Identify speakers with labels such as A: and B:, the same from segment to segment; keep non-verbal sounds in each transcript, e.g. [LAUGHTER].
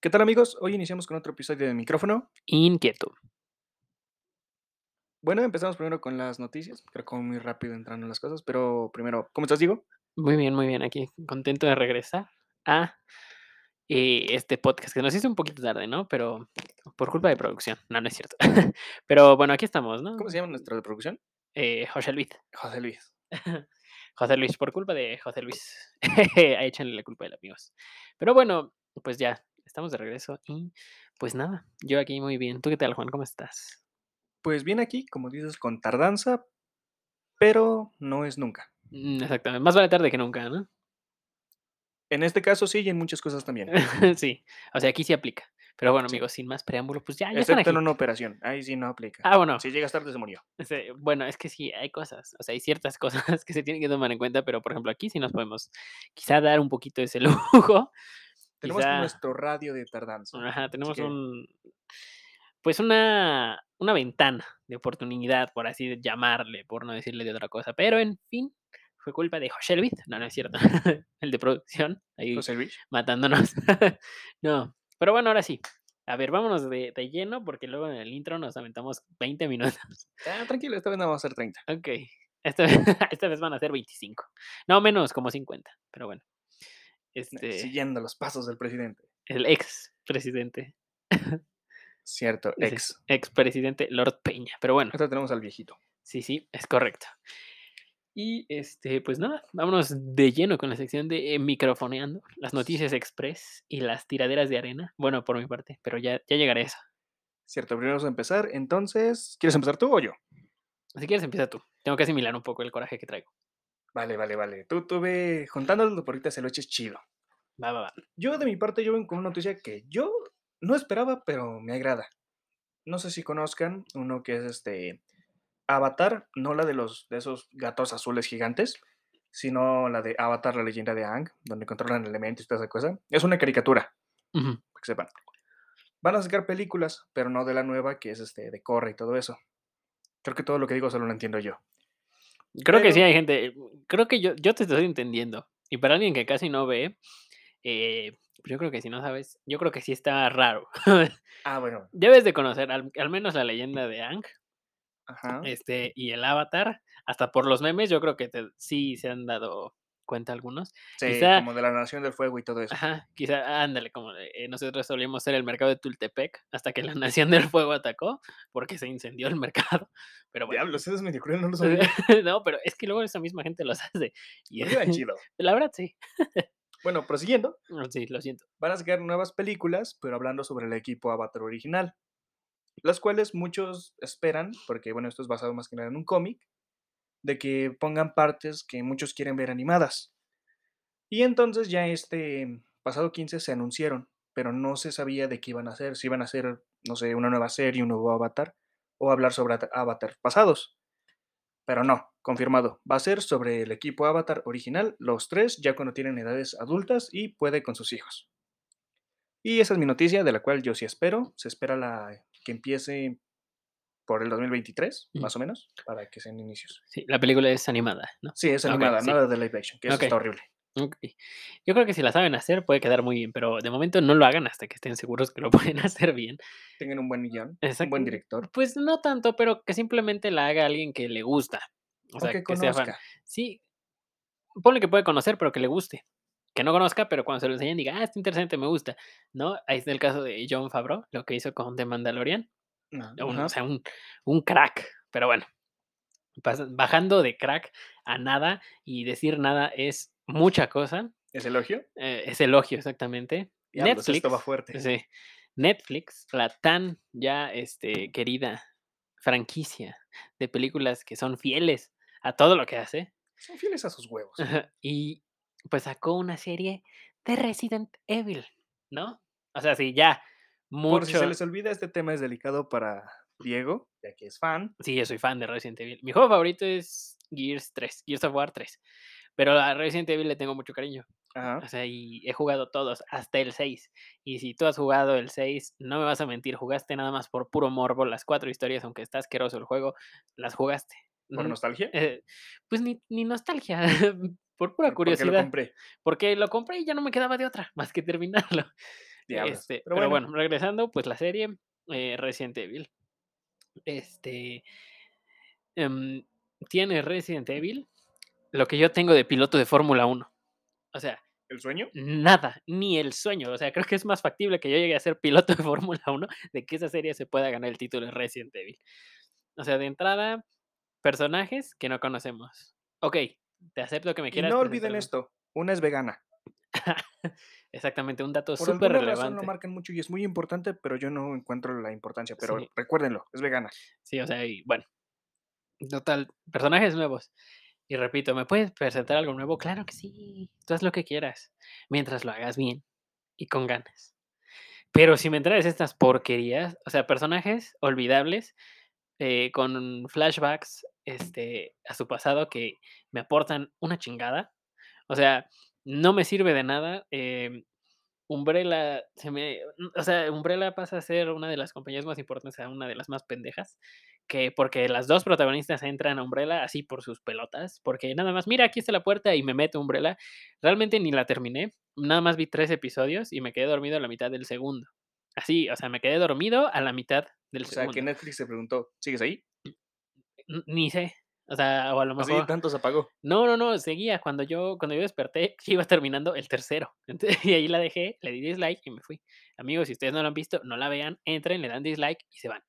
A: ¿Qué tal amigos? Hoy iniciamos con otro episodio de Micrófono.
B: Inquieto.
A: Bueno, empezamos primero con las noticias. Creo que muy rápido entrando en las cosas, pero primero, ¿cómo estás, Diego?
B: Muy bien, muy bien. Aquí contento de regresar a eh, este podcast que nos hizo un poquito tarde, ¿no? Pero por culpa de producción. No, no es cierto. [LAUGHS] Pero bueno, aquí estamos, ¿no?
A: ¿Cómo se llama nuestra producción?
B: Eh, José Luis.
A: José Luis.
B: José Luis, por culpa de José Luis. [LAUGHS] Ahí Échenle la culpa a él, amigos. Pero bueno, pues ya, estamos de regreso y pues nada, yo aquí muy bien. ¿Tú qué tal, Juan? ¿Cómo estás?
A: Pues bien aquí, como dices, con tardanza, pero no es nunca.
B: Mm, Exactamente, más vale tarde que nunca, ¿no? [LAUGHS]
A: En este caso sí y en muchas cosas
B: [LAUGHS] Ah,
A: también,
B: sí, o sea, aquí sí aplica. Pero bueno,
A: Sí.
B: amigos, sin más preámbulo, pues ya, ya están
A: excepto
B: aquí.
A: en una operación. Ahí sí no aplica.
B: Ah, bueno,
A: Si llegas tarde se murió.
B: este, bueno, es que sí, hay cosas, o sea, hay ciertas [LAUGHS] cosas que se tienen que tomar en cuenta, pero por ejemplo, aquí sí nos podemos quizá dar un poquito ese [LAUGHS] lujo.
A: Tenemos
B: quizá- Ah,
A: nuestro radio de tardanza.
B: Ajá, tenemos
A: que-
B: un. Pues una, una ventana de oportunidad, por así de- llamarle, por no decirle de otra cosa. Pero en fin, fue culpa de José Luis. No, no es cierto. [LAUGHS] El de producción, ahí
A: José Luis.
B: matándonos. [LAUGHS] no, pero bueno, ahora sí. A ver, vámonos de, de lleno porque luego en el intro nos aventamos 20 minutos.
A: Ah, tranquilo, esta vez no vamos a ser 30.
B: Ok. Esta vez, [LAUGHS] esta vez van a ser 25. No, menos como 50. Pero bueno. Este,
A: Siguiendo los pasos del presidente.
B: El ex presidente.
A: Cierto,
B: Sí.
A: ex.
B: expresidente Lord Peña. Pero bueno,
A: Ahorita tenemos al viejito.
B: sí, sí, es correcto. Y este, pues nada, vámonos de lleno con la sección de eh, microfoneando, las noticias express y las tiraderas de arena. Bueno, por mi parte, pero ya, ya llegaré a eso.
A: Cierto, primero vamos a empezar. Entonces, ¿quieres empezar tú o yo?
B: Si quieres, empieza tú. Tengo que asimilar un poco el coraje que traigo.
A: Vale, vale, vale. Tú, tú ve juntándolo porque ahorita se lo eches chido.
B: Va, va, va.
A: Yo, de mi parte, yo vengo con una noticia que yo no esperaba, pero me agrada. No sé si conozcan uno que es este Avatar, no la de los de esos gatos azules gigantes, sino la de Avatar, la leyenda de Aang, donde controlan elementos y toda esa cosa. Es una caricatura,
B: Ujú,
A: para que sepan. Van a sacar películas, pero no de la nueva que es este de Korra y todo eso. Creo que todo lo que digo solo lo entiendo yo.
B: Creo que sí
A: Pero-
B: hay gente. eh, Creo que yo, yo te estoy entendiendo. Y para alguien que casi no ve, eh, yo creo que si no sabes, yo creo que sí está raro. [LAUGHS]
A: Ah, bueno.
B: Debes de conocer al, al menos la leyenda de Ang.
A: Ajá.
B: este, y el avatar, hasta por los memes, yo creo que te- sí se han dado cuenta algunos.
A: Sí,
B: quizá-
A: como de la Nación del Fuego y todo eso.
B: Ajá, quizá, ándale, como eh, nosotros solíamos ser el mercado de Tultepec, hasta que la [LAUGHS] Nación del Fuego atacó, porque se incendió el mercado. Pero bueno.
A: Diablos, eso es medio [LAUGHS] cruel, no lo sabía.
B: [LAUGHS] no, pero es que luego esa misma gente los hace. Y
A: Pero queda chido.
B: [LAUGHS] la verdad, sí.
A: Bueno, prosiguiendo,
B: No, Mm, Sí, lo siento.
A: van a sacar nuevas películas, pero hablando sobre el equipo Avatar original, las cuales muchos esperan, porque bueno, esto es basado más que nada en un cómic, de que pongan partes que muchos quieren ver animadas. Y entonces ya este pasado 15 se anunciaron, pero no se sabía de qué iban a hacer, si iban a hacer, no sé, una nueva serie, un nuevo Avatar, o hablar sobre ata- Avatar pasados. Pero no, confirmado, va a ser sobre el equipo Avatar original, los tres, ya cuando tienen edades adultas y puede con sus hijos. Y esa es mi noticia, de la cual yo sí espero. Se espera la que empiece por el 2023,
B: Ujú.
A: más o menos, para que sean inicios.
B: Sí, la película es animada, ¿no?
A: Sí, es
B: Ok,
A: animada,
B: sí.
A: nada de live action, que eso
B: Ok.
A: está horrible.
B: Ok. Yo creo que si la saben hacer puede quedar muy bien, pero de momento no lo hagan hasta que estén seguros que lo [LAUGHS] pueden hacer bien.
A: Tengan un buen guión, un
B: Exacto.
A: buen director,
B: Pues no tanto, pero que simplemente la haga alguien que le gusta. O
A: o
B: sea,
A: que
B: que, sea fan.
A: conozca.
B: Sí, ponle que puede conocer, pero que le guste. Que no conozca, pero cuando se lo enseñen diga, ah, está interesante, me gusta. ¿No? Ahí está el caso de John Favreau, lo que hizo con The Mandalorian.
A: Ah,
B: Un-
A: ajá.
B: o sea, un, un crack. Pero bueno, pas- bajando de crack a nada y decir nada es mucha cosa.
A: ¿Es elogio?
B: eh, es elogio, exactamente.
A: Diablos, esto va
B: Netflix,
A: fuerte.
B: Sí. Netflix, la tan ya este, querida franquicia de películas que son fieles a todo lo que hace,
A: Son fieles a sus huevos.
B: ajá, y pues sacó una serie de Resident Evil, ¿no? O sea, sí, ya
A: Por si
B: mucho...
A: se les olvida, este tema es delicado para Diego, ya que es fan.
B: Sí, yo soy fan de Resident Evil. Mi juego favorito es Gears 3, Gears of War 3. Pero a Resident Evil le tengo mucho cariño.
A: Ajá.
B: O sea, y he jugado todos, hasta el 6. Y si tú has jugado el 6, no me vas a mentir, jugaste nada más por puro morbo las cuatro historias, aunque está asqueroso el juego, las jugaste.
A: Por
B: Ujú.
A: nostalgia.
B: Eh, pues ni, ni nostalgia, [LAUGHS] por
A: Porque
B: pura
A: lo
B: curiosidad.
A: compré.
B: Porque lo compré y ya no me quedaba de otra más que terminarlo.
A: Diablos.
B: Este,
A: Pero
B: pero,
A: bueno.
B: bueno. regresando, pues la serie eh, Resident Evil. Este em, tiene Resident Evil lo que yo tengo de piloto de Fórmula 1. O sea,
A: ¿El sueño?
B: nada, ni el sueño. O sea, creo que es más factible que yo llegue a ser piloto de Fórmula 1 de que esa serie se pueda ganar el título de Resident Evil. O sea, de entrada, personajes que no conocemos. Ok, te acepto que me
A: Y
B: quieras.
A: no
B: presentar
A: olviden
B: un-
A: esto, una es vegana.
B: Exactamente, un dato
A: Por
B: súper
A: alguna razón
B: relevante.
A: lo marcan mucho y es muy importante, pero yo no encuentro la importancia. Pero
B: Sí.
A: recuérdenlo, es vegana.
B: Sí, o sea, y bueno. Total, personajes nuevos. Y repito, ¿me puedes presentar algo nuevo? Claro que sí. Tú haz lo que quieras. Mientras lo hagas bien y con ganas. Pero si me traes estas porquerías, o sea, personajes olvidables, eh, con flashbacks este, a su pasado que me aportan una chingada. O sea, no me sirve de nada. em, Umbrella, se me, o sea, Umbrella pasa a ser una de las compañías más importantes, a una de las más pendejas que porque las dos protagonistas entran a Umbrella así por sus pelotas, porque nada más, mira, aquí está la puerta y me meto a Umbrella. Realmente ni la terminé, nada más vi tres episodios y me quedé dormido a la mitad del segundo. Así, o sea, me quedé dormido a la mitad del
A: O sea,
B: segundo.
A: que Netflix se preguntó, ¿sigues ahí?
B: N- Ni sé, o sea, o a lo
A: Así
B: mejor...
A: tanto se apagó.
B: No, no, no, seguía. Cuando yo, cuando yo desperté, [LAUGHS] iba terminando el tercero. [LAUGHS] Entonces, y ahí la dejé, le di dislike y me fui. Amigos, si ustedes no lo han visto, no la vean, entren, le dan dislike y se van.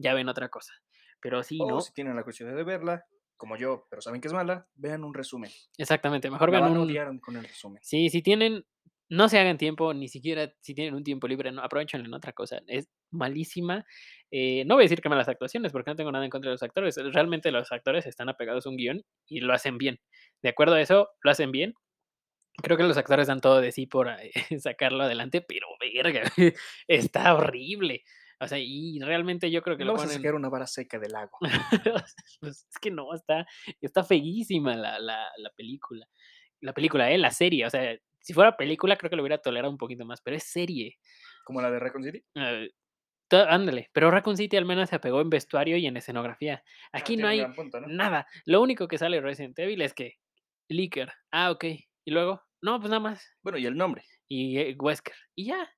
B: Ya ven otra cosa. Pero sí,
A: o
B: no.
A: si tienen la curiosidad de verla, como yo, pero saben que es mala, vean un resumen.
B: Exactamente. Mejor
A: la
B: vean
A: van a
B: un.
A: odiar con el resumen.
B: Sí, si tienen, no se hagan tiempo, ni siquiera si tienen un tiempo libre, no, aprovechenlo en otra cosa. Es malísima. Eh, no voy a decir que malas actuaciones, porque no tengo nada en contra de los actores. eh, Realmente los actores están apegados a un guión y lo hacen bien. De acuerdo a eso, lo hacen bien. Creo que los actores dan todo de sí por eh, [LAUGHS] sacarlo adelante, pero verga, [LAUGHS] está horrible. O sea, y realmente yo creo que
A: No
B: lo
A: vas a
B: ponen...
A: sacar una vara seca del
B: [LAUGHS]
A: lago.
B: Pues, es que no, está, está feísima la, la, la película. La película, ¿eh? La serie. O sea, si fuera película creo que lo hubiera tolerado un poquito más, pero es serie.
A: Como la de Recon City.
B: eh, to- ándale, pero Raccoon City al menos se apegó en vestuario y en escenografía.
A: Ah,
B: Aquí
A: tiene
B: no
A: un
B: hay
A: gran punto, ¿no?
B: nada. Lo único que sale de Resident Evil es que Licker. Ah, ok. Y luego, no, pues nada más.
A: Bueno, y el nombre.
B: Y eh, Wesker. Y ya.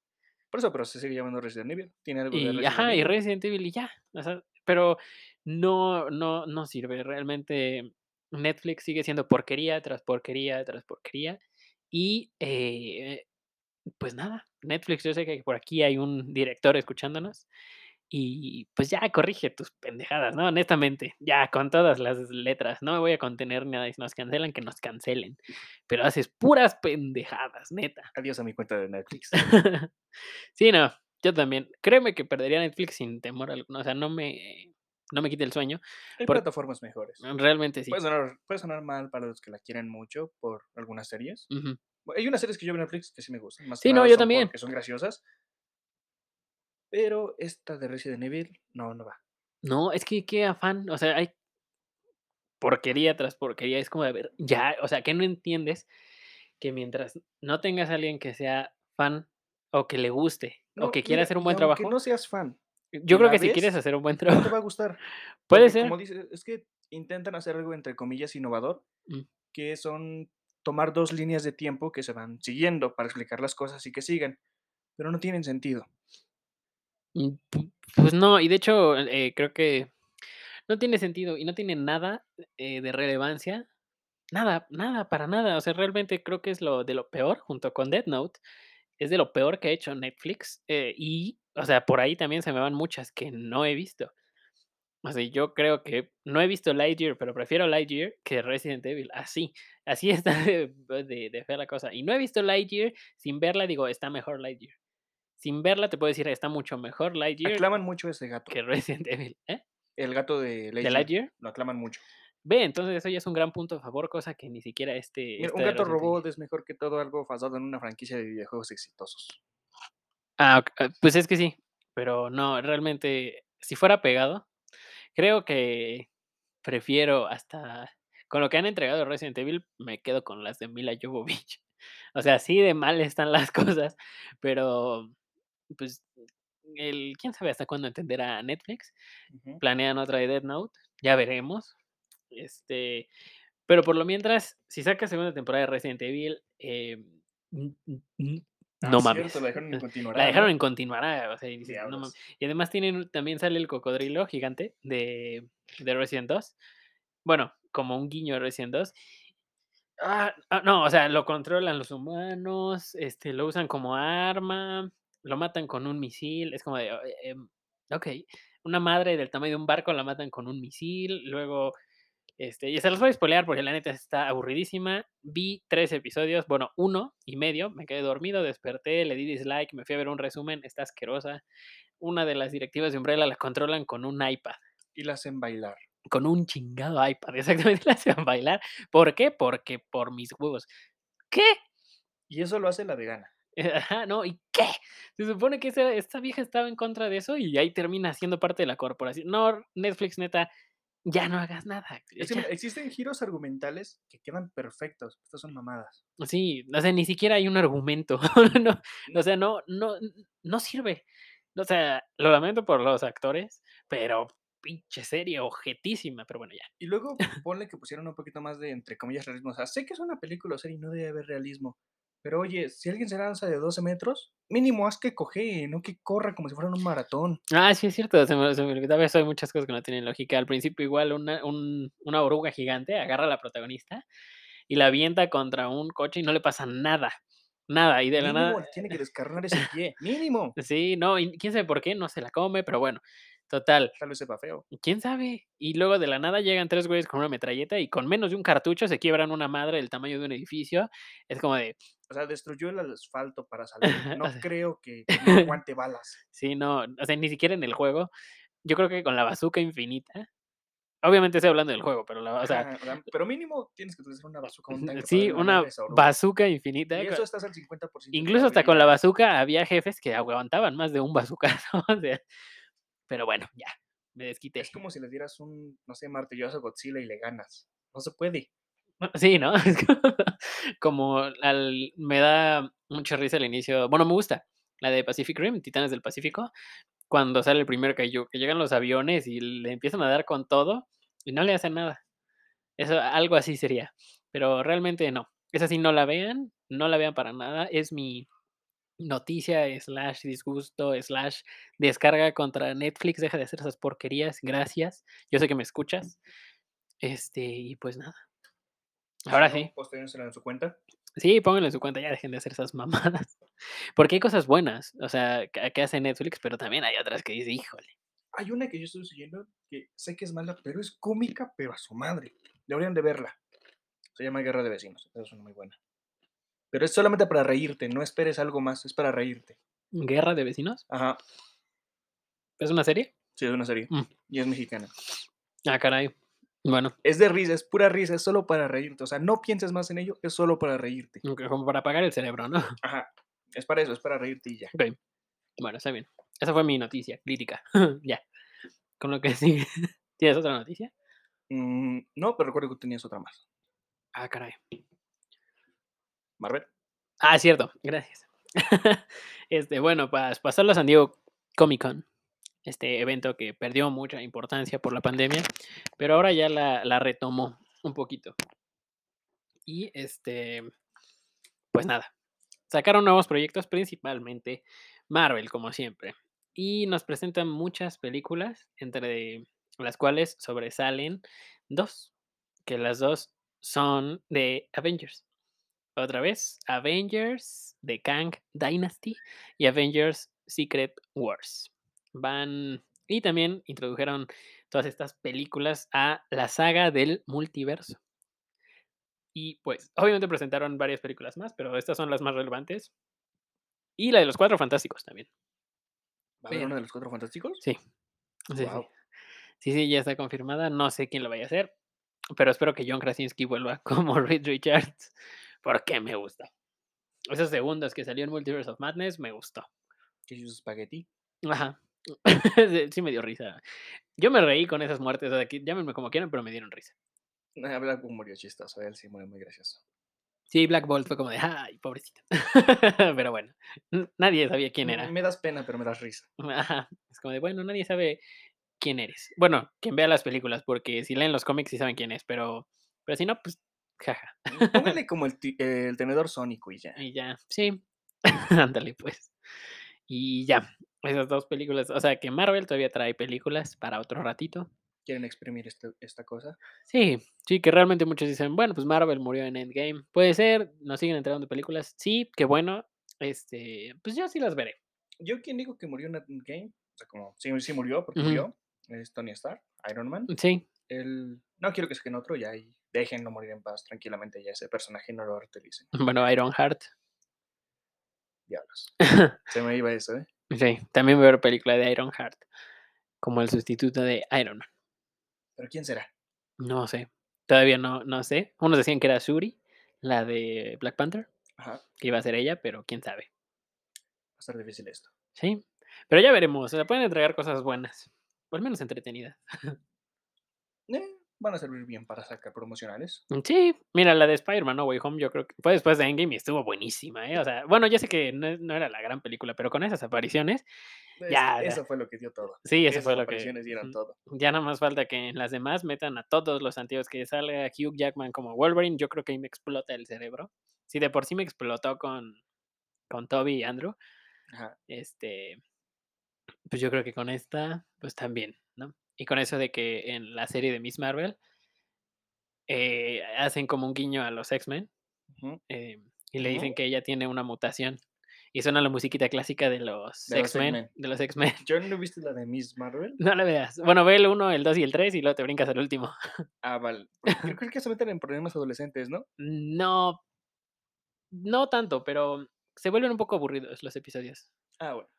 A: Por eso, pero se sigue llamando Resident Evil. Tiene algo de
B: Y,
A: Resident
B: ajá, y
A: Evil.
B: Resident Evil y ya. o sea, pero no, no, no sirve. Realmente Netflix sigue siendo porquería tras porquería tras porquería. Y eh, pues nada, Netflix, yo sé que por aquí hay un director escuchándonos. Y pues ya corrige tus pendejadas, ¿no? Honestamente, ya con todas las letras. No me voy a contener ni nada. y Si nos cancelan, que nos cancelen. Pero haces puras pendejadas, neta.
A: Adiós a mi cuenta de
B: [LAUGHS]
A: Netflix.
B: sí, no, yo también. Créeme que perdería Netflix sin temor alguno. O sea, no me, no me quite el sueño.
A: Hay
B: Por-
A: plataformas mejores.
B: Realmente sí.
A: Puede sonar, puede sonar mal para los que la quieren mucho por algunas series.
B: Ujú.
A: Bu- Hay unas series que yo veo en Netflix que sí me gustan. Más que
B: Sí, no,
A: nada
B: yo
A: son
B: también.
A: Porque son graciosas. Pero esta de Resident Evil, no, no va.
B: No, es que qué afán. O sea, hay porquería tras porquería. Es como de ver, ya, o sea, que no entiendes que mientras no tengas a alguien que sea fan o que le guste o
A: No,
B: que quiera
A: mira,
B: hacer un
A: y
B: buen
A: aunque
B: trabajo,
A: no seas
B: [LAUGHS]
A: fan,
B: yo creo
A: la
B: que si quieres
A: ves,
B: hacer un buen
A: no te
B: trabajo,
A: va a gustar.
B: [LAUGHS] puede
A: Porque
B: ser.
A: Como dices, es que intentan hacer algo entre comillas innovador,
B: Mm.
A: que son tomar dos líneas de tiempo que se van siguiendo para explicar las cosas y que sigan, pero no tienen sentido.
B: Mm, pu- Pues no, y de hecho eh, creo que no tiene sentido y no tiene nada eh, de relevancia. Nada, nada, para nada. O sea, realmente creo que es lo de lo peor, junto con Death Note, es de lo peor que ha hecho Netflix. eh, y, o sea, por ahí también se me van muchas que no he visto. O sea, yo creo que no he visto Lightyear, pero prefiero Lightyear que Resident Evil. Así, así [LAUGHS] está de, de, de fea la cosa. Y no he visto Lightyear, sin verla digo, está mejor Lightyear. Sin verla te puedo decir, está mucho mejor Lightyear
A: Aclaman mucho a ese gato,
B: que Resident [LAUGHS] Evil, ¿eh?
A: el gato de
B: De
A: Lightyear.
B: Lightyear.
A: Lo aclaman mucho.
B: Ve, entonces eso ya es un gran punto a favor, cosa que ni siquiera este.
A: Mira,
B: esta
A: un
B: de
A: gato
B: Resident Evil.
A: robot es mejor que todo algo basado en una franquicia de videojuegos exitosos.
B: Ah, ok, ah, pues es que sí. Pero no, realmente, si fuera pegado, creo que prefiero hasta. Con lo que han entregado Resident Evil, me quedo con las de Mila Jovovich. [LAUGHS] O sea, sí de mal están las [LAUGHS] cosas, pero. Pues. El, ¿Quién sabe hasta cuándo entenderá Netflix?
A: Ujú.
B: planean otra de Death Note, ya veremos. Este, pero por lo mientras, si saca segunda temporada de Resident Evil, eh, n- n- n-
A: Ah,
B: no
A: es
B: mames.
A: cierto,
B: Eh,
A: la dejaron en continuará,
B: La dejaron
A: ¿no?
B: en continuará, o sea, y dices, no
A: Diablos.
B: mames. Y además tienen, también sale el cocodrilo gigante de, de Resident 2. Bueno, como un guiño de Resident 2. Ah, ah, no, o sea, lo controlan los humanos, este, lo usan como arma, lo matan con un misil, es como de, "Oh, em, ok, una madre del tamaño de un barco la matan con un misil, luego, este, y se los voy a spoilear porque la neta está aburridísima, vi tres episodios, bueno, uno y medio, me quedé dormido, desperté, le di dislike, me fui a ver un resumen, está asquerosa, una de las directivas de Umbrella la controlan con un iPad
A: Y la hacen bailar.
B: con un chingado iPad. [LAUGHS] Exactamente, la hacían bailar. ¿Por qué? Porque por mis huevos. ¿Qué? Eh,
A: Y eso lo hace la vegana.
B: Ajá, no, ¿y qué? Se supone que esa- esta vieja estaba en contra de eso y ahí termina siendo parte de la corporación. No, Netflix, neta, ya no hagas nada.
A: Es que eh, mira,
B: ya.
A: existen giros argumentales que quedan perfectos. Estas son mamadas.
B: Sí, o sea, ni siquiera hay un argumento. [LAUGHS] no, o sea, no, no, no sirve. O sea, lo lamento por los actores, pero pinche serie, objetísima. Pero bueno, ya.
A: Y luego
B: [LAUGHS]
A: ponle que pusieron un poquito más de, entre comillas, realismo. O sea, sé que es una película o serie y no debe haber realismo. Pero oye, si alguien se lanza de 12 metros, mínimo haz que coge, no que corra como si fuera un maratón.
B: Ah, sí, es cierto, se me, se me olvidaba eso. Hay muchas cosas que no tienen lógica. Al principio, igual, una, un- una oruga gigante agarra a la protagonista y la avienta contra un coche y no le pasa nada. Nada, y de la
A: Mínimo
B: nada.
A: le
B: [LAUGHS]
A: tiene que descarnar ese pie. Mínimo.
B: Sí, no, y quién sabe por qué, no se la come, pero bueno. Total,
A: Tal vez sepa feo.
B: quién sabe. Y luego de la nada llegan tres güeyes con una metralleta y con menos de un cartucho se quiebran una madre del tamaño de un edificio. Es como de,
A: O sea, destruyó el asfalto para
B: [LAUGHS]
A: salir. No
B: O sea-
A: creo que no aguante balas.
B: Sí, no, o sea, ni siquiera en el juego. Yo creo que con la bazooka infinita. Obviamente estoy hablando del juego, pero la, o sea,
A: Ajá, o sea, pero mínimo tienes que utilizar una bazooka, un tanque. para
B: sí,
A: darle la
B: una
A: madre a esa oruga.
B: bazooka infinita.
A: Y
B: co-
A: eso estás al 50%. de
B: Incluso hasta con
A: probabilidad.
B: la bazooka había jefes que aguantaban más de un [LAUGHS] bazookazo. o sea, pero bueno, ya, me desquité.
A: Es como si le dieras un, no sé, martillazo a Godzilla y le ganas. No se puede.
B: [LAUGHS] Sí, ¿no? Es como- como al- me da mucha risa el inicio. Bueno, me gusta la de Pacific Rim, Titanes del Pacífico, cuando sale el primer Kaiju, que llegan los aviones y le empiezan a dar con todo y no le hacen nada. Eso, algo así sería. Pero realmente no. Esa sí no la vean, no la vean para nada. Es mi noticia, slash disgusto, slash descarga contra Netflix. Deja de hacer esas porquerías. Gracias. Yo sé que me escuchas. Este, y pues nada.
A: Si
B: Ahora
A: no,
B: sí.
A: postéguensela en su cuenta.
B: Sí, pónganlo en su cuenta, ya dejen de hacer esas mamadas. [LAUGHS] Porque hay cosas buenas, o sea, que, que hace Netflix, pero también hay otras que dice, híjole.
A: Hay una que yo estoy siguiendo que sé que es mala, pero es cómica, pero a su madre. Deberían de verla. Se llama Guerra de Vecinos. Esa es una muy buena. Pero es solamente para reírte. No esperes algo más. Es para reírte.
B: ¿Guerra de vecinos?
A: Ajá.
B: ¿Es una serie?
A: Sí, es una serie.
B: Mm.
A: Y es mexicana.
B: Ah, caray. Bueno,
A: Es de risa, es pura risa, es solo para reírte. O sea, no pienses más en ello, es solo para reírte.
B: aunque como para apagar el cerebro, ¿no? [LAUGHS]
A: Ajá. Es para eso, es para reírte y ya.
B: Bueno, está bien. Esa fue mi noticia, crítica. [LAUGHS] ya. Con lo que sigue. [LAUGHS] ¿Tienes otra noticia?
A: Mm, no, pero recuerdo que tenías otra más.
B: Ah, caray.
A: Marvel.
B: Ah, cierto, gracias. [LAUGHS] este, bueno, para pasarlo a San Diego Comic Con, este evento que perdió mucha importancia por la pandemia, pero ahora ya la, la retomó un poquito. Y este, pues nada, sacaron nuevos proyectos, principalmente Marvel, como siempre. Y nos presentan muchas películas, entre las cuales sobresalen dos, que las dos son de Avengers. Otra vez, Avengers The Kang Dynasty y Avengers Secret Wars. Van. Y también introdujeron todas estas películas a la saga del multiverso. Y pues, obviamente presentaron varias películas más, pero estas son las más relevantes. Y la de los cuatro fantásticos también.
A: ¿Va a haber
B: Pero-
A: uno de los cuatro fantásticos?
B: Sí. Sí, sí.
A: Guau.
B: Sí, sí, ya está confirmada. No sé quién lo vaya a hacer, pero espero que John Krasinski vuelva [LAUGHS] como Reed Richards, porque me gusta. Esos segundos que salió en Multiverse of Madness me gustó.
A: Que es espagueti.
B: Ajá. [LAUGHS] Sí- sí me dio risa. Yo me reí con esas muertes. o sea, que llámenme como quieran, pero me dieron risa.
A: Ah, Habla como murió chistoso, él sí murió muy gracioso.
B: Sí, Black Bolt fue como de, ay, pobrecito. [LAUGHS] pero bueno, n- nadie sabía quién
A: Me-
B: era.
A: Mm, Me das pena, pero me das risa.
B: Ajá, Es como de, bueno, nadie sabe quién eres. Bueno, quien vea las películas, porque si leen los cómics sí saben quién es, pero, pero si no, pues, jaja.
A: Mm,
B: [LAUGHS]
A: Póngale como el, ti- el tenedor eh, sónico y ya.
B: Y ya, sí, [LAUGHS] Ándale, pues. Y ya, esas dos películas. O sea que Marvel todavía trae películas para otro ratito.
A: Quieren exprimir este- esta cosa.
B: Sí, sí, que realmente muchos dicen, bueno, pues Marvel murió en Endgame. Puede ser, nos siguen entregando películas. Sí, qué bueno. Este, pues yo sí las veré.
A: Yo quien digo que murió en Endgame, o sea, como sí, sí murió, porque
B: Ujú.
A: murió, es Tony Stark, Iron Man.
B: Sí,
A: Él, no quiero que saquen otro, ya ahí déjenlo morir en paz tranquilamente, ya ese personaje no lo utilicen.
B: bueno, Iron [LAUGHS] Heart.
A: Diablos. Se me iba eso, ¿eh?
B: Sí, también voy a ver película de Iron Heart. Como el sustituto de Iron Man.
A: Pero ¿quién será?
B: No sé. Todavía no, no sé. Unos decían que era Shuri, la de Black Panther,
A: Ajá, va
B: que iba a ser ella, pero quién sabe.
A: a ser difícil esto.
B: Sí. Pero ya veremos. Se pueden entregar cosas buenas. O al menos entretenidas.
A: Eh, van a servir bien para sacar promocionales.
B: Sí, mira, la de Spider-Man No Way Home, yo creo que fue después de Endgame y estuvo buenísima, ¿eh? O sea, bueno, yo sé que no, es- no era la gran película, pero con esas apariciones,
A: Es-
B: Ya, ya.
A: Eso fue lo que dio todo.
B: sí, eso
A: Esas
B: fue lo que.
A: apariciones dieron
B: ujú.
A: todo.
B: Ya nada más falta que en las demás metan a todos los antiguos que salga Hugh Jackman como Wolverine, yo creo que ahí me explota el cerebro. Si de por sí me explotó con, con Toby y Andrew,
A: Ajá.
B: este, pues yo creo que con esta, pues también, ¿no? Y con eso de que en la serie de Miss Marvel eh, hacen como un guiño a los X-Men.
A: ujú.
B: eh, y le dicen
A: Ujú.
B: que ella tiene una mutación. Y suena la musiquita clásica de los
A: De los
B: X-Men.
A: X-Men.
B: De los X-Men. [LAUGHS]
A: Yo no he visto la de Miss Marvel.
B: No la veas. Bueno, ve el 1, el 2 y el 3 y luego te brincas al último.
A: Ah, vale. porque Yo creo que se meten en problemas adolescentes, ¿no?
B: No. No tanto, pero se vuelven un poco aburridos los episodios.
A: Ah, bueno.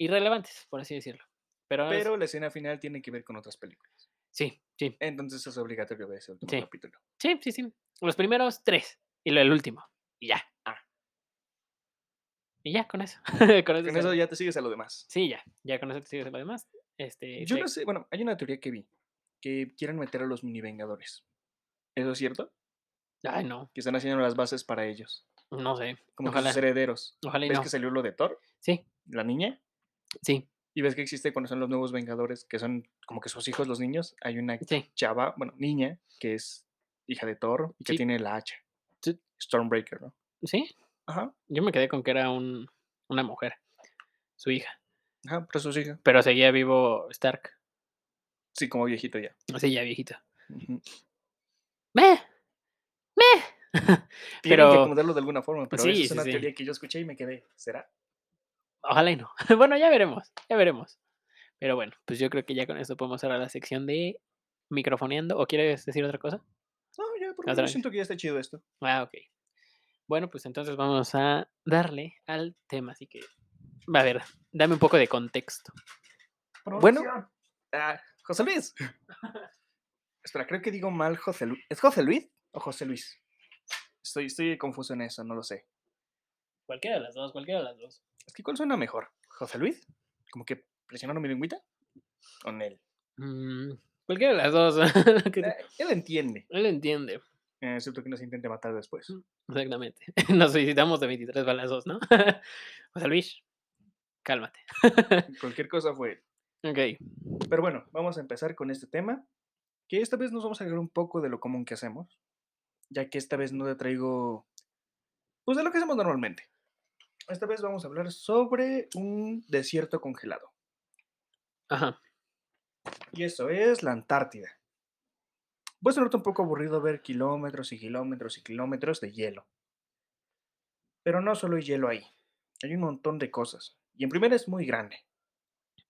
B: Irrelevantes, por así decirlo. Pero, es-
A: Pero la escena final tiene que ver con otras películas.
B: sí, sí,
A: Entonces es obligatorio ver ese último
B: Sí.
A: capítulo.
B: sí, sí, sí. Los primeros tres y lo el último. Y ya. Ah. Y ya, con eso. [LAUGHS] con eso
A: Con
B: se-
A: eso ya te sigues a lo demás.
B: Sí, ya. Ya con eso te sigues lo demás. Este,
A: Yo
B: te-
A: no sé, bueno, hay una teoría que vi, que quieren meter a los mini vengadores. ¿Eso es cierto?
B: Ay, no.
A: Que están haciendo las bases para ellos.
B: No sé.
A: Como que
B: Ojalá.
A: sus herederos.
B: Ojalá y
A: ¿Ves
B: no.
A: que salió lo de Thor,
B: Sí,
A: la niña?
B: sí,
A: Y ves que existe cuando son los nuevos vengadores, que son como que sus hijos, los niños. Hay una
B: sí.
A: chava, bueno, niña, que es hija de Thor y que
B: Sí.
A: tiene la hacha.
B: Sí.
A: Stormbreaker, ¿no?
B: Sí,
A: Ajá,
B: yo me quedé con que era un, una mujer, su hija.
A: ajá, pero sus hijas.
B: Pero seguía vivo Stark,
A: Sí, como viejito ya.
B: así ya viejito.
A: Ujú.
B: ¡Meh! ¡Meh!
A: Tienen que
B: Pero-
A: acomodarlo de alguna forma, pero esa
B: Sí,
A: es
B: sí,
A: una
B: sí.
A: teoría que yo escuché y me quedé. ¿Será?
B: Ojalá y no. [LAUGHS] Bueno, ya veremos, ya veremos. Pero bueno, pues yo creo que ya con eso podemos cerrar la sección de microfoneando. ¿O quieres decir otra cosa?
A: No, ya, por
B: Ah,
A: lo menos
B: tranqui.
A: siento que ya está chido esto.
B: Ah, ok. Bueno, pues entonces vamos a darle al tema. Así que, a ver, dame un poco de contexto.
A: Bueno. Ah, José Luis. Espera, creo que digo mal José Luis. ¿Es José Luis o José Luis? Estoy, estoy confuso en eso, no lo sé.
B: Cualquiera de las dos, cualquiera de las dos.
A: Es que ¿cuál suena mejor? ¿José Luis? ¿Como que presionaron mi lengüita? Con él.
B: Mm, cualquiera de las dos. [LAUGHS] que-
A: Eh, Él entiende,
B: Él entiende,
A: eh, excepto que nos intente matar después.
B: exactamente. [LAUGHS] Nos felicitamos de 23 balazos, ¿no? [LAUGHS] José Luis, cálmate.
A: Cualquier cosa fue él.
B: Ok,
A: Pero bueno, vamos a empezar con este tema, que esta vez nos vamos a hablar un poco de lo común que hacemos, ya que esta vez no te traigo, pues de lo que hacemos normalmente. Esta vez vamos a hablar sobre un desierto congelado.
B: ajá.
A: Y eso es la Antártida. Puede sonarte un poco aburrido ver kilómetros y kilómetros y kilómetros de hielo. Pero no solo hay hielo ahí. Hay un montón de cosas. Y en primera es muy grande.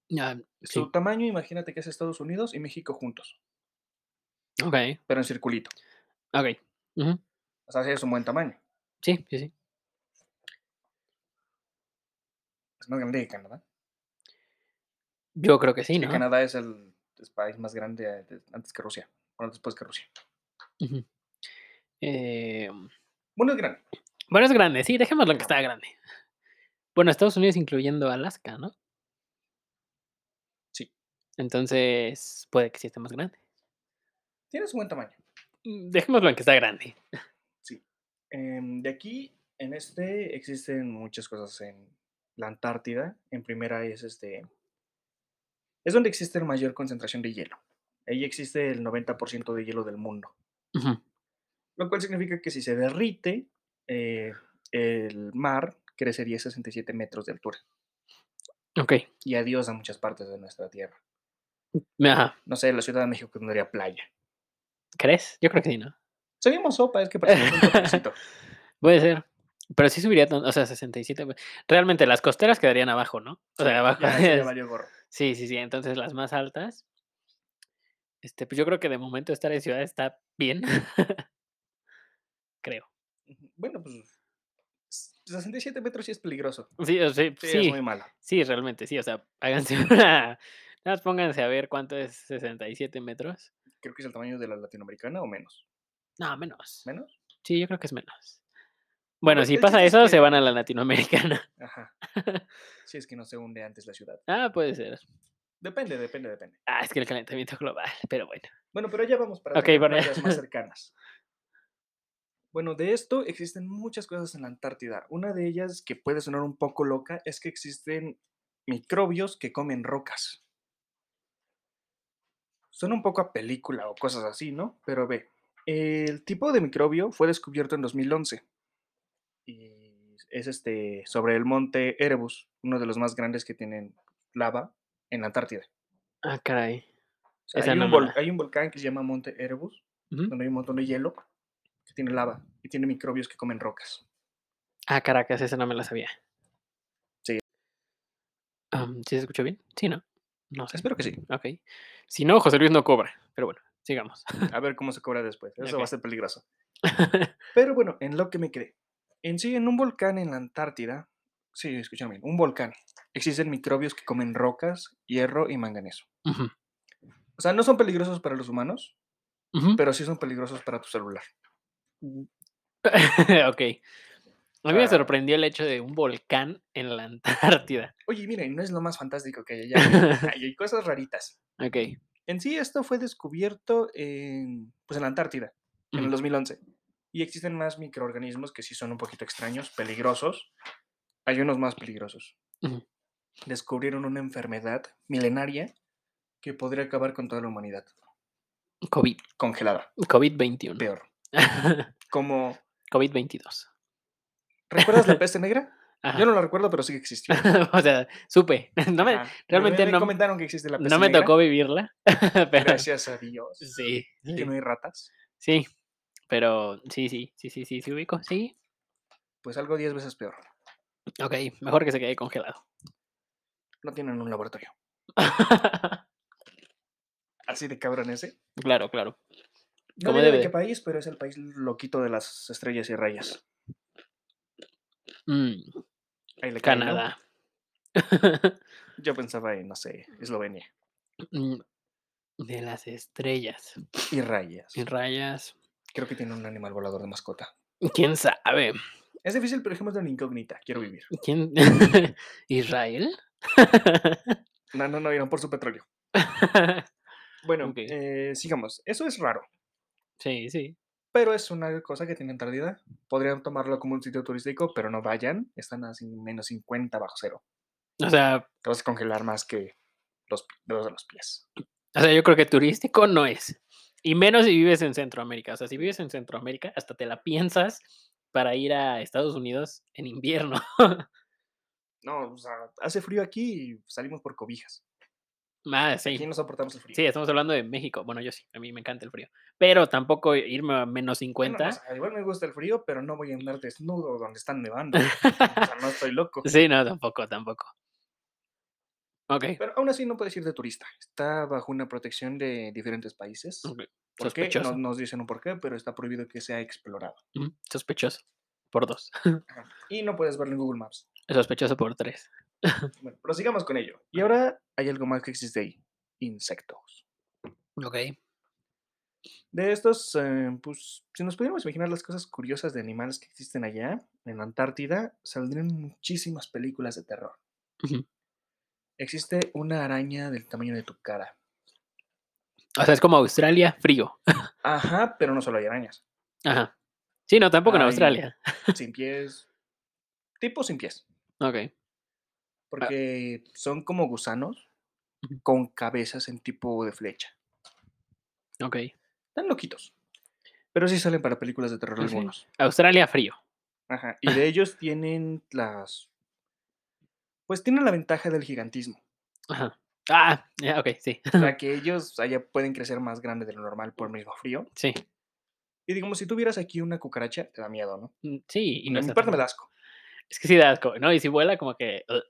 B: Ya, sí.
A: Su tamaño, imagínate que es Estados Unidos y México juntos,
B: Ok,
A: pero en circulito.
B: ok. ujú,
A: O sea, sí es un buen tamaño.
B: Sí, sí, sí.
A: Es más grande que Canadá.
B: Yo creo que sí,
A: Que
B: ¿no?
A: Canadá es el es país más grande eh, de- antes que Rusia. Bueno, después que Rusia.
B: Ujú. Eh,
A: Bueno, es grande.
B: bueno, es grande, sí, dejémoslo en que está grande. Bueno, Estados Unidos incluyendo Alaska, ¿no?
A: Sí.
B: Entonces, puede que sí esté más grande.
A: Tiene su buen tamaño.
B: Mm, Dejémoslo en que está grande.
A: Em, de aquí, en este, existen muchas cosas en la Antártida. En primera es este. Es donde existe la mayor concentración de hielo. Ahí existe el 90% de hielo del mundo.
B: Ujú,
A: Lo cual significa que si se derrite, eh, el mar, que crecería 67 metros de altura.
B: Ok.
A: Y adiós a muchas partes de nuestra tierra.
B: Ajá.
A: No sé, la Ciudad de México tendría playa.
B: ¿Crees? Yo creo que sí, ¿no?
A: Seríamos sopa, es que parecemos un
B: [LAUGHS]
A: totoncito.
B: Puede ser. Pero sí subiría, tan- o sea, 67. pues, Realmente las costeras quedarían abajo, ¿no? O sea, abajo. [LAUGHS]
A: Ya, eso ya valió gorro.
B: Sí, sí, sí. Entonces las más altas. Este, pues yo creo que de momento estar en ciudad está bien. creo.
A: Bueno, pues. s- 67 metros sí es peligroso.
B: Sí, o sea,
A: Sí,
B: sí,
A: es muy malo.
B: sí, realmente, sí. O sea, háganse [LAUGHS] una. Nada más pónganse a ver cuánto es 67 metros.
A: Creo que es el tamaño de la latinoamericana o menos.
B: No, menos.
A: ¿Menos?
B: Sí, yo creo que es menos. Bueno,
A: Pues,
B: si
A: el
B: pasa
A: chiste es
B: eso, se
A: que-
B: van a la latinoamericana. [LAUGHS]
A: Ajá. Si es que no se hunde antes la ciudad.
B: Ah, puede ser.
A: Depende, depende, depende.
B: Ah, es que el calentamiento global, [LAUGHS] pero bueno.
A: Bueno, pero ya vamos para
B: Ok, para allá.
A: las
B: [LAUGHS]
A: más cercanas. Bueno, de esto existen muchas cosas en la Antártida. Una de ellas que puede sonar un poco loca es que existen microbios que comen rocas. Suena un poco a película o cosas así, ¿no? Pero ve, el tipo de microbio fue descubierto en 2011 y es este sobre el monte Erebus, uno de los más grandes que tienen lava en la Antártida.
B: Ah, caray.
A: O sea,
B: Esa
A: hay,
B: no
A: un
B: me
A: vol-
B: la-
A: hay un volcán que se llama Monte Erebus,
B: Ujú.
A: donde hay un montón de hielo que tiene lava y tiene microbios que comen rocas.
B: Ah, Caracas, esa no me la sabía.
A: Sí.
B: Am, ¿Sí se escuchó bien? Sí, ¿no? No sé.
A: Espero que sí.
B: Ok. Si no, José Luis no cobra. Pero bueno, sigamos. [LAUGHS]
A: A ver cómo se cobra después. Eso va a
B: Ok.
A: ser peligroso. Pero bueno, en lo que me quedé. En sí, en un volcán en la Antártida, sí, escúchame bien, un volcán, existen microbios que comen rocas, hierro y manganeso.
B: Ujú,
A: O sea, no son peligrosos para los humanos,
B: ujú.
A: pero sí son peligrosos para tu celular.
B: [LAUGHS] ok. A mí me
A: Ah.
B: sorprendió el hecho de un volcán en la Antártida.
A: Oye, miren, no es lo más fantástico que hay allá. [LAUGHS] Ahí hay cosas raritas.
B: Ok.
A: En sí, esto fue descubierto en, pues, en la Antártida, en el
B: Ujú.
A: 2011. Y existen más microorganismos que sí son un poquito extraños, peligrosos. Hay unos más peligrosos.
B: Ujú.
A: Descubrieron una enfermedad milenaria que podría acabar con toda la humanidad.
B: COVID.
A: Congelada,
B: [LAUGHS] COVID-21.
A: peor. Como,
B: COVID-22.
A: ¿recuerdas la peste
B: [LAUGHS]
A: negra?
B: Ajá.
A: Yo no la recuerdo, pero sí que existió.
B: o sea, supe. [LAUGHS] No me,
A: Ajá.
B: realmente
A: me
B: no-
A: comentaron que existe la peste
B: no me
A: negra.
B: tocó vivirla. [LAUGHS] pero
A: Gracias a Dios.
B: [LAUGHS] sí.
A: Que
B: sí.
A: no hay ratas.
B: Sí, pero sí, sí, sí, sí, sí, sí ubico, sí.
A: Pues algo 10 veces peor.
B: Ok, mejor que se quede congelado. [LAUGHS]
A: No tienen un laboratorio. Así de cabrón ese.
B: claro, claro.
A: No
B: Como
A: diré de
B: debe
A: qué
B: de.
A: país, pero es el país loquito de las estrellas y rayas.
B: Mm,
A: Ahí le caí, ¿no?
B: Canadá. [LAUGHS]
A: Yo pensaba en, no sé, Eslovenia.
B: Mm, De las estrellas.
A: Y rayas.
B: Sin rayas.
A: Creo que tiene un animal volador de mascota.
B: ¿Quién sabe?
A: Es difícil, pero dejemos de una incógnita. Quiero vivir.
B: ¿Quién? [LAUGHS] ¿Israel? [LAUGHS]
A: No, no, no, irán por su petróleo. Bueno,
B: Ok.
A: eh, sigamos. Eso es raro,
B: sí, sí.
A: pero es una cosa que tiene Antártida. Podrían tomarlo como un sitio turístico, pero no vayan. Están a cin- menos 50 bajo cero.
B: O sea,
A: Te vas a congelar más que los pi- dedos de los pies.
B: o sea, yo creo que turístico no es. Y menos si vives en Centroamérica. O sea, si vives en Centroamérica, hasta te la piensas para ir a Estados Unidos en invierno. [LAUGHS]
A: No, o sea, hace frío aquí y salimos por cobijas.
B: Ah, sí.
A: Aquí no soportamos el frío.
B: Sí, estamos hablando de México. Bueno, yo sí, a mí me encanta el frío. Pero tampoco irme a menos
A: Bueno,
B: 50.
A: o sea, igual me gusta el frío, pero no voy a andar desnudo donde están
B: [LAUGHS]
A: nevando. o sea, no estoy loco.
B: Sí, no, tampoco, tampoco. Ok.
A: Pero aún así no puedes ir de turista. Está bajo una protección de diferentes países.
B: ok,
A: ¿Por qué?
B: Sospechoso.
A: No nos dicen un por qué, pero está prohibido que sea explorado.
B: ujú, Sospechoso. Por dos. [LAUGHS]
A: Ajá. Y no puedes verlo en Google Maps.
B: Sospechoso por tres.
A: Bueno, pero sigamos con ello. Y ahora hay algo más que existe ahí. Insectos.
B: Ok.
A: De estos, eh, pues, si nos pudiéramos imaginar las cosas curiosas de animales que existen allá, en la Antártida, saldrían muchísimas películas de terror.
B: ujú.
A: Existe una araña del tamaño de tu cara.
B: O sea, es como Australia, frío.
A: Ajá, pero no solo hay arañas.
B: Ajá. Sí, no, tampoco en
A: Ay.
B: Australia.
A: Sin pies. Tipo sin pies.
B: Ah. Ok.
A: Porque son como gusanos
B: Ujú.
A: con cabezas en tipo de flecha.
B: Ok.
A: Están loquitos. Pero sí salen para películas de terror
B: Ah, sí.
A: algunos.
B: Australia, frío.
A: Ajá, Y
B: [LAUGHS]
A: de ellos tienen las. Pues tienen la ventaja del gigantismo.
B: Ajá. Ah, ya, ok, sí. [LAUGHS]
A: O sea, que ellos allá pueden crecer más grande de lo normal por el mismo frío.
B: Sí.
A: Y digamos, si tuvieras aquí una cucaracha, te da miedo, ¿no?
B: Mm, Sí, y
A: Y
B: no
A: a mi
B: está
A: parte
B: tan-
A: me da asco.
B: Es que sí da asco, ¿no? Y si vuela, como que. ugh,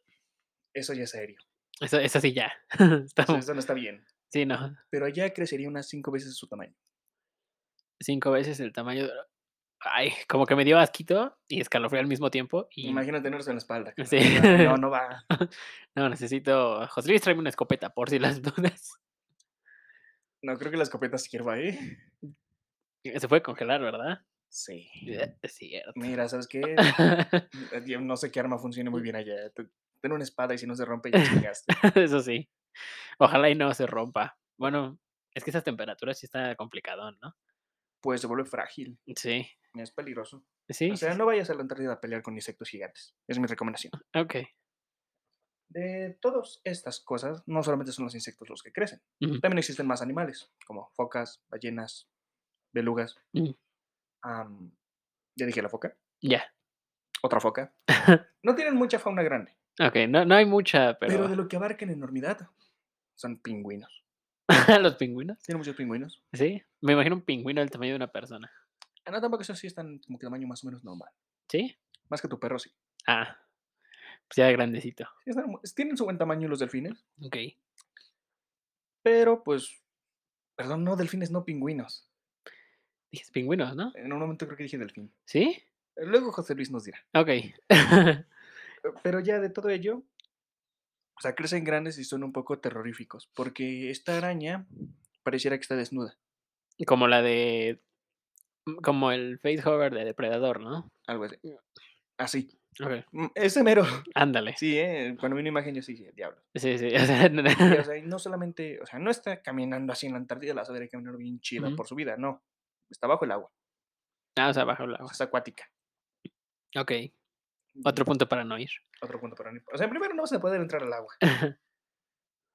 A: Eso ya es serio.
B: eso, eso sí ya. [LAUGHS] Está
A: Eso,
B: mu-
A: eso no está bien.
B: sí, no.
A: Pero allá crecería unas cinco veces su tamaño.
B: Cinco veces el tamaño. de- Ay, como que me dio asquito y escalofrío al mismo tiempo. Y
A: Imagínate tenerlos en la espalda. carnal,
B: Sí.
A: o sea,
B: [LAUGHS]
A: No, no va.
B: no, necesito. José Luis, tráeme una escopeta, por si las [LAUGHS] dudas.
A: No creo que la escopeta sirva, ¿eh?
B: Se puede congelar, ¿verdad?
A: Sí.
B: Eh, Es cierto. [LAUGHS]
A: Mira, ¿sabes qué? Yo no sé qué arma funcione muy bien allá. Te- Ten una espada y si no se rompe,
B: [LAUGHS]
A: ya chingaste.
B: Eso sí. Ojalá y no se rompa. Bueno, es que esas temperaturas sí está complicadón, ¿no?
A: Pues se vuelve frágil.
B: Sí.
A: Es peligroso.
B: Sí. Ah.
A: O sea, no vayas a la Antártida a pelear con insectos gigantes. Es mi recomendación.
B: Ok.
A: De todas estas cosas, no solamente son los insectos los que crecen.
B: Ujú.
A: También existen más animales, como focas, ballenas, belugas.
B: Mm.
A: Am, ya dije la foca.
B: Ya.
A: Otra
B: [LAUGHS]
A: foca. No tienen mucha fauna grande,
B: Ok, no, no hay mucha,
A: pero, ah
B: pero. [LAUGHS]
A: de lo que abarcan enormidad son pingüinos.
B: los pingüinos.
A: Tienen muchos pingüinos.
B: Sí. Me imagino un pingüino del tamaño de una persona.
A: Ah, No, tampoco eso sí están como que tamaño más o menos normal.
B: ¿Sí?
A: Más que tu perro, sí.
B: Ah. Pues ya grandecito.
A: Sí están mu- tienen su buen tamaño los delfines,
B: Ok.
A: pero pues. Perdón, no delfines, no pingüinos.
B: Dices pingüinos, ¿no?
A: En un momento creo que dije delfín.
B: ¿Sí?
A: Luego José Luis nos dirá.
B: Ok. [LAUGHS]
A: Eh, Pero ya de todo ello, o sea, crecen grandes y son un poco terroríficos, porque esta araña pareciera que está desnuda,
B: Como la de. mm, Como el facehover de Depredador, ¿no?
A: algo así. Así.
B: Ok.
A: Mm, Ese mero. [LAUGHS]
B: Ándale.
A: Sí, ¿eh? cuando vi una imagen yo sí dije, diablo.
B: Sí, [LAUGHS] sí. o sea, no- no-
A: Y, o sea, y no solamente, o sea, no está caminando así en la Antártida, la sabe caminar bien chida
B: Ujú.
A: por su vida, no. Está bajo el agua,
B: Ah, o sea, bajo el
A: o sea,
B: agua.
A: está acuática. mm,
B: Ok. Otro punto para no ir.
A: Otro punto para mí. O sea, primero no vas a poder entrar al agua.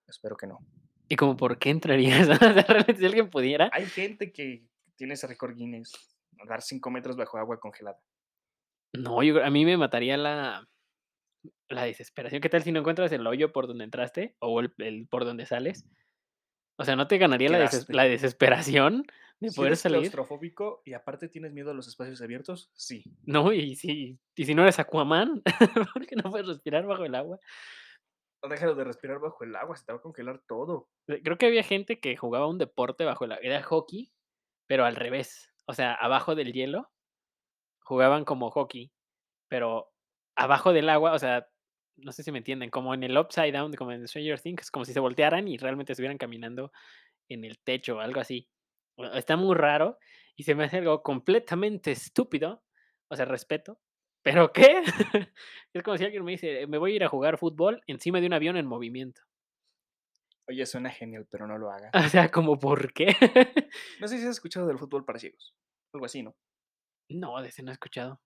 A: Espero que no.
B: [LAUGHS] Y como, ¿por qué entrarías? [LAUGHS] O sea, realmente, si alguien pudiera.
A: Hay gente que tiene ese récord Guinness, nadar 5 metros bajo agua congelada.
B: No, yo, creo- a mí me mataría la, la desesperación. ¿Qué tal si no encuentras el hoyo por donde entraste o el, el por donde sales? O sea, ¿no te ganaría la, deses-
A: Quedaste.
B: la desesperación de
A: Si
B: poder
A: eres
B: salir?
A: claustrofóbico y aparte tienes miedo a los espacios abiertos, sí.
B: No, y si, y si no eres Aquaman, [LAUGHS] porque no puedes respirar bajo el agua.
A: No déjalo de respirar bajo el agua, se te va a congelar todo.
B: Eh, Creo que había gente que jugaba un deporte bajo el agua. Era hockey, pero al revés. O sea, abajo del hielo jugaban como hockey, pero abajo del agua, o sea, no sé si me entienden, como en el upside down, como en Stranger Things, como si se voltearan y realmente estuvieran caminando en el techo o algo así. Bueno, Está muy raro y se me hace algo completamente estúpido, o sea, respeto. ¿Pero qué? [LAUGHS] es como si alguien me dice, me voy a ir a jugar fútbol encima de un avión en movimiento.
A: Oye, suena genial, pero no lo
B: [LAUGHS]
A: hagas.
B: O sea, como, ¿por qué? [LAUGHS]
A: No sé si has escuchado del fútbol para ciegos. Algo así, ¿no?
B: No, de ese no he escuchado.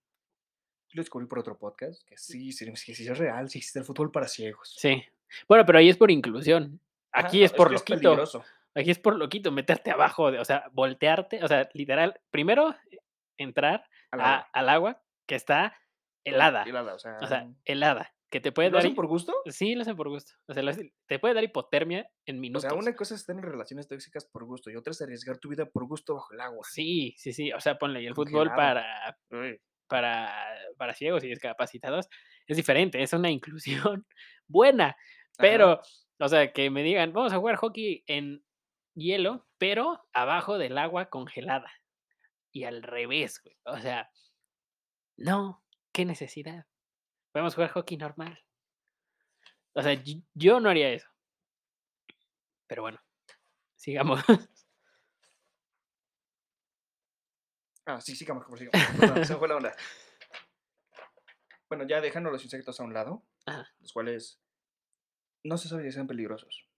A: Yo Lo descubrí por otro podcast, que sí, sí, sí, sí es real, sí existe el fútbol para ciegos.
B: Sí. Bueno, pero ahí es por inclusión.
A: Ajá,
B: Aquí
A: no,
B: es por
A: que
B: loquito.
A: peligroso.
B: Aquí es por loquito, meterte abajo, de- o sea, voltearte, o sea, literal, primero eh, entrar
A: al
B: a-
A: agua.
B: al agua que está helada.
A: Helada, o sea. mm,
B: O sea, helada. Que te puede
A: Ah. ¿Lo
B: dar.
A: hacen
B: hi-
A: por gusto?
B: Sí, lo hacen por gusto. O sea, lo hacen- te puede dar hipotermia en
A: O
B: minutos.
A: sea, una cosa es tener relaciones tóxicas por gusto y otra es arriesgar tu vida por gusto bajo el agua.
B: Sí, sí, sí. O sea, ponle y el fútbol
A: Congelada.
B: para,
A: Uy,
B: para, para ciegos y discapacitados es diferente. Es una inclusión [LAUGHS] buena.
A: ajá.
B: Pero, o sea, que me digan, vamos a jugar hockey en hielo, pero abajo del agua congelada. Y al revés, güey. O sea, no, qué necesidad. Podemos jugar hockey normal. O sea, y- yo no haría eso. Pero bueno, sigamos. [LAUGHS]
A: Ah, sí, sigamos, como sigamos. Perdón, se me fue la onda. Bueno, ya dejando los insectos a un lado,
B: Ajá.
A: los cuales no se sabe si sean peligrosos.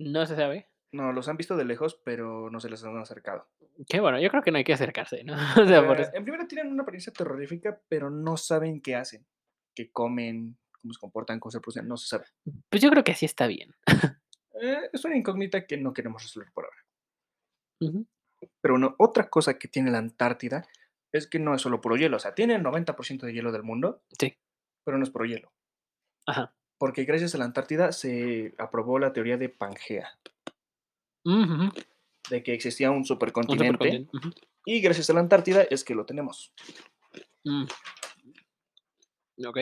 B: No se sabe.
A: No, los han visto de lejos, pero no se les han acercado.
B: Qué bueno, yo creo que no hay que acercarse, ¿no? [LAUGHS] O sea, por
A: Eh, [LAUGHS]
B: eso-
A: en primera tienen una apariencia terrorífica, pero no saben qué hacen, qué comen, cómo se comportan, cómo se producen, no se sabe.
B: Pues yo creo que sí está bien.
A: Eh, es una incógnita que no queremos resolver por ahora.
B: Ujú.
A: Pero bueno, otra cosa que tiene la Antártida es que no es solo puro hielo. O sea, tiene el 90% de hielo del mundo.
B: Sí.
A: Pero no es puro hielo.
B: Ajá.
A: Porque gracias a la Antártida se aprobó la teoría de Pangea,
B: Ujú, ujú.
A: de que existía un
B: Un
A: supercontinente.
B: supercontinente. Ujú.
A: Y gracias a la Antártida es que lo tenemos.
B: Mm. Ok.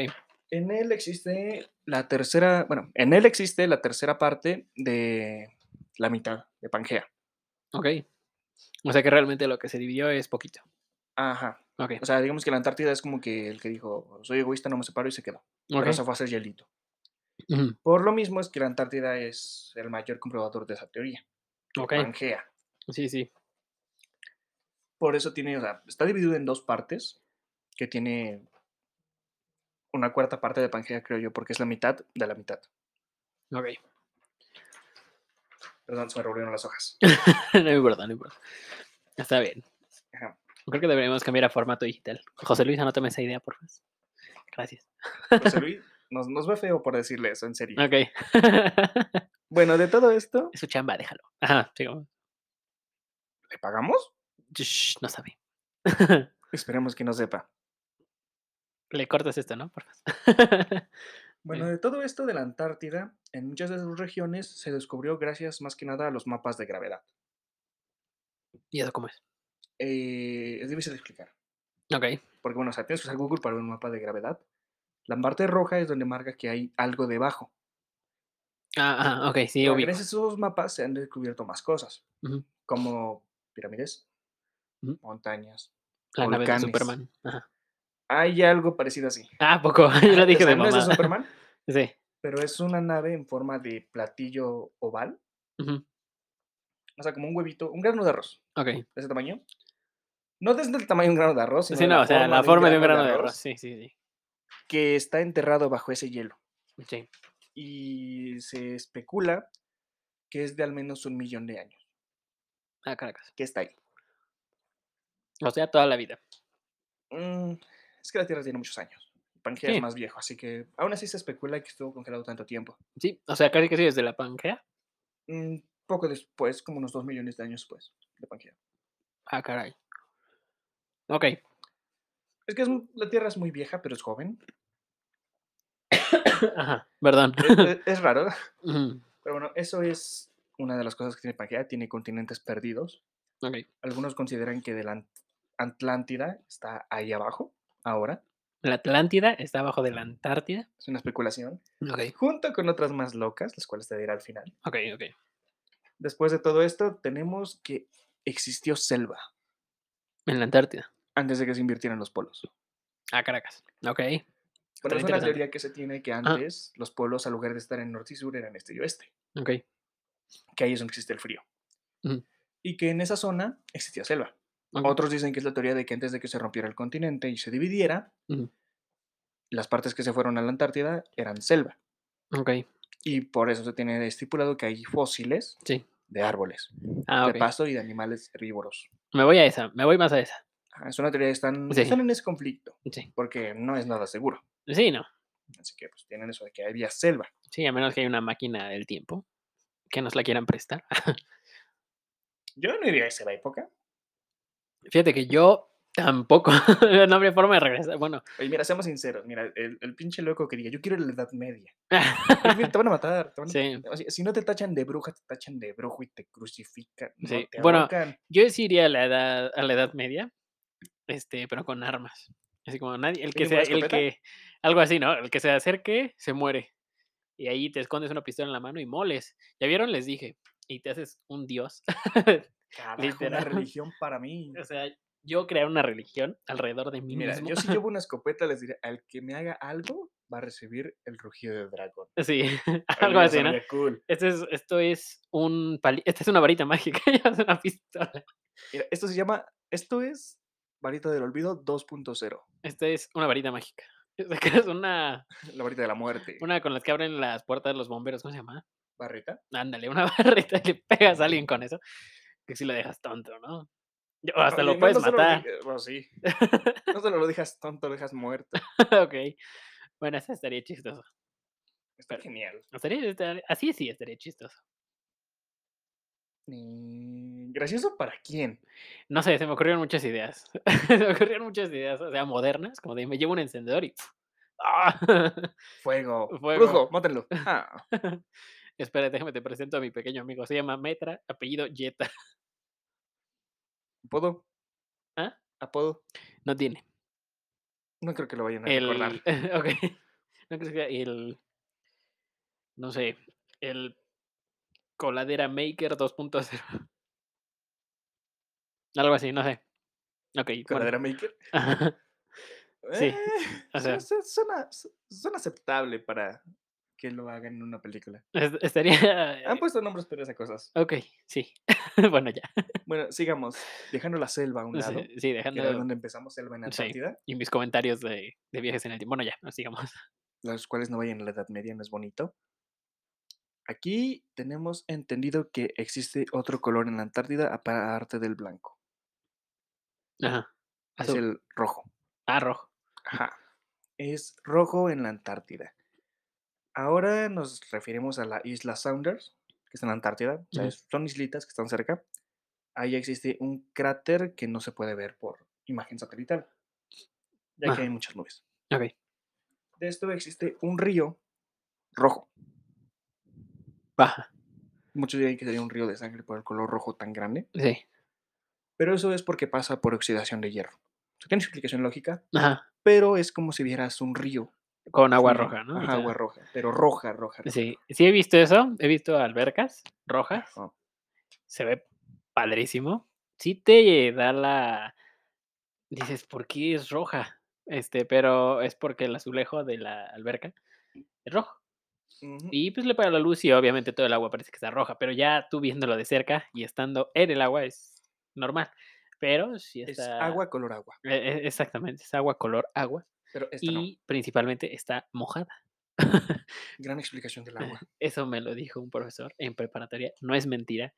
A: En él existe la tercera, bueno, en él existe la tercera parte de la mitad de Pangea.
B: Ok. O sea que realmente lo que se dividió es poquito.
A: Ajá.
B: Ok.
A: O sea, digamos que la Antártida es como que el que dijo, soy egoísta, no me separo y se quedó.
B: ok.
A: Pero se fue a hacer hielito.
B: Ujú,
A: Por lo mismo es que la Antártida es el mayor comprobador de esa teoría,
B: ok.
A: Pangea.
B: Sí, sí.
A: Por eso tiene, o sea, está dividido en dos partes, que tiene una cuarta parte de Pangea, creo yo, porque es la mitad de la mitad.
B: Ok. [LAUGHS]
A: Perdón, se me revolvieron las hojas.
B: no importa, no importa. Está bien.
A: Ajá.
B: Creo que deberíamos cambiar a formato digital. José Luis, anótame esa idea, por favor. Gracias. [LAUGHS]
A: José Luis, nos, nos ve feo por decirle eso, en serio.
B: Ok. [LAUGHS]
A: Bueno, de todo esto,
B: es su chamba, déjalo. Ajá, sigamos.
A: ¿le pagamos?
B: Shh, no sabe. [LAUGHS]
A: Esperemos que no sepa.
B: Le cortas esto, ¿no? Por favor. [LAUGHS]
A: Bueno,
B: Eh.
A: de todo esto de la Antártida, en muchas de sus regiones se descubrió gracias más que nada a los mapas de gravedad.
B: ¿Y eso cómo es?
A: Eh, es difícil de explicar.
B: Ok.
A: Porque, bueno, o sea, tienes que usar Google para ver un mapa de gravedad. La parte roja es donde marca que hay algo debajo.
B: Ah, ah, ok, sí,
A: Pero
B: obvio.
A: gracias a esos mapas se han descubierto más cosas,
B: Ujú.
A: como pirámides,
B: Ujú.
A: montañas.
B: La nave de
A: volcanes.
B: Superman. Ajá.
A: Hay algo parecido así.
B: Ah, poco. [LAUGHS] Yo lo dije
A: O sea,
B: de
A: no es de
B: mamá.
A: Superman,
B: Sí.
A: pero es una nave en forma de platillo oval.
B: Ujú.
A: O sea, como un huevito, un grano de arroz.
B: Ok.
A: de ese tamaño. No desde el tamaño de un grano de arroz, sino
B: Sí,
A: de
B: no, o sea, la forma de un grano de arroz.
A: arroz
B: Sí, sí, sí.
A: que está enterrado bajo ese hielo.
B: Sí.
A: Y se especula que es de al menos un millón de años,
B: Ah, Caracas.
A: que está ahí.
B: O sea, toda la vida.
A: Mm, es que la Tierra tiene muchos años. Pangea
B: Sí.
A: es más viejo, así que aún así se especula que estuvo congelado tanto tiempo.
B: Sí, o sea, casi que sí, desde la Pangea.
A: Mm, poco después, como unos dos millones de años después de Pangea.
B: Ah, caray. Ok. [LAUGHS]
A: Es que es mu- la Tierra es muy vieja, pero es joven.
B: Ajá, perdón.
A: Es,
B: [LAUGHS]
A: es- es raro. [LAUGHS]
B: Ujú,
A: Pero bueno, eso es una de las cosas que tiene Pangea. Tiene continentes perdidos.
B: ok.
A: Algunos consideran que de la Ant- Atlántida está ahí abajo, ahora.
B: La Atlántida está abajo de la Antártida.
A: Es una especulación.
B: Ok.
A: Junto con otras más locas, las cuales te diré al final.
B: Ok, ok.
A: Después de todo esto, tenemos que existió selva
B: En la Antártida.
A: antes de que se invirtieran los polos.
B: Ah, Caracas.
A: Bueno,
B: Ok. Tan
A: es una
B: interesante. Ah.
A: teoría que se tiene que antes los polos, al lugar de estar en norte y sur, eran este y oeste.
B: Ok.
A: Que ahí es donde existe el frío.
B: Ujú.
A: Y que en esa zona existía selva.
B: ok.
A: Otros dicen que es la teoría de que antes de que se rompiera el continente y se dividiera,
B: Ujú.
A: las partes que se fueron a la Antártida eran selva.
B: Ok.
A: Y por eso se tiene estipulado que hay fósiles
B: Sí.
A: de árboles,
B: Ah,
A: de
B: ok.
A: pasto y de animales herbívoros.
B: Me voy a esa. Me voy más a esa.
A: Ajá, Es una teoría que están,
B: Sí.
A: están en ese conflicto,
B: Sí.
A: porque no es nada seguro.
B: Sí, no.
A: Así que pues tienen eso de que había selva.
B: Sí, a menos que haya una máquina del tiempo que nos la quieran prestar. [LAUGHS]
A: Yo no iría a esa época.
B: Fíjate que yo tampoco. [LAUGHS] no habría forma de regresar. Bueno.
A: Oye, mira, seamos sinceros. Mira, el, el pinche loco que diga, yo quiero ir a la Edad
B: [LAUGHS]
A: Media. Oye, güey, Te van a matar. te van a-
B: sí.
A: o sea, Si no te tachan de bruja, te tachan de brujo y te crucifican. no
B: Sí,
A: te
B: bueno,
A: ahorcan.
B: Yo sí iría a la edad, a la edad media, este, pero con armas. Así como nadie, el que
A: ¿Mínimo
B: sea,
A: una
B: el
A: escopeta?
B: que, algo así, ¿no? El que se acerque, se muere. Y ahí te escondes una pistola en la mano y moles. ¿Ya vieron? Les dije. Y te haces un dios. [LAUGHS]
A: Carajo, una
B: literal.
A: religión para mí.
B: o sea, yo crear una religión alrededor de mí
A: Mira,
B: mismo.
A: yo si llevo una escopeta les diré, al que me haga algo va a recibir el rugido de
B: [LAUGHS]
A: dragón.
B: Sí,
A: Oye,
B: algo
A: eso
B: así, ¿no?
A: sonaría cool.
B: Este es, esto es un pali- esta es una varita mágica, [LAUGHS] ya es una pistola.
A: Mira, esto se llama, esto es varita del olvido 2.0,
B: Esta es una varita mágica. [LAUGHS] Es una,
A: [LAUGHS] la varita de la muerte.
B: una con las que abren las puertas de los bomberos, ¿cómo se llama?
A: Barrita.
B: Ándale, una [LAUGHS] barrita y le pegas a alguien con eso. Que si lo dejas tonto, ¿no? Yo- O hasta
A: Oye,
B: lo
A: no,
B: puedes
A: no solo lo
B: matar.
A: di- eh, bueno,
B: [LAUGHS]
A: sí. No solo lo dejas tonto, lo dejas muerto.
B: ok. Bueno, eso estaría chistoso.
A: Está
B: Pero-
A: genial.
B: Estaría- estaría- así sí estaría chistoso.
A: Eh, ¿Gracioso para quién?
B: No sé, se me ocurrieron muchas ideas. [LAUGHS] se me ocurrieron muchas ideas, o sea, modernas, como de me llevo un encendedor y... [LAUGHS] ¡Ah! [LAUGHS]
A: Fuego.
B: Fuego.
A: Brujo, mátenlo. Ah,
B: Espera, déjame te presento a mi pequeño amigo. Se llama Metra, apellido Jetta.
A: apodo.
B: ¿Ah?
A: Apodo.
B: [LAUGHS] No tiene.
A: No creo que lo vayan a
B: El. [LAUGHS]
A: recordar.
B: ok. No crees que el. No sé. El. Coladera Maker 2.0. Algo así, no sé. Ok. bueno,
A: ¿Coladera Maker?
B: [LAUGHS] ajá, Sí,
A: Eh,
B: o
A: su-
B: sea.
A: su- suena, su- suena aceptable para que lo hagan en una película.
B: est- Estaría.
A: Han puesto nombres pero esas cosas.
B: Ok, sí. [LAUGHS] bueno, ya.
A: Bueno, sigamos. Dejando la selva a un
B: no sé,
A: lado,
B: Sí,
A: que era
B: dejando.
A: donde empezamos, selva en
B: Sí.
A: Antártida,
B: Y mis comentarios de, de viajes en el tiempo. Bueno, ya, nos sigamos. [LAUGHS]
A: los cuales no vayan a la Edad Media, no es bonito. Aquí tenemos entendido que existe otro color en la Antártida aparte del blanco.
B: Ajá. Azul.
A: Es el rojo.
B: Ah, rojo.
A: Ajá. Es rojo en la Antártida. Ahora nos referimos a la isla Sounders, que está en la Antártida. o sea,
B: Ujú.
A: es- son islitas que están cerca. Ahí existe un cráter que no se puede ver por imagen satelital, ya
B: Ajá.
A: que hay muchas nubes.
B: Ok.
A: De esto existe un río rojo.
B: Baja.
A: Muchos dirían que sería un río de sangre por el color rojo tan grande,
B: Sí.
A: pero eso es porque pasa por oxidación de hierro. O sea, tiene su explicación lógica,
B: Ajá.
A: pero es como si vieras un río.
B: Con agua
A: fluir.
B: roja, ¿no? O
A: Ajá,
B: sea,
A: agua roja, pero roja, roja. roja.
B: Sí, Ah. sí he visto eso, he visto albercas rojas,
A: Ajá.
B: se ve padrísimo. Sí te da la dices, ¿por qué es roja? Este, pero es porque el azulejo de la alberca es rojo.
A: Ujú.
B: Y pues le pega la luz y obviamente todo el agua parece que está roja, pero ya tú viéndolo de cerca y estando en el agua es normal. Pero sí
A: Es
B: está
A: agua color agua,
B: e- e- exactamente, es agua color agua
A: pero esta no.
B: y principalmente está mojada. [LAUGHS]
A: Gran explicación del agua.
B: Eso me lo dijo un profesor en preparatoria, no es mentira.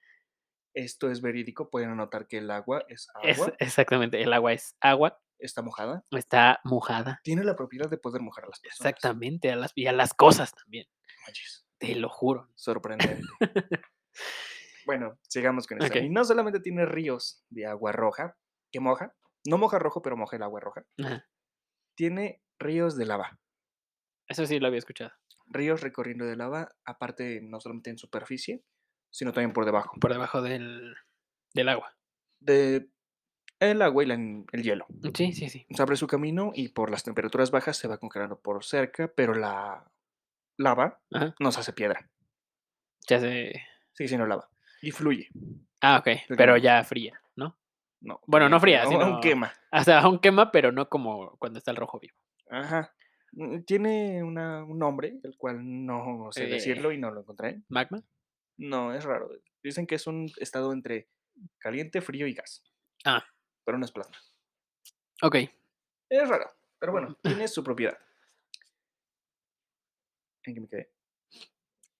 A: Esto es verídico, pueden anotar que el agua es
B: Es
A: agua,
B: exactamente, el agua es agua,
A: está mojada,
B: está mojada.
A: tiene la propiedad de poder mojar a las personas.
B: Exactamente, a las, y a las cosas también,
A: No manches,
B: te lo juro. [LAUGHS]
A: Sorprendente. bueno, sigamos con esto.
B: Ok.
A: Y no solamente tiene ríos de agua roja, que moja, no moja rojo, pero moja el agua roja.
B: Ajá,
A: Tiene ríos de lava,
B: Eso sí lo había escuchado,
A: ríos recorriendo de lava, aparte no solamente en superficie, sino también por debajo.
B: por debajo del, del agua.
A: De el agua y la- el hielo.
B: Sí, sí, sí.
A: se abre su camino y por las temperaturas bajas se va congelando por cerca, pero la lava
B: Ajá,
A: no se hace piedra,
B: Ya se...
A: sigue siendo lava y fluye.
B: Ah, ok, pero ya fría, ¿no?
A: No,
B: Bueno, no fría,
A: aún- aún
B: sino-
A: quema.
B: O sea, aún quema, pero no como cuando está el rojo vivo.
A: Ajá. Mm, Tiene una- un nombre, el cual no sé
B: Eh.
A: decirlo y no lo encontré.
B: ¿Magma?
A: No, es raro. Dicen que es un estado entre caliente, frío y gas.
B: Ah.
A: Pero no es plasma.
B: Ok,
A: Es raro, pero
B: [LAUGHS]
A: bueno, tiene su propiedad. ¿En qué me quedé?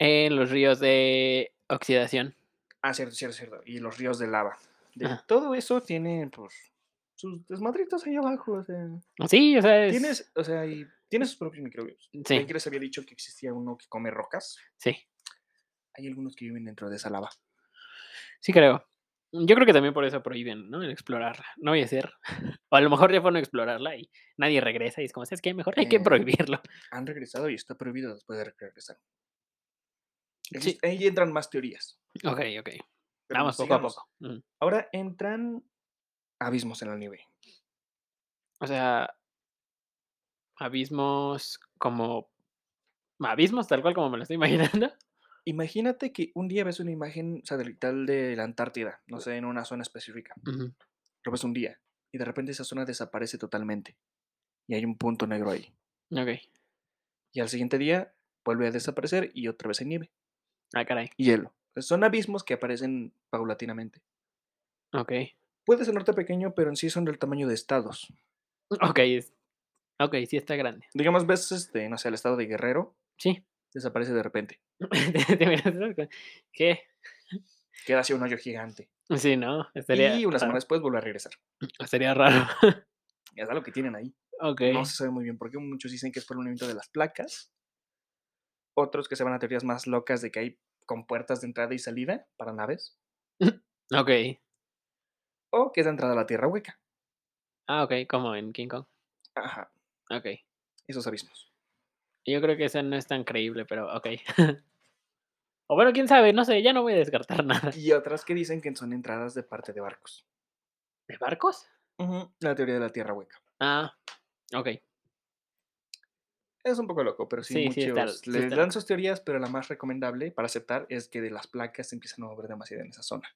B: en los ríos de oxidación.
A: Ah, cierto, cierto, cierto. Y los ríos de lava. De
B: Ajá.
A: todo eso tiene, pues, sus desmadritos ahí abajo. O sea,
B: Sí, o sea, es...
A: tienes, o sea, y tiene sus propios microbios.
B: Sí,
A: Alguien que les había dicho que existía uno que come rocas.
B: sí.
A: Hay algunos que viven dentro de esa lava.
B: Sí, creo. Yo creo que también por eso prohíben, ¿no? El explorarla. No voy a ser. [LAUGHS] O a lo mejor ya fueron a explorarla y nadie regresa y es como, ¿sabes qué? Mejor hay que
A: Eh,
B: prohibirlo. [LAUGHS]
A: Han regresado y está prohibido después de regresar.
B: Sí.
A: Exist- Ahí entran más teorías.
B: Ok, ok.
A: pero
B: Vamos poco
A: sigamos.
B: a poco. Ujú.
A: Ahora entran abismos en la nieve.
B: O sea, abismos como... Abismos tal cual como me lo estoy [LAUGHS] imaginando.
A: Imagínate que un día ves una imagen satelital de la Antártida, no sé, en una zona específica.
B: Ujú.
A: lo ves un día y de repente esa zona desaparece totalmente y hay un punto negro ahí.
B: Ok.
A: Y al siguiente día vuelve a desaparecer y otra vez hay nieve
B: Ah, caray.
A: y hielo. Son abismos que aparecen paulatinamente.
B: Ok.
A: Puede sonarte pequeño, pero en sí son del tamaño de estados.
B: Ok, es... Ok, sí está grande.
A: Digamos, ves, este, no sé, el estado de Guerrero
B: Sí. [LAUGHS]
A: desaparece de repente.
B: Te- te miras así como, ¿Qué?
A: Queda así un hoyo gigante.
B: Sí, ¿no? Estaría
A: y una semana
B: raro.
A: después vuelve a regresar.
B: Estaría raro. [LAUGHS]
A: Es algo que tienen ahí.
B: ok.
A: No se sabe muy bien porque muchos dicen que es por un evento de las placas. Otros que se van a teorías más locas de que hay compuertas de entrada y salida para naves.
B: Ok.
A: o que es la entrada a la tierra hueca.
B: Ah, ok, como en King Kong.
A: Ajá,
B: Ok.
A: esos abismos.
B: Yo creo que esa no es tan creíble, pero ok. [LAUGHS] o bueno, quién sabe, no sé, ya no voy a descartar [LAUGHS] nada.
A: Y otras que dicen que son entradas de parte de barcos.
B: ¿De barcos?
A: Ujú, La teoría de la tierra hueca.
B: Ah, ok.
A: Es un poco loco, pero sí,
B: Sí,
A: muchos
B: sí, está- sí
A: le
B: está
A: dan
B: loco.
A: sus teorías, pero la más recomendable para aceptar es que de las placas se empiezan a mover demasiado en esa zona.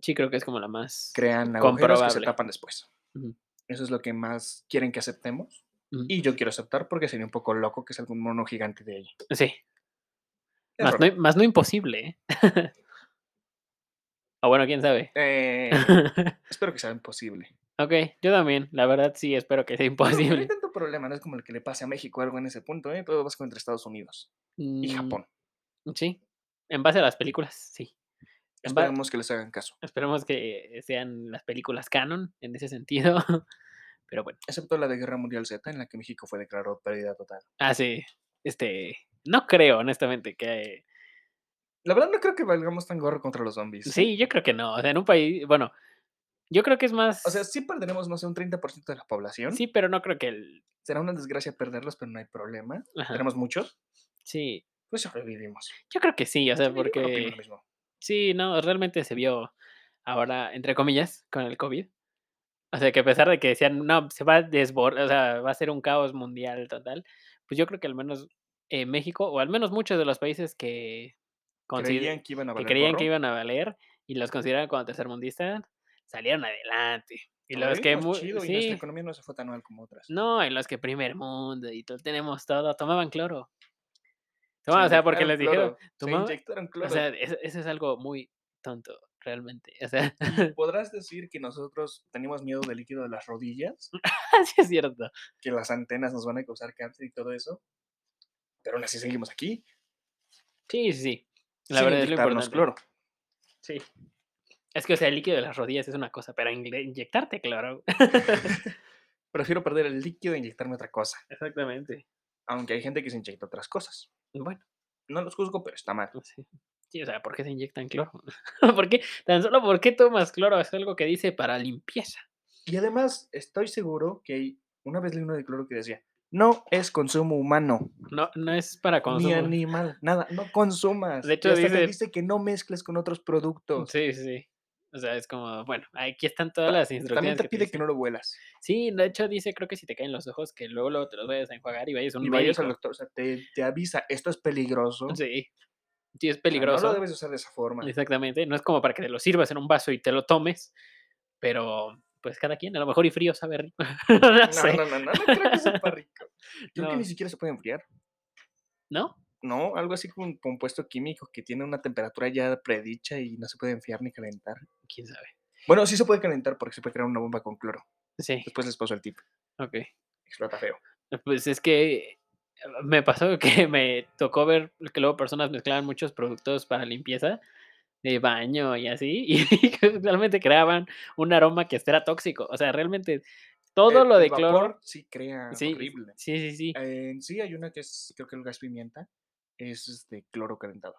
B: Sí, creo que es como la más.
A: Crean agujeros que se
B: Comprobable.
A: tapan después.
B: Ujú.
A: Eso es lo que más quieren que aceptemos.
B: Ujú.
A: Y yo quiero aceptar porque sería un poco loco que sea algún mono gigante de ahí.
B: Sí,
A: Es
B: más
A: raro.
B: no, más no imposible. ¿eh? [LAUGHS] o bueno, quién sabe. [LAUGHS]
A: Eh, espero que sea imposible.
B: ok, yo también. La verdad, sí, espero que sea
A: Bueno, No hay [LAUGHS]
B: imposible.
A: tanto problema, no es como el que le pase a México o algo en ese punto, ¿eh? Todo vas contra Estados Unidos y
B: Mm,
A: Japón.
B: Sí, en base a las películas, sí. En ba-
A: Esperemos que les hagan caso.
B: Esperemos que sean las películas canon en ese sentido. [LAUGHS] Pero bueno,
A: Excepto la de Guerra Mundial Z, en la que México fue declarado pérdida total.
B: hace este no creo honestamente que
A: La verdad no creo que valgamos tan gorro contra los zombies. ¿eh?
B: sí, yo creo que no, o sea, en un país, bueno, yo creo que es más
A: O sea, sí perderemos, no sé, un 30% de la población.
B: sí, pero no creo que el
A: Será una desgracia perderlos, pero no hay problema.
B: ajá,
A: Tenemos muchos,
B: sí,
A: pues sobrevivimos.
B: yo creo que sí, o sea,
A: Sí, yo creo que opino
B: porque
A: lo mismo.
B: sí, no, realmente se vio ahora entre comillas con el COVID. O sea, que a pesar de que decían, no, se va a desbordar, o sea, va a ser un caos mundial total, pues yo creo que al menos eh, México, o al menos muchos de los países que, consider-
A: Creían que iban a
B: que
A: valer
B: creían que
A: gorro.
B: iban a valer y los consideraban como tercermundistas, salieron adelante. Y los que...
A: Sobrevivimos
B: mu-
A: chido, y
B: sí,
A: nuestra economía no se fue tan mal como otras.
B: no, y los que primer mundo y todo, tenemos todo, tomaban cloro. Tomaban, o
A: Se
B: sea, porque
A: inyectaron
B: les dijeron,
A: cloro, se
B: tomaba,
A: inyectaron
B: o
A: cloro.
B: sea, eso, eso es algo muy tonto, realmente. O sea, [LAUGHS]
A: Y [LAUGHS] podrás decir que nosotros tenemos miedo del líquido de las
B: [LAUGHS]
A: rodillas,
B: sí es cierto.
A: que las antenas nos van a causar cáncer y todo eso, pero aún así seguimos aquí.
B: Sí, sí, sí. La
A: sin
B: verdad es lo
A: inyectarnos
B: importante.
A: cloro.
B: Sí. Es que, o sea, el líquido de las rodillas es una cosa, pero ingle- inyectarte cloro. [LAUGHS]
A: Prefiero perder el líquido e inyectarme otra cosa,
B: Exactamente.
A: aunque hay gente que se inyecta otras cosas.
B: Bueno,
A: No los juzgo, pero está mal.
B: sí. Sí, o sea, ¿por qué se inyectan cloro? [LAUGHS] ¿Por qué? Tan solo ¿por qué tomas cloro? Es algo que dice para limpieza.
A: Y además, estoy seguro que hay- una vez leí uno de cloro que decía, no es consumo humano,
B: No, no es para
A: ni
B: consumo.
A: animal, nada, no consumas.
B: De
A: Y
B: hecho,
A: hasta te
B: dice-
A: dice que no mezcles con otros productos.
B: Sí, sí. O sea, es como, bueno, aquí están todas
A: Ta-
B: las
A: Ah, También
B: instrucciones.
A: te
B: que
A: pide que
B: dicen.
A: no lo vuelas.
B: Sí, de hecho dice, creo que si te caen los ojos, que luego, luego te los vayas a enjuagar y vayas a un
A: Y vayas al
B: médico.
A: doctor, o sea, te, te avisa, esto es peligroso. o sea,
B: Sí. Sí, es
A: Ah, No
B: peligroso.
A: lo debes usar de esa
B: [LAUGHS]
A: forma.
B: Exactamente, no es como para que te lo sirvas en un vaso y te lo tomes, pero pues cada quien, a lo mejor y frío sabe rico. [LAUGHS] no,
A: No,
B: sé,
A: no, no, no, no creo que sepa
B: [LAUGHS]
A: rico. Creo que
B: No.
A: ni siquiera se puede enfriar.
B: ¿no?
A: No, algo así como un compuesto químico que tiene una temperatura ya predicha y no se puede enfriar ni calentar.
B: ¿Quién sabe?
A: Bueno, sí se puede calentar porque se puede crear una bomba con cloro.
B: Sí,
A: Después les paso el tip.
B: ok.
A: Explota feo.
B: Pues es que me pasó que [LAUGHS] me tocó ver que luego personas mezclaban muchos productos para limpieza de baño y así, [LAUGHS] y que realmente creaban un aroma que era tóxico. O sea, realmente todo
A: El-
B: lo
A: el
B: de cloro.
A: vapor sí crea
B: Sí,
A: horrible.
B: sí, sí, sí.
A: Eh, En sí hay una que es, creo que el gas pimienta, es este cloro calentado.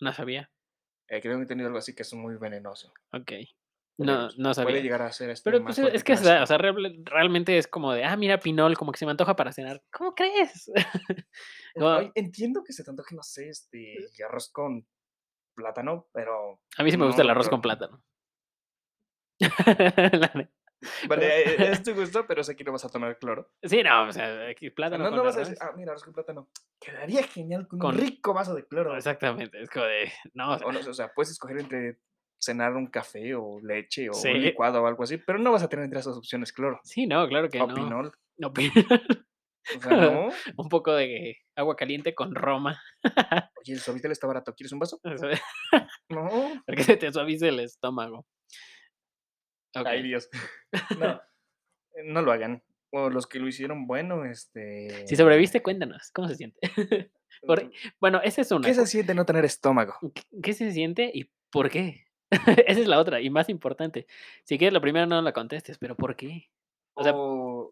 B: No sabía.
A: Eh, creo que he tenido algo así que es muy venenoso.
B: Ok.
A: por lo
B: No,
A: menos.
B: no sabía.
A: pues, Puede llegar a ser este
B: Pero
A: más
B: pues, es
A: fuerte
B: que,
A: el
B: es
A: ácido.
B: la- o sea, real- realmente es como de, ah, mira, pinol, como que se me antoja para cenar. ¿Cómo crees? [LAUGHS]
A: En-
B: No,
A: ay, entiendo que se te antoje, no sé, este arroz con plátano,
B: [LAUGHS]
A: pero
B: a mí sí me gusta el
A: no,
B: arroz con
A: pero-
B: plátano. [LAUGHS] La ne-
A: vale, eh,
B: [LAUGHS]
A: es tu gusto, pero sé que no vas a tomar cloro.
B: sí, no, o sea, aquí
A: O sea,
B: plátano
A: No,
B: con
A: no vas a
B: arroz.
A: decir, ah, mira, arroz con plátano. Quedaría genial con,
B: Con-
A: un rico vaso de cloro.
B: Exactamente, es como de, no, o sea,
A: O, no sé, o sea, puedes escoger entre cenar un café o leche o
B: Sí.
A: un licuado o algo así, pero no vas a tener entre esas opciones cloro.
B: sí, no, claro que
A: O
B: no. [LAUGHS]
A: pinol.
B: No, pues,
A: O sea, no.
B: Un poco de agua caliente con roma, [LAUGHS]
A: Oye, el suavitel está barato. ¿Quieres un vaso?
B: o sea,
A: No.
B: para que se te suavice el estómago. Ok,
A: Ay, Dios.
B: [LAUGHS]
A: No. eh, No lo hagan. O los que lo hicieron, bueno, este.
B: Si sobreviviste, cuéntanos, ¿cómo se siente? por-
A: mm,
B: Bueno, esa es una.
A: ¿Qué se siente no tener estómago?
B: ¿Qué- ¿Qué se siente y por qué? [LAUGHS] Esa es la otra y más importante. Si quieres, la primera no la contestes, pero ¿por qué? [LAUGHS] O
A: O,
B: sea,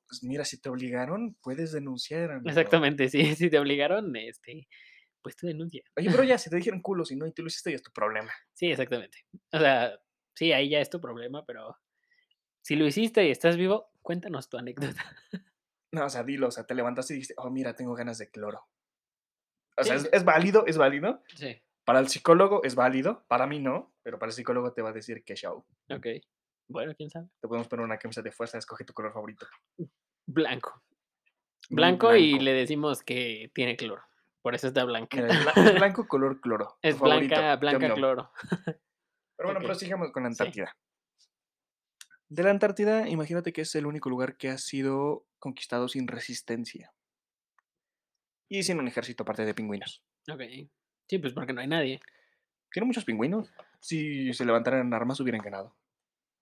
A: pues, mira, si te obligaron, puedes denunciar. amigo.
B: exactamente, sí, si te obligaron, este, pues tú denuncia.
A: Oye, pero ya, si te dijeron culo, si no, y tú lo hiciste, ya es tu problema.
B: Sí, exactamente. O sea, sí, ahí ya es tu problema, pero si lo hiciste y estás vivo, cuéntanos tu anécdota. [LAUGHS]
A: No, o sea, dilo, o sea, te levantaste y dijiste, oh, mira, tengo ganas de cloro. O sea,
B: Sí.
A: es, es válido, es válido.
B: Sí,
A: Para el psicólogo es válido, para mí no, pero para el psicólogo te va a decir que show.
B: ok. Bueno, quién sabe.
A: Te podemos poner una camisa de fuerza, escoge tu color favorito.
B: Blanco.
A: Mm,
B: Blanco, y le decimos que tiene cloro. Por eso está blanca.
A: Mira, es bla-
B: [LAUGHS]
A: es blanco, color cloro. tu
B: es
A: favorito,
B: blanca,
A: yum,
B: blanca
A: yum.
B: cloro.
A: Pero bueno,
B: Ok.
A: prosigamos con la
B: Sí.
A: Antártida. De la Antártida, imagínate que es el único lugar que ha sido conquistado sin resistencia. Y sin un ejército aparte de pingüinos.
B: Ok. Sí, pues porque no hay nadie.
A: Tiene muchos pingüinos. Si se levantaran armas, hubieran ganado.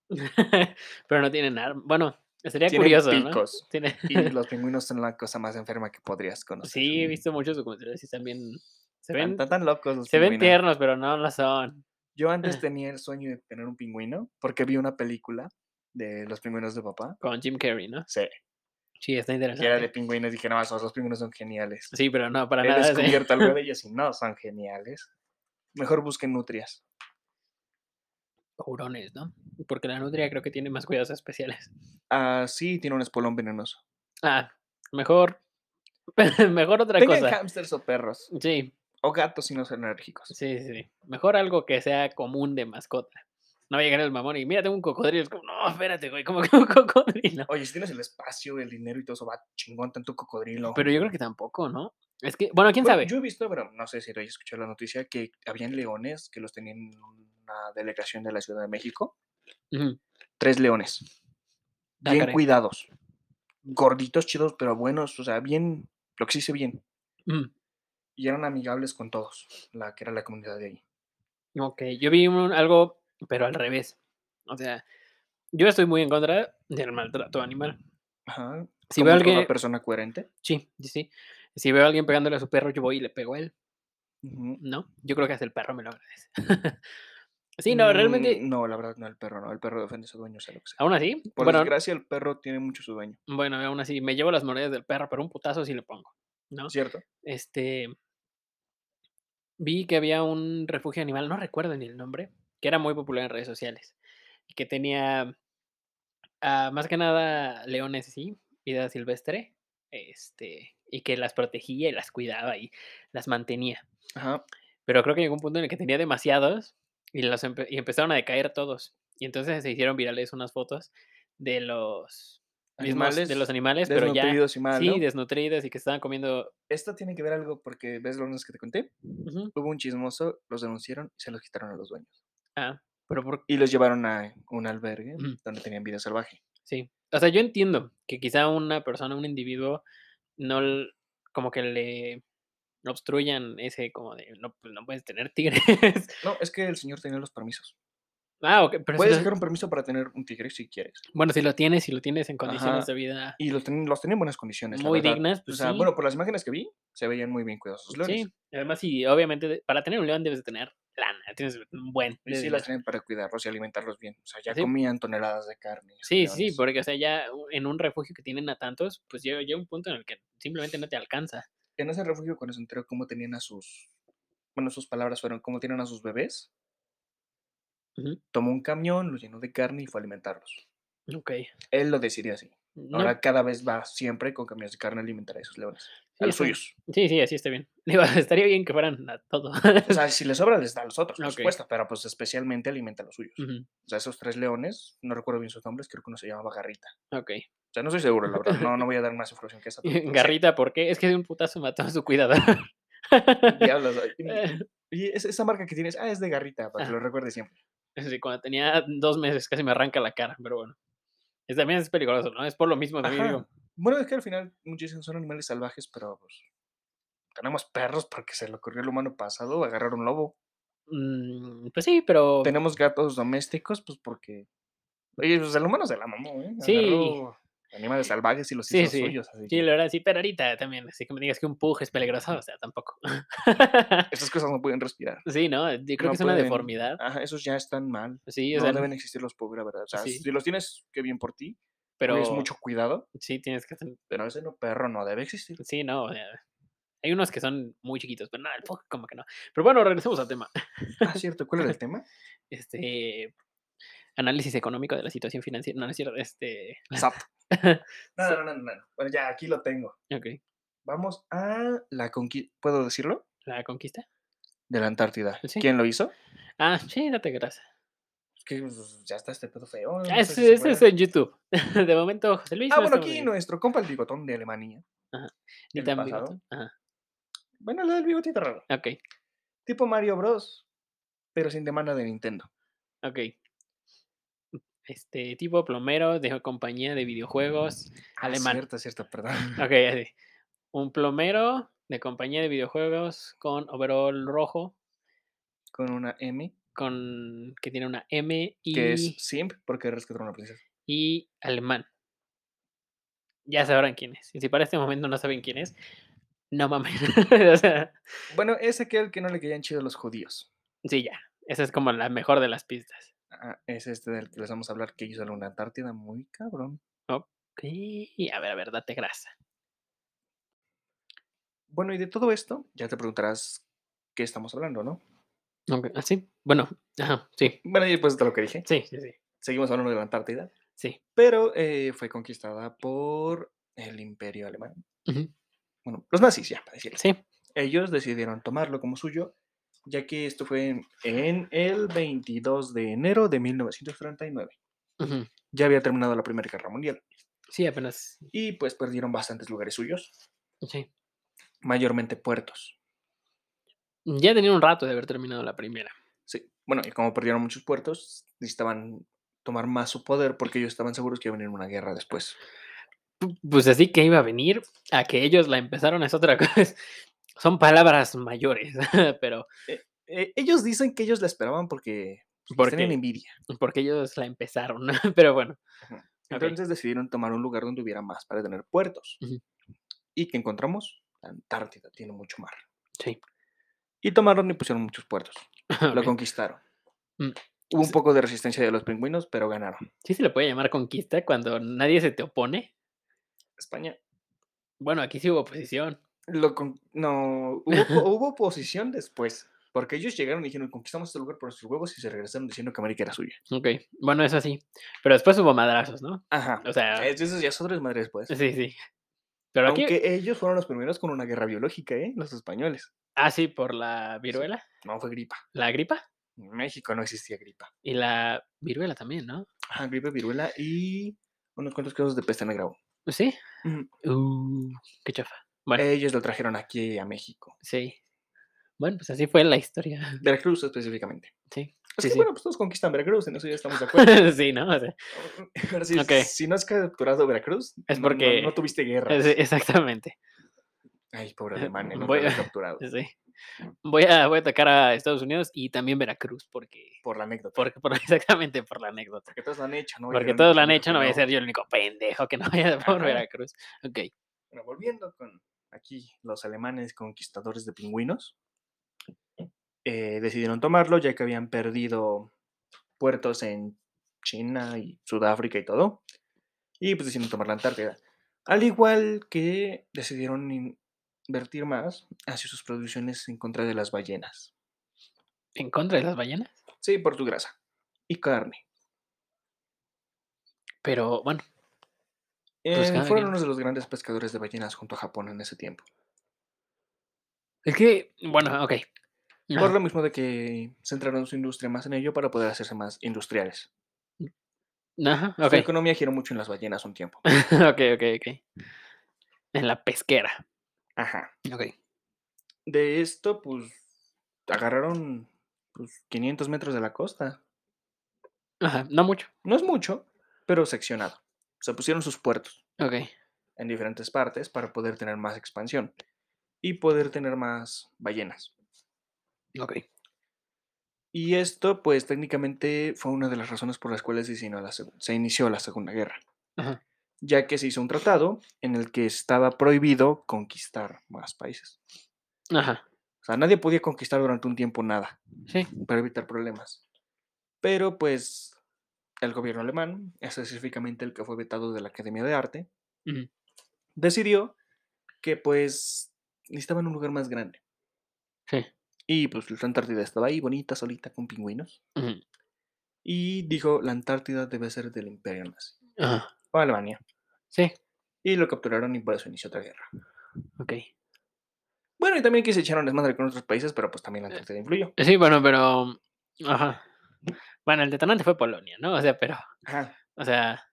B: [LAUGHS] pero no tienen arma. Bueno, sería
A: Tienen
B: curioso, ¿no?
A: picos.
B: Tiene-
A: Y los pingüinos son la cosa más enferma que podrías conocer.
B: Sí, he visto muchos documentales y también se
A: Están
B: ven,
A: tan, tan locos los
B: se ven
A: pingüinos.
B: tiernos, Ah. pero no lo son.
A: Yo antes tenía el sueño de tener un pingüino porque vi una película de los pingüinos de papá.
B: Con Jim Carrey, ¿no?
A: Sí,
B: Sí, está
A: que era de
B: interesante.
A: pingüinos. Dije, no, esos los pingüinos son geniales.
B: Sí, pero no, para
A: He
B: nada. sí.
A: descubierto algo
B: [LAUGHS]
A: de ellos y no son geniales. Mejor busquen nutrias.
B: Hurones, ¿no? Porque la nutria creo que tiene más cuidados especiales.
A: Ah, sí, tiene un espolón venenoso.
B: Ah, mejor. [LAUGHS] mejor otra
A: Tengan
B: cosa.
A: hámsters o perros.
B: Sí,
A: O gatos si no son alérgicos.
B: sí, sí. Mejor algo que sea común de mascota. No va a llegar el mamón y mira, tengo un cocodrilo. Es como, no, espérate, güey, como que un [LAUGHS] cocodrilo.
A: Oye, si tienes el espacio, el dinero y todo eso, va chingón tanto cocodrilo.
B: Pero yo creo que tampoco, ¿no? Es que, bueno, quién
A: Bueno,
B: sabe.
A: Yo he visto, pero no sé si lo hayas escuchado la noticia, que habían leones que los tenían en una delegación de la Ciudad de México.
B: Ujú,
A: Tres leones.
B: ah,
A: bien
B: caray.
A: cuidados. Gorditos, chidos, pero buenos. O sea, bien, lo que se hice bien.
B: Ujú.
A: Y eran amigables con todos, la que era la comunidad de ahí.
B: Ok, yo vi un- algo, pero al revés. O sea, yo estoy muy en contra del maltrato animal.
A: Ajá.
B: Si
A: conozco a
B: veo a alguien.
A: una persona coherente.
B: Sí, sí, sí. Si veo a alguien pegándole a su perro, yo voy y le pego a él.
A: Ujú.
B: ¿no? Yo creo que hasta el perro me lo agradece. [LAUGHS] sí, no, realmente,
A: Mm, No, la verdad, no, el perro no. El perro defiende a su dueño, sea lo que sea.
B: aún así,
A: Por
B: bueno,
A: desgracia, el perro tiene mucho su dueño,
B: bueno, aún así, me llevo las monedas del perro, pero un putazo sí le pongo, ¿no?
A: ¿cierto?
B: Este, vi que había un refugio animal, no recuerdo ni el nombre, que era muy popular en redes sociales, y que tenía, ah, más que nada, leones, sí, vida silvestre, este, y que las protegía y las cuidaba y las mantenía.
A: Ajá.
B: Pero creo que llegó un punto en el que tenía demasiados y, los empe- y empezaron a decaer todos. Y entonces se hicieron virales unas fotos de los mismos- de los animales, pero ya
A: desnutridos y mal, ¿no?
B: sí, desnutridos y que estaban comiendo.
A: Esto tiene que ver algo porque, ¿ves los que te conté?
B: Ujú,
A: Hubo un chismoso, los denunciaron y se los quitaron a los dueños.
B: Ah, pero por
A: Y los llevaron a un albergue
B: Ujú.
A: donde tenían vida salvaje.
B: sí. O sea, yo entiendo que quizá una persona, un individuo, no l- como que le obstruyan ese como de no, pues, no puedes tener tigres. [LAUGHS]
A: No, es que el señor tenía los permisos.
B: ah, ok, pero si
A: Puedes
B: lo-
A: sacar un permiso para tener un tigre si quieres.
B: bueno, si lo tienes, si lo tienes en condiciones
A: Ajá.
B: de vida
A: Y los, ten- los tenían en buenas condiciones. la
B: muy
A: verdad.
B: dignas, pues
A: o sea,
B: sí.
A: bueno, por las imágenes que vi, se veían muy bien cuidadosos. los leones.
B: Sí, además, y obviamente, de- para tener un león debes de tener lana, tienes un buen. eh,
A: Y
B: de
A: sí las
B: dinero.
A: tenían para cuidarlos y alimentarlos bien. O sea, ya
B: Sí.
A: comían toneladas de carne. esos
B: Sí, sí,
A: leones.
B: sí, porque, o sea, ya u- en un refugio que tienen a tantos, pues llega, llega un punto en el que simplemente no te alcanza.
A: En ese refugio, cuando se enteró cómo tenían a sus. Bueno, sus palabras fueron cómo tienen a sus bebés.
B: Ujú,
A: Tomó un camión, los llenó de carne y fue a alimentarlos.
B: Ok.
A: Él lo decidió así.
B: No,
A: Ahora cada vez va siempre con camiones de carne a alimentar a esos leones.
B: sí,
A: a los
B: está-
A: suyos.
B: Sí, sí, así está bien. [LAUGHS] Digo, estaría bien que fueran a todo.
A: O sea, si les sobra, les da a los otros, por
B: Ok.
A: supuesto, pero pues especialmente alimenta a los suyos.
B: Ujú,
A: O sea, esos tres leones, no recuerdo bien sus nombres, creo que uno se llamaba Garrita.
B: Ok. [LAUGHS]
A: O sea, no soy seguro, la verdad. No, no voy a dar más información que esa. pero, no sé, [LAUGHS]
B: Garrita, ¿por qué? Es que de un putazo mató a su cuidador.
A: diablos, ay, Y es- esa marca que tienes, ah, es de Garrita, para que
B: Ajá.
A: lo recuerde siempre.
B: [LAUGHS] Sí, cuando tenía dos meses casi me arranca la cara, pero bueno. Es, también es peligroso, ¿no? Es por lo mismo también, digo.
A: Ajá. Bueno, es que al final muchísimos son animales salvajes, pero pues, tenemos perros porque se le ocurrió al humano pasado agarrar un lobo.
B: Mm, pues sí, pero...
A: Tenemos gatos domésticos, pues porque. Oye, pues el humano se la mamó, ¿eh?
B: Sí.
A: Agarró animales salvajes y los
B: Sí,
A: hizo
B: sí.
A: suyos. Así
B: Sí,
A: que
B: la verdad, sí, pero ahorita también, así que me digas que un pug es peligroso, o sea,
A: [LAUGHS]
B: tampoco. [LAUGHS]
A: Estas cosas no pueden respirar.
B: sí, ¿no? Yo
A: No
B: creo que es una
A: pueden.
B: deformidad.
A: Ajá, esos ya están mal.
B: Sí, o
A: No
B: sea,
A: deben existir los pobres, la verdad. O sea,
B: Sí.
A: si los tienes, qué bien por ti.
B: pero
A: Es mucho cuidado,
B: sí tienes que... ten-
A: pero ese no, perro no debe existir.
B: Sí, no, o sea, Hay unos que son muy chiquitos, pero nada, el Puck como que no. Pero bueno, regresemos al tema.
A: Ah, cierto, ¿cuál [LAUGHS] era el tema?
B: Este análisis económico de la situación financiera. No, no es cierto. Este. [LAUGHS]
A: SAP. [LAUGHS] No, no, no, no, no. Bueno, ya, aquí lo tengo.
B: Ok.
A: Vamos a la conquista. ¿Puedo decirlo?
B: La conquista.
A: De la Antártida.
B: Sí.
A: ¿Quién lo hizo?
B: Ah, sí, date grasa.
A: Es que pues, ya está este pedo feo.
B: Ah,
A: no
B: ese
A: sé si se
B: ese es
A: puede.
B: en YouTube. [LAUGHS] De momento, José Luis.
A: Ah, bueno,
B: estamos
A: aquí
B: en-
A: nuestro compa el bigotón de Alemania.
B: ni
A: el
B: tan
A: pasado.
B: bigote. Ajá.
A: Bueno, le da el bigotito raro.
B: Ok,
A: Tipo Mario Bros. Pero sin demanda de Nintendo.
B: ok. Este tipo plomero de compañía de videojuegos.
A: Ah,
B: Alemán.
A: Cierto, cierto, perdón. [LAUGHS]
B: Ok, así. Un plomero de compañía de videojuegos con overall rojo,
A: Con una M,
B: con que tiene una M y,
A: que es Simp, porque rescató a una princesa.
B: y alemán. Ya sabrán quién es. Y si para este momento no saben quién es, no mames. [LAUGHS] O sea,
A: Bueno, es aquel que no le caían chido los judíos.
B: sí, ya. Esa es como la mejor de las pistas.
A: Ah, es este del que les vamos a hablar que hizo la una Antártida muy cabrón.
B: Ok, A ver, a ver, date grasa.
A: Bueno, y de todo esto, ya te preguntarás qué estamos hablando, ¿no?
B: Ok, ah, sí, Bueno, ajá, sí.
A: Bueno, y después de lo que dije,
B: Sí, sí, sí.
A: seguimos hablando de la Antártida,
B: Sí.
A: pero eh, fue conquistada por el Imperio Alemán.
B: ujú,
A: Bueno, los nazis, ya, para decirlo.
B: Sí.
A: Ellos decidieron tomarlo como suyo, ya que esto fue en, en el 22 de enero de 1939.
B: ujú,
A: Ya había terminado la Primera Guerra Mundial
B: Sí, apenas.
A: y pues perdieron bastantes lugares suyos,
B: Sí.
A: mayormente puertos.
B: Ya tenía un rato de haber terminado la primera.
A: Sí, bueno, y como perdieron muchos puertos, necesitaban tomar más su poder porque ellos estaban seguros que iba a venir una guerra después.
B: Pu- Pues así que iba a venir a que ellos la empezaron es otra [LAUGHS] cosa. Son palabras mayores, [LAUGHS] pero
A: Eh, ellos dicen que ellos la esperaban porque pues, les tenían
B: porque,
A: envidia.
B: porque ellos la empezaron, [LAUGHS] pero bueno. Ok. [LAUGHS]
A: Entonces decidieron tomar un lugar donde hubiera más para tener puertos.
B: Ujú.
A: ¿Y que encontramos? La Antártida tiene mucho mar.
B: Sí. Ah,
A: Y tomaron y pusieron muchos puertos. Lo
B: ok.
A: conquistaron.
B: Mm,
A: Hubo un
B: sí.
A: poco de resistencia de los pingüinos, pero ganaron.
B: Sí se le puede llamar conquista cuando nadie se te opone.
A: España.
B: Bueno, aquí sí hubo oposición.
A: Lo con- No, hubo, po-
B: [LAUGHS]
A: hubo oposición después. Porque ellos llegaron y dijeron, conquistamos este lugar por sus huevos y se regresaron diciendo que América era suya.
B: Ok, bueno, eso sí. Pero después hubo madrazos, ¿no?
A: Ajá.
B: O sea,
A: Es- Eso ya es otra madre después.
B: sí, sí. Pero aquí...
A: Aunque ellos fueron los primeros con una guerra biológica, ¿eh? Los españoles.
B: Ah, sí, por la viruela,
A: No fue gripa.
B: la gripa
A: En México no existía gripa.
B: y la viruela también, ¿no?
A: Ajá, gripe, viruela y unos cuantos casos de peste negra. hubo.
B: Pues Sí.
A: Ujú.
B: Uh, qué chafa. Bueno.
A: Ellos lo trajeron aquí a México.
B: Sí. Bueno, pues así fue la historia.
A: Veracruz específicamente.
B: Sí.
A: Es
B: Sí,
A: que
B: sí.
A: bueno, pues todos conquistan Veracruz, en eso ya estamos de
B: [LAUGHS]
A: acuerdo.
B: sí, ¿no? O sea,
A: Ahora sí,
B: Ok.
A: Si no has capturado Veracruz,
B: Es
A: no- no-
B: porque-
A: no, tuviste guerra.
B: es- [LAUGHS] exactamente.
A: Ay,
B: [LAUGHS]
A: pobre alemán, eh, nunca
B: Voy
A: lo he
B: a- [LAUGHS]
A: capturado.
B: Sí. Voy a, voy a atacar a Estados Unidos y también Veracruz, porque,
A: Por la anécdota.
B: porque por, [LAUGHS] exactamente por la anécdota.
A: Porque todos lo han hecho, ¿no? Y
B: Porque
A: dijeron,
B: todos la han
A: "Pendejo
B: hecho, no voy a
A: yo".
B: ser yo el único pendejo que no vaya por
A: Ajá.
B: Veracruz. Ok.
A: Bueno, volviendo con aquí los alemanes conquistadores de pingüinos, eh, decidieron tomarlo ya que habían perdido puertos en China y Sudáfrica y todo. Y pues decidieron tomar la Antártida. Al igual que decidieron in- invertir más hacia sus producciones en contra de las ballenas.
B: ¿En contra de las ballenas?
A: Sí, por su grasa y carne.
B: Pero bueno,
A: Eh,
B: cada
A: fueron
B: quien.
A: uno de los grandes pescadores de ballenas junto a Japón en ese tiempo.
B: es que, bueno, ok.
A: Por
B: Ajá.
A: lo mismo de que centraron su industria más en ello para poder hacerse más industriales.
B: Ajá,
A: La
B: ok.
A: economía giró mucho en las ballenas un tiempo.
B: [LAUGHS] ok, ok, ok. En la pesquera.
A: Ajá.
B: Ok.
A: De esto, pues, agarraron pues, 500 metros de la costa.
B: Ajá, no mucho.
A: No es mucho, pero seccionado. Se pusieron sus puertos
B: Ok.
A: en diferentes partes para poder tener más expansión y poder tener más ballenas.
B: Ok.
A: Y esto, pues, técnicamente fue una de las razones por las cuales se inició la, seg- se inició la Segunda Guerra,
B: Ajá.
A: ya que se hizo un tratado en el que estaba prohibido conquistar más países.
B: Ajá.
A: O sea, nadie podía conquistar durante un tiempo nada.
B: Sí.
A: para evitar problemas. Pero pues el gobierno alemán, específicamente el que fue vetado de la Academia de Arte,
B: Ujú.
A: decidió que pues necesitaban un lugar más grande.
B: Sí.
A: Y pues la Antártida estaba ahí, bonita, solita, con pingüinos.
B: Ujú.
A: Y dijo, la Antártida debe ser del imperio nazi.
B: Ajá.
A: O Alemania.
B: Sí,
A: Y lo capturaron y por eso inició otra guerra.
B: ok.
A: Bueno, y también que se echaron desmadre con otros países, pero pues
B: Eh.
A: también la Antártida influyó.
B: Sí, bueno, pero. Ajá. Bueno, el detonante fue Polonia, ¿no? O sea, pero.
A: Ajá.
B: O sea.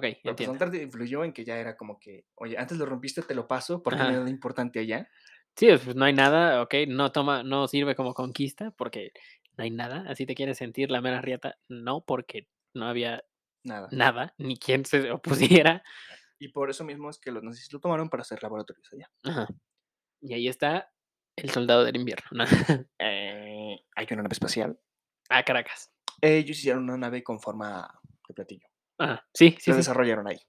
A: Pero pues la
B: entiendo.
A: Antártida influyó en que ya era como que, oye, antes lo rompiste, te lo paso, porque no
B: Ajá.
A: era nada importante allá.
B: Sí, pues no hay nada, ok, no toma, no sirve como conquista porque no hay nada. Así te quieres sentir la mera riata, no porque no había
A: Nada.
B: nada, ni quien se opusiera.
A: Y por eso mismo es que los nazis lo tomaron para hacer laboratorios allá.
B: Ajá. Y ahí está el soldado del invierno. ¿no? [LAUGHS]
A: Eh, hay una nave espacial.
B: ah, Caracas.
A: Ellos hicieron una nave con forma de platillo.
B: Ajá. Sí,
A: Se
B: sí, sí.
A: desarrollaron ahí.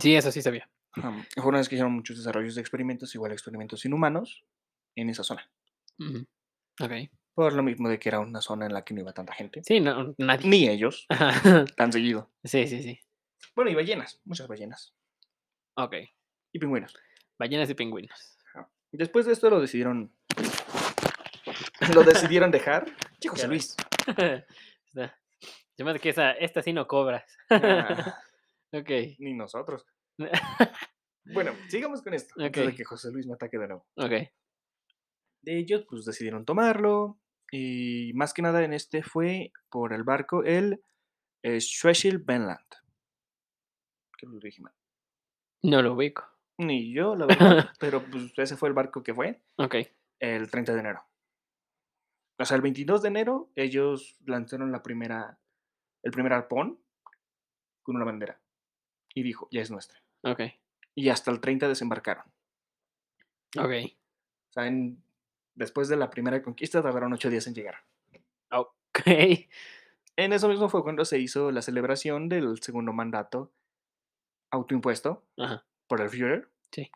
B: Sí, eso sí sabía.
A: Ajá. Fue una vez que hicieron muchos desarrollos de experimentos, igual experimentos inhumanos, en esa zona.
B: Ujú. Ok.
A: Por lo mismo de que era una zona en la que no iba tanta gente.
B: Sí, no, nadie.
A: Ni ellos,
B: Ajá. [LAUGHS]
A: tan seguido.
B: sí, sí, sí.
A: Bueno, y ballenas, muchas ballenas.
B: Ok.
A: Y pingüinos.
B: Ballenas y pingüinos. [LAUGHS]
A: Después de esto lo decidieron. Lo decidieron [LAUGHS] dejar. Che, José
B: Ya
A: Luis.
B: ves. Está. Yo me que esa, esta sí no cobras.
A: Ah,
B: Ok.
A: [LAUGHS] ni [LAUGHS] nosotros. Bueno, sigamos con esto. Antes de
B: Ok.
A: que José Luis me ataque de nuevo.
B: Ok.
A: De ellos, pues decidieron tomarlo. Y más que nada en este fue por el barco el eh, Schwechel Benland. Que lo dije mal.
B: No lo ubico.
A: Ni yo, la [LAUGHS] verdad. pero pues ese fue el barco que fue
B: Ok.
A: el 30 de enero. O sea, el 22 de enero ellos lanzaron la primera, el primer arpón con una bandera. Y dijo, ya es nuestra.
B: Ok.
A: Y hasta el 30 desembarcaron.
B: Ok.
A: O sea, en- después de la primera conquista tardaron ocho días en llegar.
B: Ok.
A: En eso mismo fue cuando se hizo la celebración del segundo mandato autoimpuesto
B: Ajá.
A: por el Führer.
B: Sí.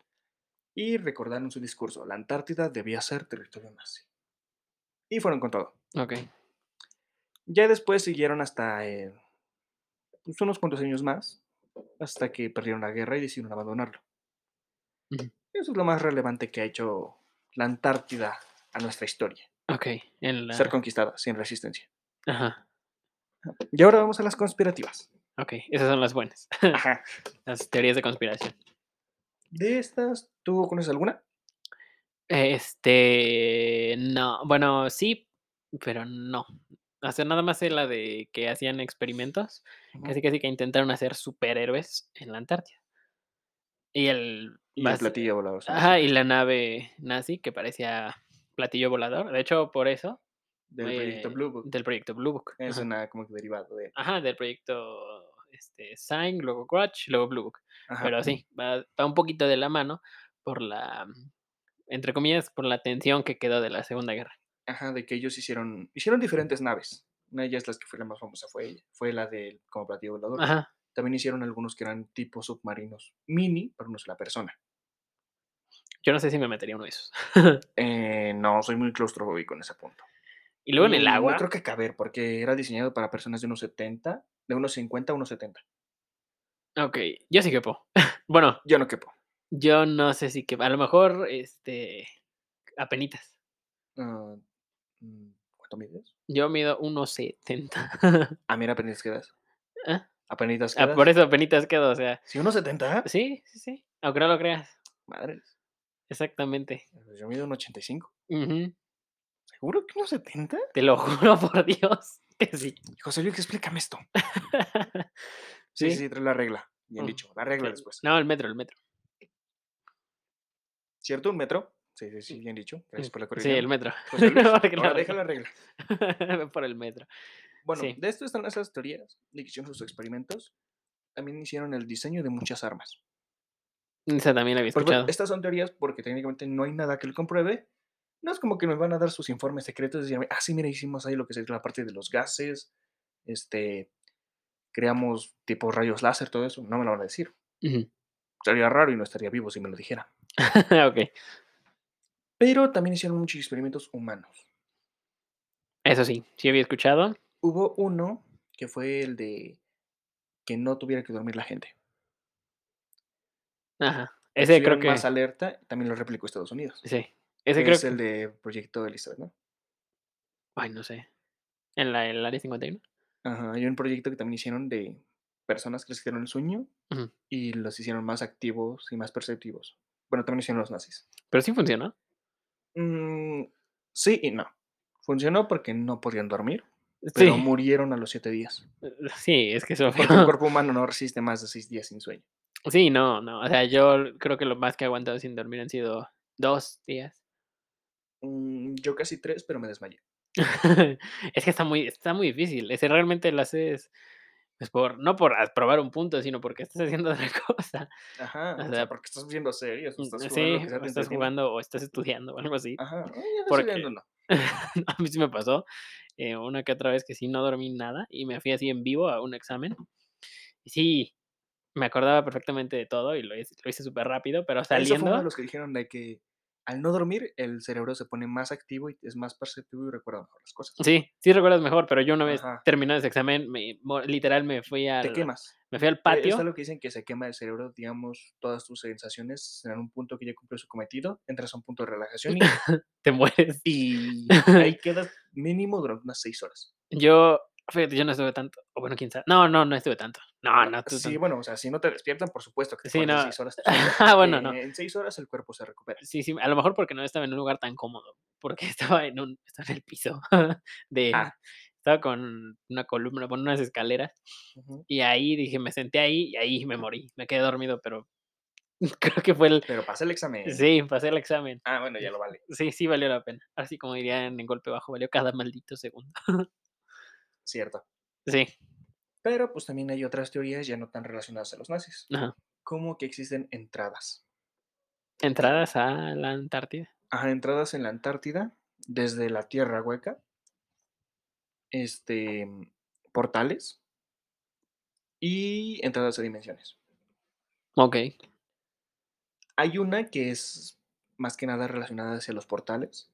A: Y recordaron su discurso, la Antártida debía ser territorio nazi. Y fueron con todo.
B: Ok.
A: Ya después siguieron hasta eh, pues, unos cuantos años más, hasta que perdieron la guerra y decidieron abandonarlo.
B: Ujú.
A: Eso es lo más relevante que ha hecho la Antártida a nuestra historia,
B: Ok. En la...
A: ser conquistada sin resistencia.
B: Ajá.
A: Y ahora vamos a las
B: [LAUGHS]
A: conspirativas.
B: Ok. Esas son las buenas. [LAUGHS]
A: Ajá.
B: Las teorías de conspiración.
A: De estas, ¿tú conoces alguna?
B: Este. No. Bueno, sí, pero no. O sea, nada más es la de que hacían experimentos.
A: Ujú.
B: Casi casi que intentaron hacer superhéroes en la Antártida. Y el.
A: Y el
B: bas-
A: platillo volador. sí,
B: Ajá, y la nave nazi que parecía platillo volador. De hecho, por eso.
A: Del proyecto
B: eh,
A: Blue Book.
B: Del proyecto Blue Book.
A: Es
B: ajá.
A: una como que derivado de...
B: Ajá, del proyecto este, Sign, luego Crutch, luego Blue Book.
A: Ajá.
B: Pero sí, va, va un poquito de la mano por la, mm, entre comillas, por la tensión que quedó de la Segunda Guerra.
A: Ajá, de que ellos hicieron... Hicieron diferentes naves. Una de ellas, las que fue la más famosa, fue ella. Fue la del como platillo volador.
B: Ajá,
A: También hicieron algunos que eran tipo submarinos mini para una sola persona.
B: yo no sé si me metería uno de esos. [LAUGHS]
A: Eh, no, soy muy claustrofóbico en ese punto.
B: Y luego en
A: Y
B: el
A: Mm, No
B: agua,
A: creo que caber, porque era diseñado para personas de unos 70, de unos 50 a unos 70.
B: ok, yo sí que puedo. [LAUGHS] bueno,
A: Yo no quepo.
B: yo no sé si que, a lo mejor, este, apenitas.
A: Ah, mm, ¿Cuánto mides?
B: Yo mido 1,70.
A: A mí era apenas quedas.
B: Ah,
A: Apenas
B: [LAUGHS] ah,
A: quedas.
B: por eso apenitas quedo, o sea,
A: Si unos 70,
B: sí, sí, sí, aunque no lo creas,
A: madres.
B: exactamente.
A: Yo mido un 85.
B: Ujú,
A: ¿Seguro que unos 70?
B: Te lo [LAUGHS] juro por Dios que sí.
A: José Luis, explícame esto. Sí,
B: Sí. Mm.
A: sí, trae la regla. Bien
B: Ujú.
A: dicho, la regla
B: [LAUGHS] Sí.
A: después.
B: No, el metro, el metro.
A: ¿Cierto? ¿Un metro? Sí, sí, sí,
B: Sí.
A: bien dicho. Gracias por la
B: Sí,
A: corrección.
B: el metro.
A: José
B: [LAUGHS]
A: Luis,
B: Porque la
A: ahora deja
B: regla.
A: la regla.
B: Ve [LAUGHS] por el metro.
A: Bueno,
B: Sí.
A: de esto están esas teorías de que hicieron sus experimentos. También hicieron el diseño de muchas armas.
B: Esa también la había
A: Porque
B: escuchado.
A: estas son teorías porque técnicamente no hay nada que lo compruebe. No es como que nos van a dar sus informes secretos y decirme, ah, sí, mira, hicimos ahí lo que sería la parte de los gases, este, creamos tipo rayos láser, todo eso. No me lo van a decir.
B: Ujú.
A: Sería raro y no estaría vivo si me lo dijera.
B: [LAUGHS] ok,
A: Pero también hicieron muchos experimentos humanos.
B: eso sí, sí había escuchado.
A: Hubo uno que fue el de que no tuviera que dormir la gente.
B: Ajá. Ese creo
A: Estuvieron
B: que.
A: Más alerta, también lo replicó Estados Unidos.
B: Sí.
A: que
B: Ese creo
A: es
B: que.
A: el de Proyecto Elizabeth, ¿no?
B: Ay, no sé. En la, el área 51.
A: Ajá, hay un proyecto que también hicieron de personas que les quitaron el sueño
B: Ujú.
A: y los hicieron más activos y más perceptivos. Bueno, también lo hicieron los nazis.
B: Pero sí funcionó.
A: Mm, sí y no. Funcionó porque no podían dormir, pero
B: sí.
A: murieron a los siete días.
B: [LAUGHS] Sí, es que eso.
A: [LAUGHS]
B: fue-
A: Porque el cuerpo humano no resiste más de seis días sin sueño.
B: [LAUGHS] Sí, no, no. O sea, yo creo que lo más que he aguantado sin dormir han sido dos días. [LAUGHS]
A: Mm, yo casi tres, pero me desmayé.
B: es que está muy, está muy difícil. Ese realmente lo haces. Pues por, no por a- probar un punto, sino porque estás haciendo otra [LAUGHS] cosa.
A: Ajá, o sea,
B: sea, mm,
A: porque estás viendo series, o estás
B: Sí,
A: jugando. lo que sea
B: o
A: te
B: estás
A: entretiene.
B: jugando o estás estudiando o algo así.
A: Ajá, "Ay, ya no estoy
B: porque-
A: viendo, no.
B: [LAUGHS] a mí sí me pasó eh, una que otra vez que sí no dormí nada y me fui así en vivo a un examen. Y sí, me acordaba perfectamente de todo y lo hice lo hice súper rápido, pero
A: Eso fue uno
B: saliendo.
A: de los que dijeron de que al no dormir, el cerebro se pone más activo y es más perceptivo y recuerda mejor las cosas.
B: Sí, sí recuerdas mejor, pero yo una vez
A: Ajá.
B: terminado ese examen, me- mo- literal me fui al,
A: Te quemas.
B: me fui al
A: Eh,
B: patio.
A: Es lo que dicen que se quema el cerebro, digamos, todas tus sensaciones serán un punto que ya cumplió su cometido, entras a un punto de relajación y,
B: Te mueres.
A: y ahí quedas mínimo durante unas seis horas.
B: [LAUGHS] Yo, fíjate, yo no estuve tanto. O bueno, quién sabe. No, no, no estuve tanto. Ah, No, no estuve
A: sí,
B: tanto.
A: bueno, o sea, si no te despiertan, por supuesto que te
B: Sí,
A: pones de
B: no.
A: seis horas.
B: [LAUGHS] Ah, bueno, no.
A: eh, En seis horas el cuerpo se recupera.
B: Sí, sí, a lo mejor porque no estaba en un lugar tan cómodo, porque [LAUGHS] estaba en un, estaba en el piso [LAUGHS] de,
A: Ah.
B: estaba con una columna, con unas escaleras,
A: Ujú,
B: y ahí dije, me senté ahí y ahí me morí, me quedé dormido, pero [LAUGHS] creo que fue el,
A: Pero pasa el examen.
B: sí, pasé el examen,
A: Ah, bueno, ya lo vale.
B: sí, sí valió la pena, así como dirían en golpe bajo, valió cada maldito segundo, [LAUGHS]
A: Cierto.
B: sí,
A: Pero pues también hay otras teorías ya no tan relacionadas a los nazis.
B: ajá.
A: Como que existen entradas.
B: entradas a la Antártida,
A: Ajá, entradas en la Antártida desde la Tierra Hueca. Este, portales y entradas a dimensiones.
B: ok,
A: Hay una que es más que nada relacionada hacia los portales,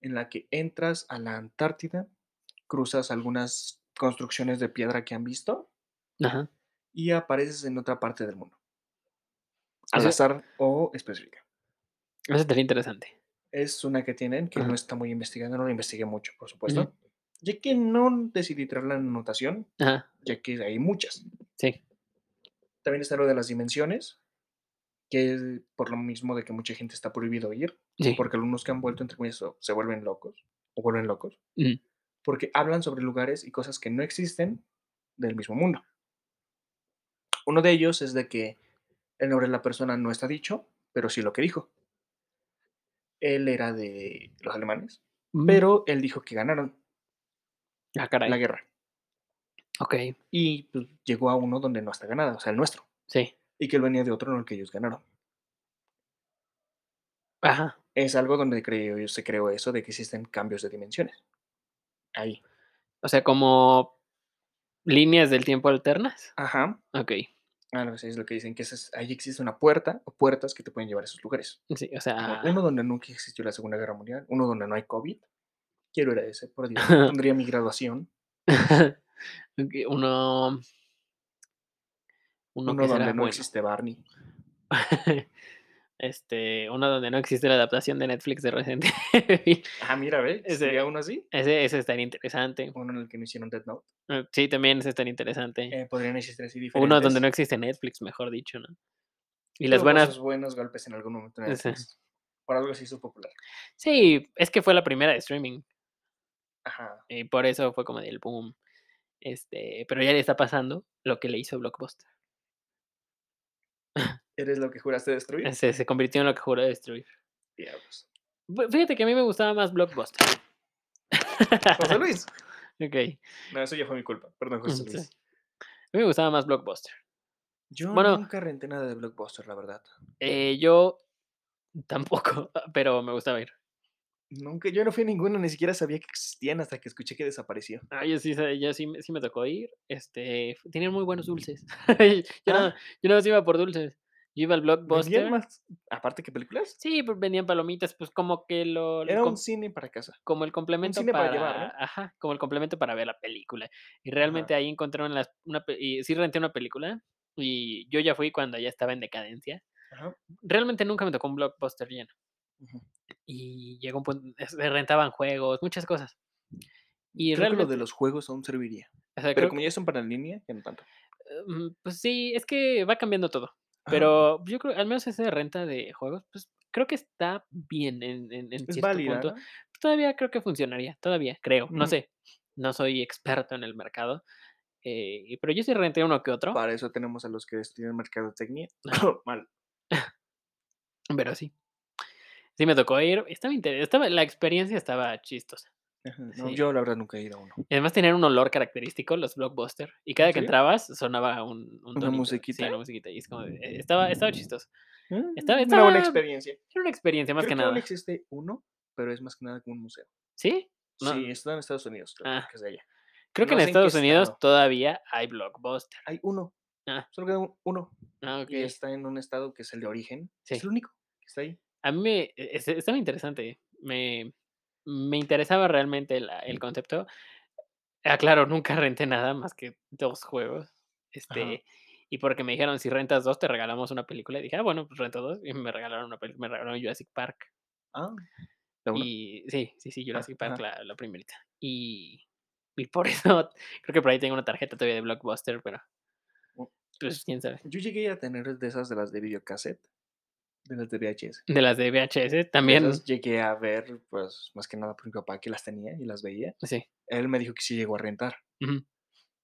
A: en la que entras a la Antártida, cruzas algunas construcciones de piedra que han visto
B: ajá,
A: y apareces en otra parte del mundo. Al
B: Ese-
A: azar o específica.
B: eso estaría interesante,
A: Es una que tienen, que
B: Ajá.
A: no está muy investigada, no la investigué mucho, por supuesto. Ya que no decidí traer la anotación,
B: ajá,
A: ya que hay muchas.
B: sí,
A: También está lo de las dimensiones, que es por lo mismo de que mucha gente está prohibido ir,
B: sí,
A: porque algunos que han vuelto, entre comillas, o se vuelven locos, o vuelven locos,
B: ujú,
A: porque hablan sobre lugares y cosas que no existen del mismo mundo. Uno de ellos es de que el nombre de la persona no está dicho, pero sí lo que dijo. Él era de los alemanes,
B: ujú,
A: pero él dijo que ganaron
B: ah, caray,
A: la guerra.
B: ok,
A: Y pues, llegó a uno donde no está ganada, o sea, el nuestro.
B: sí,
A: Y que él venía de otro en el que ellos ganaron.
B: ajá,
A: Es algo donde creo, se creó eso de que existen cambios de dimensiones. Ahí.
B: O sea, como líneas del tiempo alternas.
A: Ajá.
B: Ok.
A: A veces Ah, es lo que dicen que ese es- ahí existe una puerta o puertas que te pueden llevar a esos lugares.
B: Sí, o
A: Como
B: sea.
A: Uno donde nunca existió la Segunda Guerra Mundial, uno donde no hay COVID. Quiero ir a ese, por Dios.
B: [LAUGHS]
A: Tendría mi graduación.
B: ok, uno. Uno,
A: Uno, donde
B: que será
A: no
B: bueno.
A: existe Barney.
B: este, uno donde no existe la adaptación de Netflix de [LAUGHS] Resident Evil.
A: Ah, mira, ve.
B: Ese-
A: Sería uno así.
B: Ese, ese estaría interesante.
A: Uno en el que no hicieron Death Note.
B: Eh, Sí, también ese estaría interesante.
A: Eh, podrían existir así diferentes.
B: Uno donde no existe Netflix, mejor dicho, ¿no? Y las
A: Tuvo
B: buenas.
A: sus buenos golpes en algún momento. en
B: Sí.
A: Netflix. Por algo se hizo popular.
B: Sí, es que fue la primera de streaming.
A: Ajá.
B: Y por eso fue como del boom. Este, pero ya le está pasando lo que le hizo Blockbuster.
A: ¿Eres lo que juraste destruir?
B: Se, se convirtió en lo que juró destruir.
A: Diablos.
B: Bu- Fíjate que a mí me gustaba más Blockbuster.
A: José Luis.
B: [LAUGHS] ok. A
A: No, eso ya fue mi culpa. Perdón, José
B: Mm, Sí.
A: Luis.
B: mí me gustaba más Blockbuster.
A: Yo
B: Bueno.
A: nunca renté nada de Blockbuster, la verdad.
B: Eh, yo tampoco, [LAUGHS] pero me gustaba ir.
A: Nunca, yo no fui a ninguno, ni siquiera sabía que existían hasta que escuché que desapareció.
B: Ah, yo sí, sa- yo sí, me- sí me tocó ir. Este, f- tenían muy buenos dulces. [LAUGHS] yo,
A: Ah.
B: no, yo nada más iba por dulces. Yo iba al Blockbuster.
A: ¿Vendían más? Aparte que películas.
B: Sí, pues vendían palomitas, pues como que lo... lo
A: Era
B: com-
A: un cine para casa.
B: como el complemento
A: cine para llevar, ¿no?
B: ajá, como el complemento para ver la película. Y realmente ahí encontraron las una pe- y sí renté una película y yo ya fui cuando ya estaba en decadencia
A: Ajá.
B: Realmente nunca me tocó un blockbuster lleno.
A: Ujú.
B: Y llegó un punto, es- se rentaban juegos, muchas cosas.
A: Creo
B: Y
A: que lo
B: realmente,
A: de los juegos aún serviría.
B: o sea,
A: Pero
B: creo
A: como ya son para en línea, ya no tanto.
B: que, mm, pues sí, es que va cambiando todo.
A: Ajá.
B: Pero yo creo, al menos esa de renta de juegos, pues creo que está bien en, en- en
A: es
B: cierto
A: válida.
B: punto.
A: ¿no?
B: Todavía creo que funcionaría, todavía creo, no
A: Ujú.
B: sé. No soy experto en el mercado, eh, y- pero yo sí renté uno que otro,
A: Para eso tenemos a los que estudian mercadotecnia. [COUGHS] Mal.
B: pero sí. Sí me tocó ir, estaba inter- estaba, la experiencia estaba chistosa.
A: Ajá, no,
B: Sí.
A: Yo la verdad nunca he ido a uno.
B: Y además tenían un olor característico los blockbuster. Y cada que
A: serio?
B: entrabas sonaba un, un
A: ¿Una
B: tonito, Sí,
A: musiquita?
B: una musiquita. Y es como de- eh, estaba, estaba chistoso.
A: Mm,
B: Estaba-
A: Una buena
B: estaba-
A: experiencia.
B: Era una experiencia más
A: Creo
B: que
A: que aún
B: nada.
A: existe uno, pero es más que nada como un museo.
B: ¿Sí? No,
A: Sí, está en Estados Unidos, creo,
B: Ah.
A: que es de allá.
B: Creo que
A: no
B: en
A: sé en qué
B: Estados Unidos
A: estado.
B: todavía hay blockbuster.
A: Hay uno.
B: Ah.
A: Solo queda un- uno.
B: Ah, ok.
A: Y está en un estado que es el de origen.
B: Sí.
A: Es el único que está ahí.
B: A mí me, e, es- estaba interesante. Me, me interesaba realmente la- el concepto. Ah, claro, nunca renté nada más que dos juegos. Este, y porque me dijeron, si rentas dos, te regalamos una película. Y dije, ah, bueno, pues rento dos. Y me regalaron una película, me regalaron Jurassic Park.
A: Ah, la uno. Ah,
B: Y sí, sí, sí, Jurassic
A: ajá.
B: Park, la, la primerita. Y, y por [LAUGHS] eso creo que por ahí tengo una tarjeta todavía de Blockbuster, pero
A: Mm.
B: pues quién sabe.
A: Yo llegué a tener de esas de las de videocassette, de las de VHS.
B: De las de VHS también.
A: Esas llegué a ver, pues más que nada por mi papá que las tenía y las veía.
B: Sí.
A: Él me dijo que sí llegó a rentar.
B: ujú.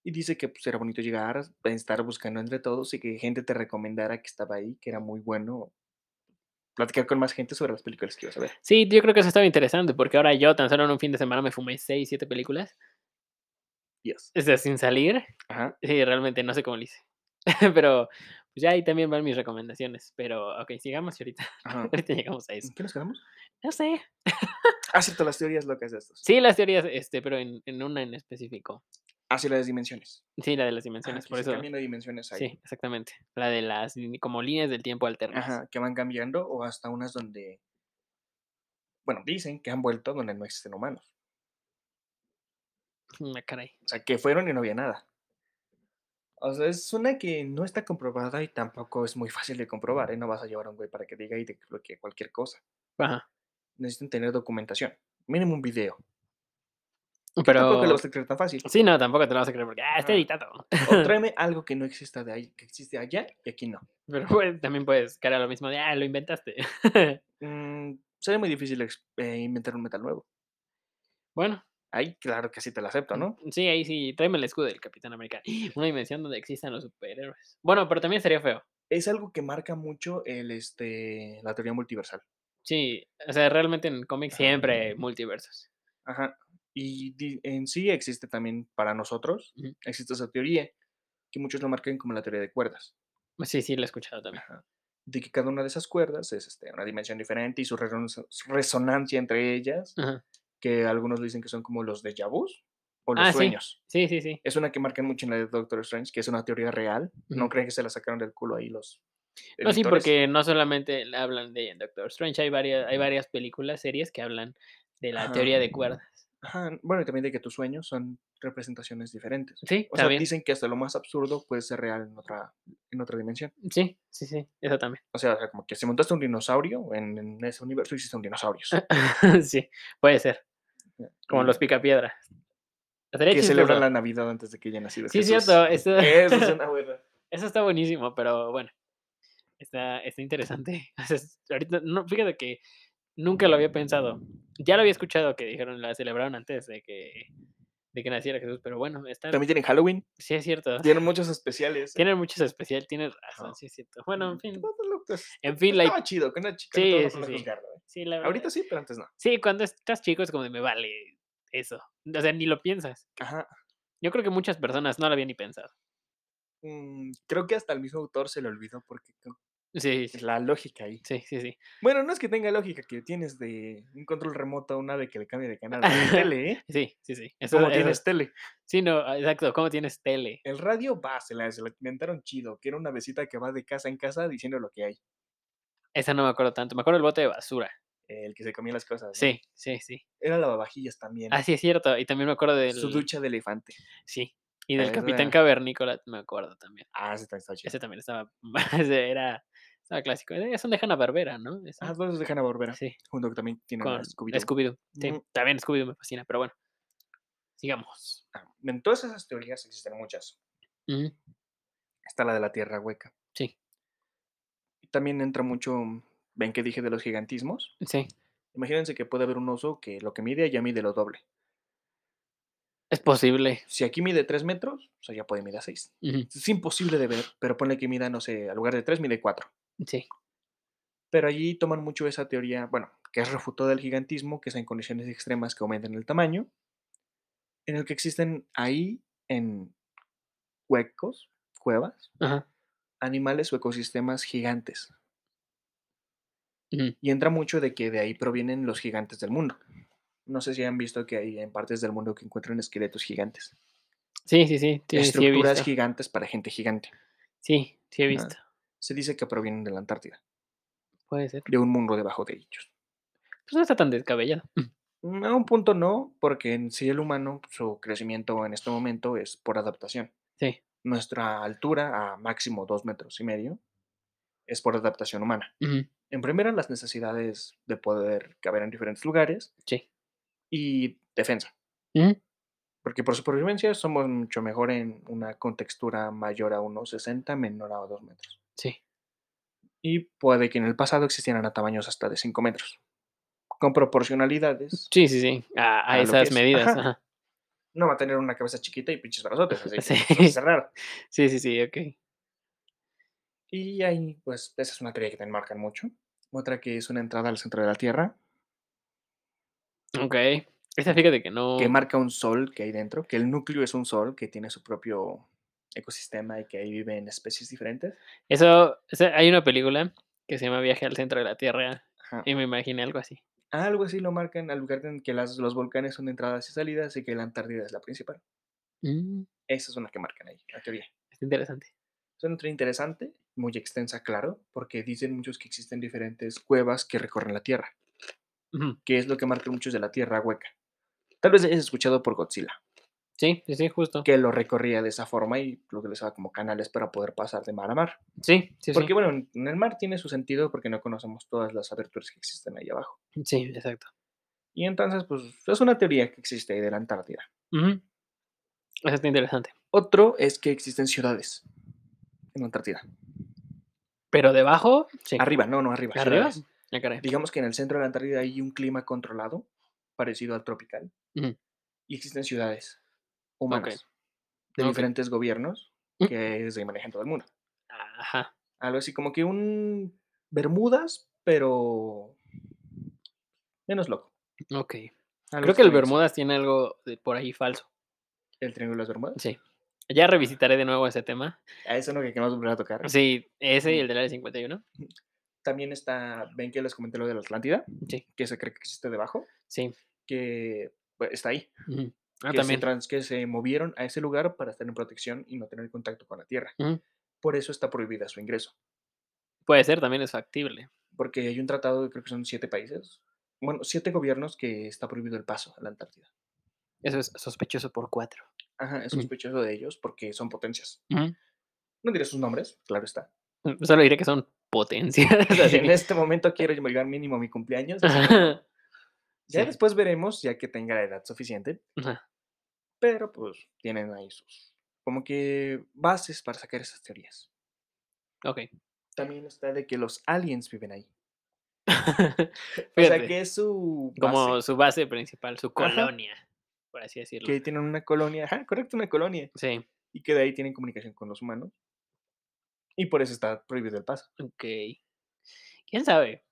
A: Y dice que pues, era bonito llegar, estar buscando entre todos y que gente te recomendara que estaba ahí, que era muy bueno platicar con más gente sobre las películas que ibas a ver.
B: Sí, yo creo que eso estaba interesante porque ahora yo tan solo en un fin de semana me fumé 6, 7 películas.
A: Yes.
B: O sea, sin salir.
A: Ajá.
B: Sí, realmente no sé cómo lo hice. [LAUGHS] pero pues ya ahí también van mis recomendaciones. Pero ok, sigamos y ahorita. [LAUGHS]
A: ajá.
B: ahorita llegamos a eso.
A: ¿En ¿Qué nos quedamos?
B: No sé.
A: Ah, cierto, las teorías locas de estos.
B: Sí, las teorías, este, pero en, en una en específico.
A: Hacia las dimensiones.
B: Sí, la de las
A: Ajá,
B: dimensiones.
A: que
B: por
A: se
B: eso.
A: Ah, cambian de dimensiones ahí.
B: Sí, exactamente. La de las lin- como líneas del tiempo alternas.
A: Ajá, que van cambiando o hasta unas donde, bueno, dicen que han vuelto donde no existen humanos.
B: [LAUGHS] Ah, caray.
A: O sea, que fueron y no había nada. O sea, es una que no está comprobada y tampoco es muy fácil de comprobar. ¿eh? No vas a llevar a un güey para que diga y te bloquee cualquier cosa.
B: Ajá.
A: Necesitan tener documentación. Mínimo un video.
B: Pero
A: Tampoco lo vas a creer tan fácil.
B: sí, no, tampoco te lo vas a creer porque ah, está
A: Ajá.
B: editado.
A: O tráeme algo que no exista de ahí, que existe allá y aquí no.
B: Pero pues, también puedes caer a lo mismo de ah, lo inventaste. [LAUGHS]
A: Mm, sería muy difícil ex- eh, inventar un metal nuevo.
B: bueno,
A: Ahí, claro que sí te lo acepto, ¿no?
B: sí, ahí sí, tráeme el escudo del Capitán América. [GASPS] Una dimensión donde existan los superhéroes. Bueno, pero también sería feo.
A: Es algo que marca mucho el, este, la teoría multiversal.
B: Sí, o sea, realmente en cómics
A: Ajá.
B: siempre hay multiversos.
A: Ajá. Y di- en sí existe también para nosotros,
B: Ujú.
A: existe esa teoría, que muchos lo marcan como la teoría de cuerdas.
B: Pues Sí, sí, lo he escuchado también.
A: Ajá. De que cada una de esas cuerdas es este, una dimensión diferente y su reson- su resonancia entre ellas,
B: Ajá.
A: que algunos dicen que son como los de vus o los
B: Ah, sí.
A: sueños.
B: Sí, sí, sí.
A: Es una que marcan mucho en la de Doctor Strange, que es una teoría real. No
B: Ujú.
A: creen que se la sacaron del culo ahí los.
B: No, sí,
A: editores.
B: porque no solamente la hablan de Doctor Strange, hay varias, hay varias películas, series que hablan de la
A: Ajá.
B: teoría de cuerdas.
A: Ajá, Bueno, y también de que tus sueños son representaciones diferentes.
B: Sí,
A: O sea,
B: también.
A: dicen que hasta lo más absurdo puede ser real en otra, en otra dimensión.
B: Sí, sí, sí, eso también. [LAUGHS]
A: O sea, como que si montaste un dinosaurio, en, en ese universo existen dinosaurios.
B: Ah, sí, puede ser. Como
A: y
B: los picapiedras. Estaría
A: Que celebran
B: chistoso.
A: la Navidad antes de que ya nacido
B: Sí, es
A: Jesús.
B: cierto. Eso,
A: Eso es
B: [LAUGHS]
A: una buena.
B: eso está buenísimo, pero bueno. Está, está interesante. [LAUGHS] O sea, es- ahorita, no, fíjate que nunca lo había pensado. Ya lo había escuchado que dijeron, la celebraron antes de que, de que naciera Jesús, pero bueno, está,
A: También tienen Halloween.
B: sí es cierto.
A: Tienen muchos especiales.
B: Tienen muchos especial, tienes razón,
A: Ajá. Pues,
B: sí es cierto. Bueno, en fin. En fin, la,
A: Estaba chido, con una chica.
B: Sí,
A: no te vas
B: sí,
A: a poner a
B: sí.
A: juzgarlo, ¿eh?
B: sí, la verdad-
A: Ahorita sí, pero antes no.
B: sí, cuando estás chico es como de me vale eso. O sea, ni lo piensas.
A: Ajá.
B: Yo creo que muchas personas no lo habían ni pensado.
A: Mm, creo que hasta el mismo autor se le olvidó porque co-
B: Sí, sí,
A: es la lógica ahí.
B: sí, sí. sí.
A: Bueno, no es que tenga lógica que tienes de un control remoto a un ave que le cambie de canal. de tele, ¿eh?
B: Sí, sí, sí. [LAUGHS] Eso,
A: ¿Cómo
B: eso-
A: tienes tele?
B: Sí, no, ah, exacto. ¿Cómo tienes tele?
A: El radio va, se la, se la inventaron chido, que era una besita que va de casa en casa diciendo lo que hay.
B: Esa no me acuerdo tanto. Me acuerdo el bote de basura.
A: El que se comía las cosas. ¿no?
B: Sí, sí, sí.
A: Era lavavajillas también.
B: Ah, sí, es cierto. Y también me acuerdo del.
A: Su ducha de elefante.
B: Sí. Y del
A: Ah,
B: Capitán
A: esa-
B: Cavernícola, me acuerdo también. [LAUGHS]
A: Ah, ese también está chido.
B: Ese también estaba. ese era. Estaba clásico. Eh, Son de Hanna Barbera, ¿no? Eso.
A: Ah, dos de Hanna Barbera.
B: sí,
A: Junto que también tiene
B: con
A: Scooby-Doo. Mm.
B: Scooby-Doo. Sí,
A: Ujú.
B: también Scooby-Doo me fascina, pero bueno. Sigamos.
A: Ah, En todas esas teorías existen muchas.
B: Ujú,
A: Está la de la tierra hueca.
B: Sí,
A: También entra mucho, ven que dije de los gigantismos.
B: sí.
A: Imagínense que puede haber un oso que lo que mide allá mide lo doble.
B: Es posible.
A: Si aquí mide 3 metros, o sea, ya puede mirar 6.
B: Ujú,
A: Es imposible de ver, pero ponle que mida, no sé, al lugar de 3 mide 4.
B: Sí.
A: Pero allí toman mucho esa teoría, bueno, que es refutada del gigantismo, que es en condiciones extremas que aumentan el tamaño, en el que existen ahí, en huecos, cuevas,
B: Ajá.
A: animales o ecosistemas gigantes.
B: ujú,
A: Y entra mucho de que de ahí provienen los gigantes del mundo. No sé si han visto que hay en partes del mundo que encuentran esqueletos gigantes.
B: Sí, sí, sí. Sí, sí he
A: estructuras
B: visto.
A: gigantes para gente gigante.
B: Sí, sí he
A: Ah.
B: visto.
A: Se dice que provienen de la Antártida,
B: Puede ser.
A: de un mundo debajo de ellos.
B: Pues no está tan descabellado. Ujú,
A: Mm, A un punto no, porque en sí el humano, su crecimiento en este momento es por adaptación.
B: Sí.
A: Nuestra altura a máximo dos metros y medio es por adaptación humana.
B: ujú,
A: En primera, las necesidades de poder caber en diferentes lugares
B: Sí.
A: y defensa.
B: ujú,
A: Porque por supervivencia somos mucho mejor en una contextura mayor a 1,60, menor a 2 metros.
B: Sí.
A: Y puede que en el pasado existieran a tamaños hasta de 5 metros. Con proporcionalidades.
B: Sí, sí, sí. A, a
A: A lo que
B: esas
A: es.
B: medidas.
A: Ajá.
B: Ajá.
A: No va a tener una cabeza chiquita y pinches brazotes, así
B: [LAUGHS]
A: que
B: Sí.
A: pues, es raro.
B: Sí, sí, sí, ok.
A: Y ahí, pues, esa es una teoría que te enmarcan mucho. Otra que es una entrada al centro de la Tierra,
B: Ok. Esa fíjate que no.
A: que marca un sol que hay dentro, que el núcleo es un sol que tiene su propio ecosistema y que ahí viven especies diferentes.
B: Eso, o sea, hay una película que se llama Viaje al centro de la Tierra
A: Ajá.
B: y me imaginé algo así.
A: Algo así lo marcan al lugar en que las, los volcanes son entradas y salidas y que la Antártida es la principal.
B: Mm,
A: Esa es una que marcan ahí, la teoría.
B: está interesante.
A: Es una teoría interesante, muy extensa, claro, porque dicen muchos que existen diferentes cuevas que recorren la Tierra,
B: Ujú,
A: que es lo que marca muchos de la Tierra hueca. Tal vez hayas escuchado por Godzilla,
B: Sí, sí, sí, justo.
A: que lo recorría de esa forma y lo utilizaba como canales para poder pasar de mar a mar.
B: Sí, sí,
A: Porque bueno, en- en el mar tiene su sentido porque no conocemos todas las aberturas que existen ahí abajo.
B: sí. Sí, exacto.
A: Y entonces, pues es una teoría que existe ahí de la Antártida.
B: Ujú. Eso está interesante.
A: Otro es que existen ciudades en la Antártida.
B: Pero debajo, sí.
A: Arriba, no, no, arriba.
B: Arriba.
A: ciudades.
B: Ah, caray.
A: Digamos que en el centro de la Antártida hay un clima controlado, parecido al tropical,
B: Ujú.
A: y existen ciudades humanas de
B: Ok.
A: diferentes gobiernos
B: Mm.
A: que se manejan todo el mundo.
B: Ajá.
A: Algo así como que un Bermudas, pero menos loco.
B: Ok.
A: Algo
B: Creo que el
A: extraño así.
B: Bermudas tiene algo de por ahí falso.
A: El Triángulo de las Bermudas.
B: Sí. Ya revisitaré de nuevo ese tema.
A: A eso es lo que queremos volver a tocar.
B: Sí, ese y
A: Ujú.
B: el del área 51.
A: También está, ven que les comenté lo de la Atlántida,
B: Sí,
A: que se cree que existe debajo,
B: sí.
A: que pues, está ahí.
B: Ujú. Ah,
A: que se,
B: también.
A: trans- que se movieron a ese lugar para estar en protección y no tener contacto con la Tierra.
B: Ujú.
A: Por eso está prohibida su ingreso.
B: Puede ser, también es factible.
A: Porque hay un tratado, de, creo que son siete países, bueno, siete gobiernos que está prohibido el paso a la Antártida.
B: Eso es sospechoso por cuatro.
A: Ajá, es
B: Ujú.
A: sospechoso de ellos porque son potencias.
B: Ujú.
A: No diré sus nombres, claro [LAUGHS] está.
B: Mm, Solo diré que son
A: [LAUGHS]
B: potencias. así. [LAUGHS]
A: En este momento quiero llegar mínimo a mi cumpleaños. así que no. Ya
B: Sí.
A: después veremos, ya que tenga la edad suficiente,
B: Ajá.
A: pero pues tienen ahí sus, como que bases para sacar esas teorías.
B: Ok.
A: También está de que los aliens viven ahí. O sea
B: Fíjate,
A: que es su
B: como
A: base,
B: su base principal, su
A: Ajá.
B: colonia, por así decirlo.
A: que tienen una colonia, ajá, correcto, una colonia,
B: Sí,
A: y que de ahí tienen comunicación con los humanos. Y por eso está prohibido el paso.
B: ok. ¿Quién sabe?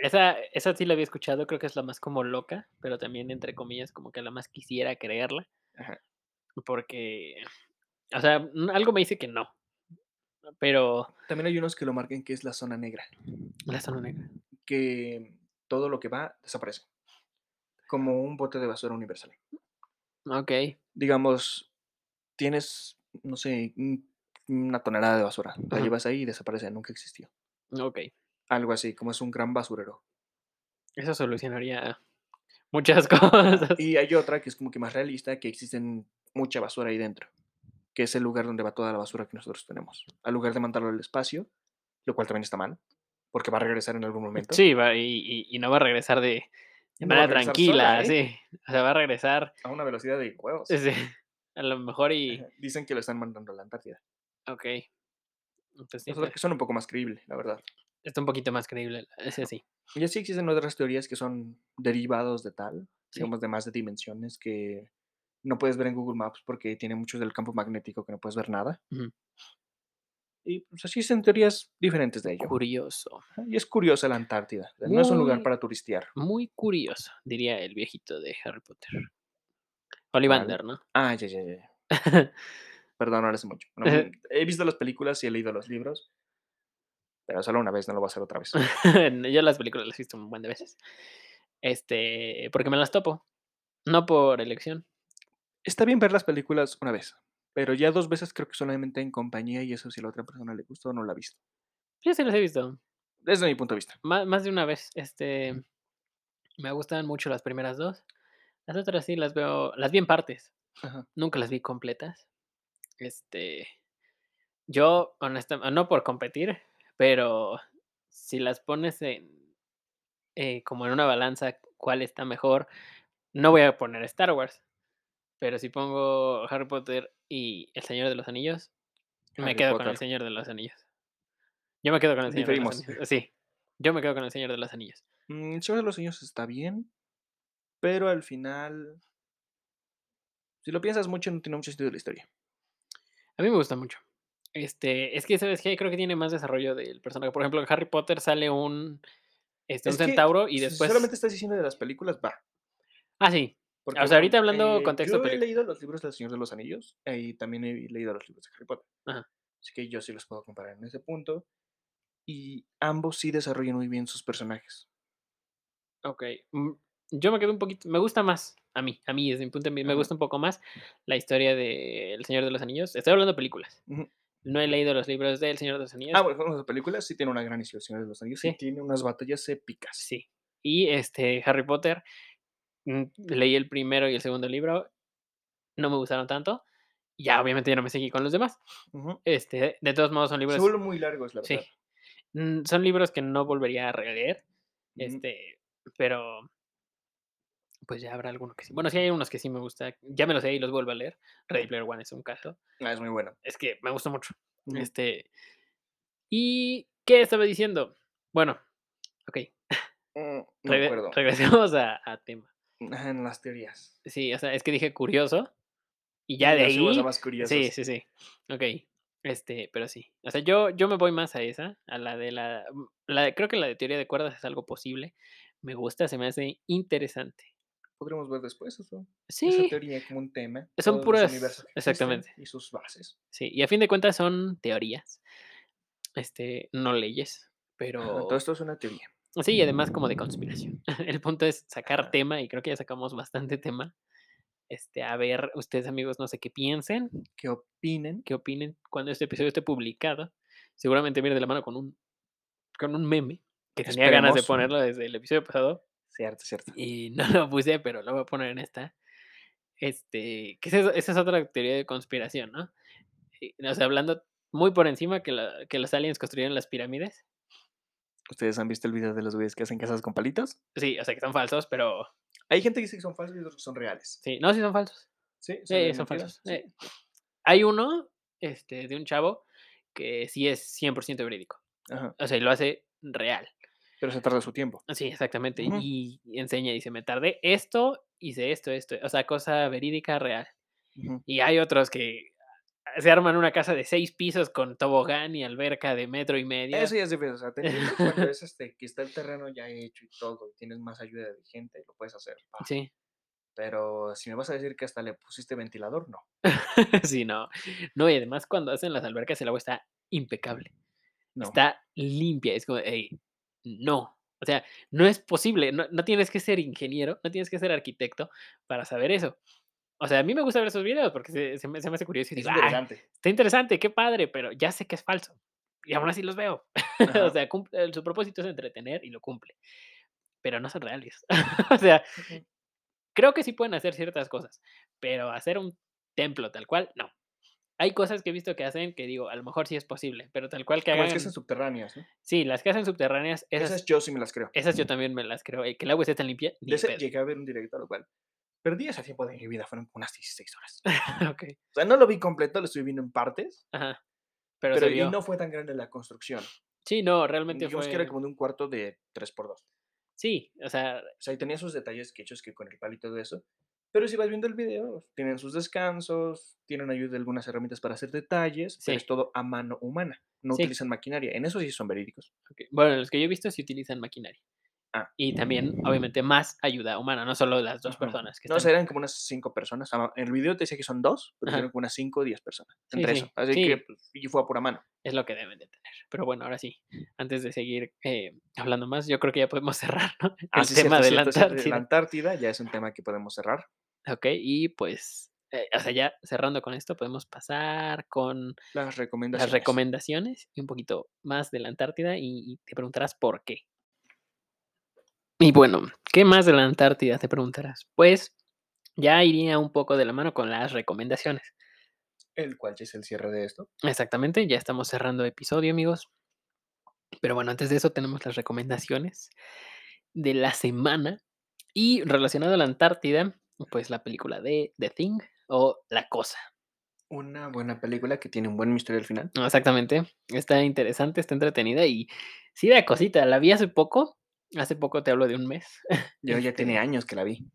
B: Esa, esa sí la había escuchado, creo que es la más como loca, pero también entre comillas como que la más quisiera creerla,
A: Ajá.
B: porque, o sea, n- algo me dice que no, pero
A: También hay unos que lo marquen que es la zona negra,
B: la zona negra.
A: que todo lo que va desaparece, como un bote de basura universal.
B: Ok,
A: Digamos, tienes, no sé, un- una tonelada de basura, la
B: Ajá.
A: llevas ahí y desaparece, nunca existió.
B: ok.
A: Algo así, como es un gran
B: [LAUGHS]
A: basurero.
B: Eso solucionaría muchas [LAUGHS] cosas.
A: Y hay otra que es como que más realista, que existen mucha basura ahí dentro, que es el lugar donde va toda la basura que nosotros tenemos. Al lugar de mandarlo al espacio, lo cual también está mal, porque va a regresar en algún momento.
B: Sí, va- y, y- y no va a regresar de, de
A: No va a
B: manera
A: regresar
B: tranquila,
A: sola,
B: sí. O sea, va a regresar, [LAUGHS]
A: A una velocidad de huevos.
B: este, a lo mejor y...
A: Ajá, Dicen que lo están mandando a la Antártida.
B: Ok. Entonces, sí,
A: Eso es lo
B: está,
A: que son un poco más creíble, la verdad.
B: está un poquito más creíble, es así.
A: Y así existen otras teorías que son derivados de tal,
B: Sí.
A: digamos de más de dimensiones que no puedes ver en Google Maps porque tiene mucho del campo magnético que no puedes ver nada.
B: Ujú.
A: Y pues así existen teorías diferentes de ello.
B: Curioso,
A: Ajá, Y es curiosa la Antártida. No es un lugar
B: Muy-
A: para turistear.
B: muy curioso, diría el viejito de Harry Potter. Ollivander, ¿no? [LAUGHS]
A: Ah, ya, ya, ya, ya. Perdón, ahora hace mucho. No,
B: Ajá.
A: he visto las películas y he leído los libros. Pero solo una vez, no lo voy a hacer otra vez.
B: Yo las películas las he visto un buen de veces. Este, porque me las topo. No por elección.
A: Está bien ver las películas una vez, pero ya dos veces creo que solamente en compañía y eso si a la otra persona le gustó o no la ha visto.
B: Yo sí las he visto.
A: Desde mi punto de vista.
B: Má- más de una vez. Este, me gustan mucho las primeras dos. Las otras sí las veo, las vi en partes.
A: Ajá.
B: Nunca las vi completas. Este, yo, honestamente, no por competir, pero si las pones en, eh, como en una balanza, cuál está mejor, no voy a poner Star Wars. Pero si pongo Harry Potter y El Señor de los Anillos, me
A: Harry
B: quedo con
A: Potter.
B: El Señor de los Anillos. Yo me quedo con El Señor de
A: Diferimos.
B: los Anillos. Sí, yo me quedo con El Señor de los Anillos.
A: Mm, El Señor de los Anillos está bien, pero al final, si lo piensas mucho, no tiene mucho sentido la historia.
B: A mí me gusta mucho. Este, es que sabes que creo que tiene más desarrollo del personaje. Por ejemplo, en Harry Potter sale un, este, un
A: Es que
B: centauro y
A: si
B: después.
A: solamente estás diciendo de las películas, va.
B: Ah, sí.
A: porque,
B: sea,
A: bueno,
B: ahorita hablando contexto
A: Yo he
B: pelic-
A: leído los libros del Señor de los Anillos eh, y también he leído los libros de Harry Potter.
B: Ajá.
A: Así que yo sí los puedo comparar en ese punto. Y ambos sí desarrollan muy bien sus personajes.
B: Ok. mm, Yo me quedo un poquito. Me gusta más. A mí, a mí, desde mi punto de vista, me
A: Ajá.
B: gusta un poco más la historia de El Señor de los Anillos. Estoy hablando de películas.
A: Ujú.
B: No he leído los libros de El Señor de los Anillos.
A: Ah, bueno, las películas sí tiene una gran historia, El Señor de los Anillos, sí.
B: Sí.
A: tiene unas batallas épicas.
B: Sí. Y este, Harry Potter. mm, Leí el primero y el segundo libro. No me gustaron tanto. Ya, obviamente, ya no me seguí con los demás.
A: Ujú.
B: Este, de todos modos, son libros.
A: Se vuelven muy largos, la
B: Sí.
A: verdad.
B: Mm, Son libros que no volvería a releer.
A: Ujú.
B: Este, pero. Pues ya habrá alguno que sí. Bueno, sí hay unos que sí me gusta. Ya me los sé y los vuelvo a leer. Ready Player One es un caso.
A: Ah, es muy bueno.
B: Es que me gusta mucho.
A: Ujú.
B: Este. ¿Y qué estaba diciendo? Bueno, ok.
A: Mm, no me
B: regre-
A: acuerdo.
B: regresemos a, a tema.
A: Ajá, En las teorías.
B: Sí, o sea, es que dije curioso. Y ya de
A: Las subas a
B: ahí.
A: más curiosas.
B: Sí, sí, sí. Ok. Este, pero sí. O sea, yo, yo me voy más a esa, a la de la, mm, la de- creo que la de teoría de cuerdas es algo posible. Me gusta, se me hace interesante.
A: Podremos ver después eso. Esa
B: Sí.
A: teoría como un tema.
B: Son
A: todos los
B: puras-
A: universos que
B: exactamente.
A: existen Y sus bases.
B: Sí. Y a fin de cuentas son teorías. Este, no leyes. Pero.
A: Ajá, Todo esto es una teoría.
B: Sí, y además como de conspiración. [LAUGHS] El punto es sacar
A: Ajá.
B: tema, y creo que ya sacamos bastante tema. Este, a ver, ustedes amigos, no sé qué piensen,
A: ¿Qué opinen?
B: qué opinen cuando este episodio esté publicado. Seguramente viene de la mano con un, con un meme que tenía ganas de
A: Esperemos.
B: ponerlo desde el episodio pasado
A: Cierto, cierto.
B: y [LAUGHS] no lo puse, pero lo voy a poner en esta. Este, que esa, es- esa es otra teoría de conspiración, ¿no? Y, O sea, hablando muy por encima que, la- que los aliens construyeron las pirámides.
A: ¿Ustedes han visto el video de los güeyes que hacen casas con palitos?
B: Sí, o sea que son falsos, pero
A: Hay gente que dice que son falsos y otros que son reales.
B: sí, no, sí son falsos.
A: Sí,
B: Eh,
A: de mentira,
B: son falsos.
A: sí.
B: eh. Hay uno este, de un chavo que sí es 100% verídico.
A: Ajá,
B: O sea, y lo hace real.
A: Pero se tarda su tiempo.
B: Sí, exactamente.
A: Ujú.
B: Y enseña y dice, me tardé esto, hice esto, esto. O sea, cosa verídica real.
A: Ujú.
B: Y hay otros que ah, se arman una casa de seis pisos con tobogán y alberca de metro y medio.
A: Eso ya es diferente. O sea, te entiendo cuando es este, que está el terreno ya hecho y todo, y tienes más ayuda de gente, lo puedes hacer. va.
B: Sí, [LAUGHS]
A: Pero si me vas a decir que hasta le pusiste ventilador, no.
B: sí, no. No, y además cuando hacen las albercas el agua está impecable.
A: No.
B: está limpia. Es como, "Ey, no. O sea, no es posible. No, no tienes que ser ingeniero, no tienes que ser arquitecto para saber eso. O sea, a mí me gusta ver esos videos porque se, se me, se me hace curioso. Y
A: es
B: digo, "Ah, "Ay,
A: interesante.
B: está interesante, qué padre, pero ya sé que es falso. Y aún así los veo. [LAUGHS] [LAUGHS] o
A: Ajá.
B: sea, cum- eh, su propósito es entretener y lo cumple. Pero no son reales. [LAUGHS] o sea,
A: Ujú.
B: creo que sí pueden hacer ciertas cosas, pero hacer un templo tal cual, no. hay cosas que he visto que hacen que digo, a lo mejor sí es posible, pero tal cual que
A: Como
B: hagan.
A: las que hacen subterráneas, ¿no?
B: Sí, las que hacen subterráneas,
A: Esas,
B: esas, esas,
A: yo sí me las creo.
B: yo también me las creo. eh, Que el agua esté tan limpia. ni
A: De ese
B: pedo.
A: llegué a ver un directo, lo cual perdí ese tiempo de mi vida, fueron unas 16
B: [LAUGHS]
A: horas.
B: Ok,
A: O sea, no lo vi completo, lo estoy viendo en partes,
B: ajá. Pero,
A: pero,
B: se
A: y
B: vio.
A: no fue tan grande la construcción.
B: Sí, no, realmente
A: Digamos
B: fue.
A: que era como de un cuarto de 3x2. O
B: Sí, o sea,
A: sea, y tenía sus detalles que hechos que con el palito de eso. Pero si vas viendo el video, tienen sus descansos, tienen ayuda de algunas herramientas para hacer detalles, pero
B: Sí.
A: es todo a mano humana. No
B: Sí.
A: utilizan maquinaria. En eso sí son verídicos.
B: ok, bueno, los que yo he visto sí utilizan maquinaria.
A: Ah.
B: Y también, obviamente, más ayuda humana, no solo las dos
A: Ujú.
B: personas. Que
A: No, o sea,
B: están-
A: eran como unas cinco personas. ama- En el video te decía que son dos, pero
B: Ajá.
A: eran como unas cinco o diez personas.
B: Sí,
A: Entre
B: sí,
A: eso. Así
B: sí.
A: que pues, y fue a pura mano.
B: es lo que deben de tener. Pero bueno, ahora sí, antes de seguir eh, hablando más, yo creo que ya podemos [LAUGHS] cerrar, ¿no?
A: Ah,
B: el
A: sí,
B: tema
A: cierto,
B: de la
A: cierto, cierto,
B: Antártida.
A: Antártida ya es un tema que podemos cerrar.
B: Ok, y pues, eh, o sea, ya cerrando con esto, podemos pasar con
A: Las recomendaciones.
B: las recomendaciones y un poquito más de la Antártida y, y te preguntarás por qué. Y bueno, ¿qué más de la Antártida te preguntarás? Pues ya iría un poco de la mano con las recomendaciones.
A: el cual ya es el cierre de esto.
B: Exactamente, ya estamos cerrando episodio, amigos. Pero bueno, antes de eso tenemos las recomendaciones de la semana. Y relacionado a la Antártida, pues la película de The Thing o La Cosa.
A: Una buena película que tiene un buen misterio al final.
B: No, Exactamente. Está interesante, está entretenida y sí da cosita. La vi hace poco. Hace poco te hablo de un mes. [LAUGHS]
A: Yo ya tiene
B: Este,
A: años que la vi.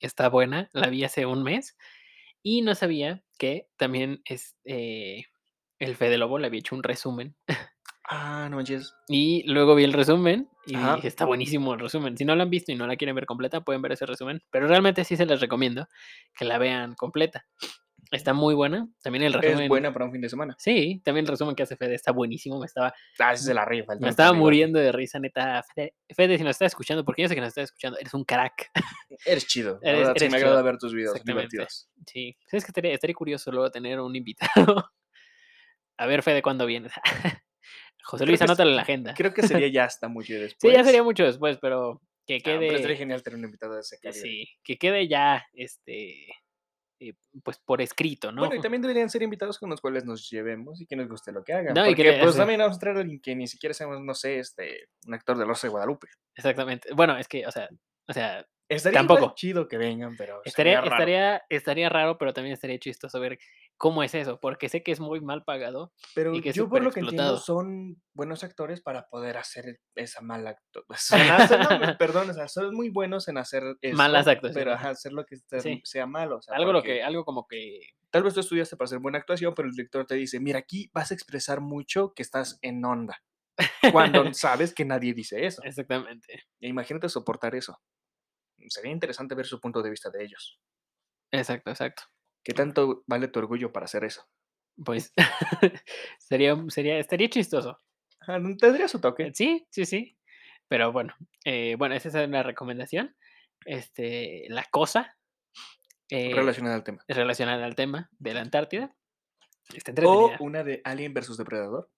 B: Está buena. La vi hace un mes. Y no sabía que también es eh, el Fede Lobo le había hecho un resumen.
A: Ah, no manches.
B: Y luego vi el resumen y
A: Ajá.
B: dije, está buenísimo el resumen. Si no lo han visto y no la quieren ver completa, pueden ver ese resumen. Pero realmente sí se les recomiendo que la vean completa. Está muy buena. También el resumen.
A: Es buena para un fin de semana.
B: Sí, también el resumen que hace Fede está buenísimo. Me estaba
A: Ah, sí se la rifa. el
B: Me
A: Don
B: estaba
A: Perdigote.
B: muriendo de risa, neta. Fede, Fede, si nos estás escuchando, porque yo sé que nos estás escuchando, eres un crack. [LAUGHS]
A: Eres chido. La
B: Eres-
A: verdad, sí
B: eres
A: me agrada
B: chido.
A: ver tus videos. son
B: Exactamente.
A: divertidos.
B: Sí. ¿Sabes que estaría, estaría curioso luego tener un invitado? [LAUGHS] A ver, Fede, ¿cuándo vienes? [LAUGHS] José
A: Creo
B: Luis,
A: que es-
B: anótalo en la agenda.
A: Creo que sería ya hasta mucho después.
B: Sí, ya sería mucho después, pero que
A: Ah, pero estaría
B: quede.
A: genial tener un invitado de ese calibre.
B: sí, que quede ya, este. eh, Pues por escrito, ¿no?
A: Bueno, y también deberían ser invitados con los cuales nos llevemos y que nos guste lo que hagan.
B: No, y que
A: porque
B: le-
A: pues
B: sí.
A: también vamos a traer a alguien que ni siquiera sabemos, no sé, este, un actor de Los de Guadalupe.
B: Exactamente. Bueno, es que, o sea, o sea,
A: Estaría igual
B: Tampoco.
A: chido que vengan, pero
B: Estaría,
A: Pues sería raro.
B: estaría, estaría raro, pero también estaría chistoso ver cómo es eso, porque sé que es muy mal pagado,
A: Pero
B: que es
A: yo por lo que
B: superexplotado.
A: entiendo son buenos actores para poder hacer esa mala [LAUGHS] ah,
B: [LAUGHS]
A: actuación. perdón, o sea, son muy buenos en hacer eso,
B: Malas
A: Pero
B: actuaciones,
A: ajá, hacer lo que esté-
B: Sí.
A: sea malo. o sea,
B: algo lo
A: Ah, porque
B: que algo como que
A: Tal vez tú estudiaste para hacer buena actuación, pero el director te dice, mira, aquí vas a expresar mucho que estás en onda.
B: [LAUGHS]
A: Cuando sabes que nadie dice eso.
B: exactamente
A: E imagínate soportar eso. Sería interesante ver su punto de vista de ellos.
B: exacto exacto
A: ¿Qué tanto vale tu orgullo para hacer eso? [LAUGHS]
B: pues [LAUGHS] sería sería estaría chistoso Eh,
A: Ajá, Tendría su toque.
B: sí sí sí pero bueno eh, bueno esa es una recomendación este la cosa eh,
A: relacionado al tema.
B: relacionada al tema de la Antártida está
A: O
B: entretenida
A: una de Alien versus Depredador.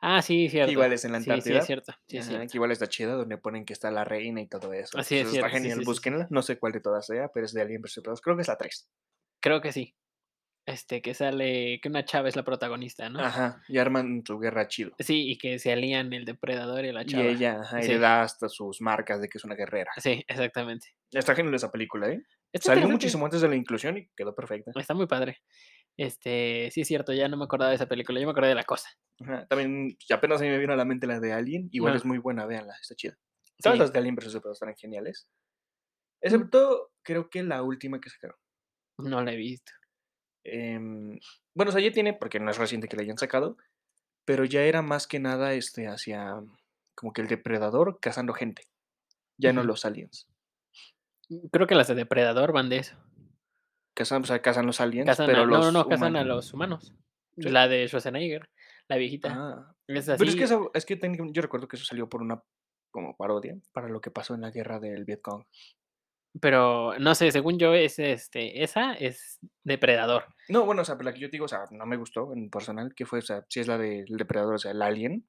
B: ah sí cierto
A: igual es en la
B: sí, sí
A: Antártida.
B: es cierto sí es
A: Ajá,
B: cierto.
A: que igual es la chida, donde ponen que está la reina y todo eso.
B: Así es
A: Eso
B: cierto,
A: Está
B: sí, sí,
A: genial,
B: sí, sí.
A: búsquenla. No sé cuál de todas sea, pero es de Alien vs. Predator. Creo que es la 3.
B: creo que sí este que sale que una chava es la protagonista no
A: Ajá, y arman su guerra chido.
B: sí y que se alían el depredador y la
A: Y
B: chava
A: ella ajá, y
B: Sí.
A: le da hasta sus marcas de que es una guerrera.
B: Sí, exactamente.
A: Está genial esa película, ¿eh?
B: Está
A: Salió
B: interesante,
A: muchísimo antes de la inclusión y quedó perfecta.
B: Está muy padre. Este, sí es cierto, ya no me acordaba de esa película, yo me acordé de la cosa.
A: Ajá, También ya apenas a mí me vino a la mente la de Alien. Igual
B: Ajá.
A: es muy buena, véanla, está chida. Todas
B: Sí, Mm.
A: las de Alien vs. Predator están geniales. Excepto, creo que la última que sacaron.
B: No la he visto.
A: em, bueno, o sea, ya tiene, porque no es reciente que la hayan sacado, pero ya era más que nada este hacia como que el depredador cazando gente, ya no
B: Ujú.
A: los aliens.
B: Mm, Creo que las de Depredador van de eso.
A: Cazan, o sea, cazan los aliens,
B: Cazan
A: pero
B: a, no,
A: los
B: no, no, cazan a
A: humanos-
B: los humanos.
A: Sí.
B: La de Schwarzenegger, la viejita.
A: Ah,
B: Es
A: Pero es
B: así,
A: que, esa- es que técnicamente yo recuerdo que eso salió por una como parodia para lo que pasó en la guerra del Vietcong.
B: pero no sé, según yo es este, esa es Depredador.
A: No, bueno, o sea, pero la que yo te digo, o sea, no me gustó en personal, que fue, o sea, si es la del depredador, o sea, el alien.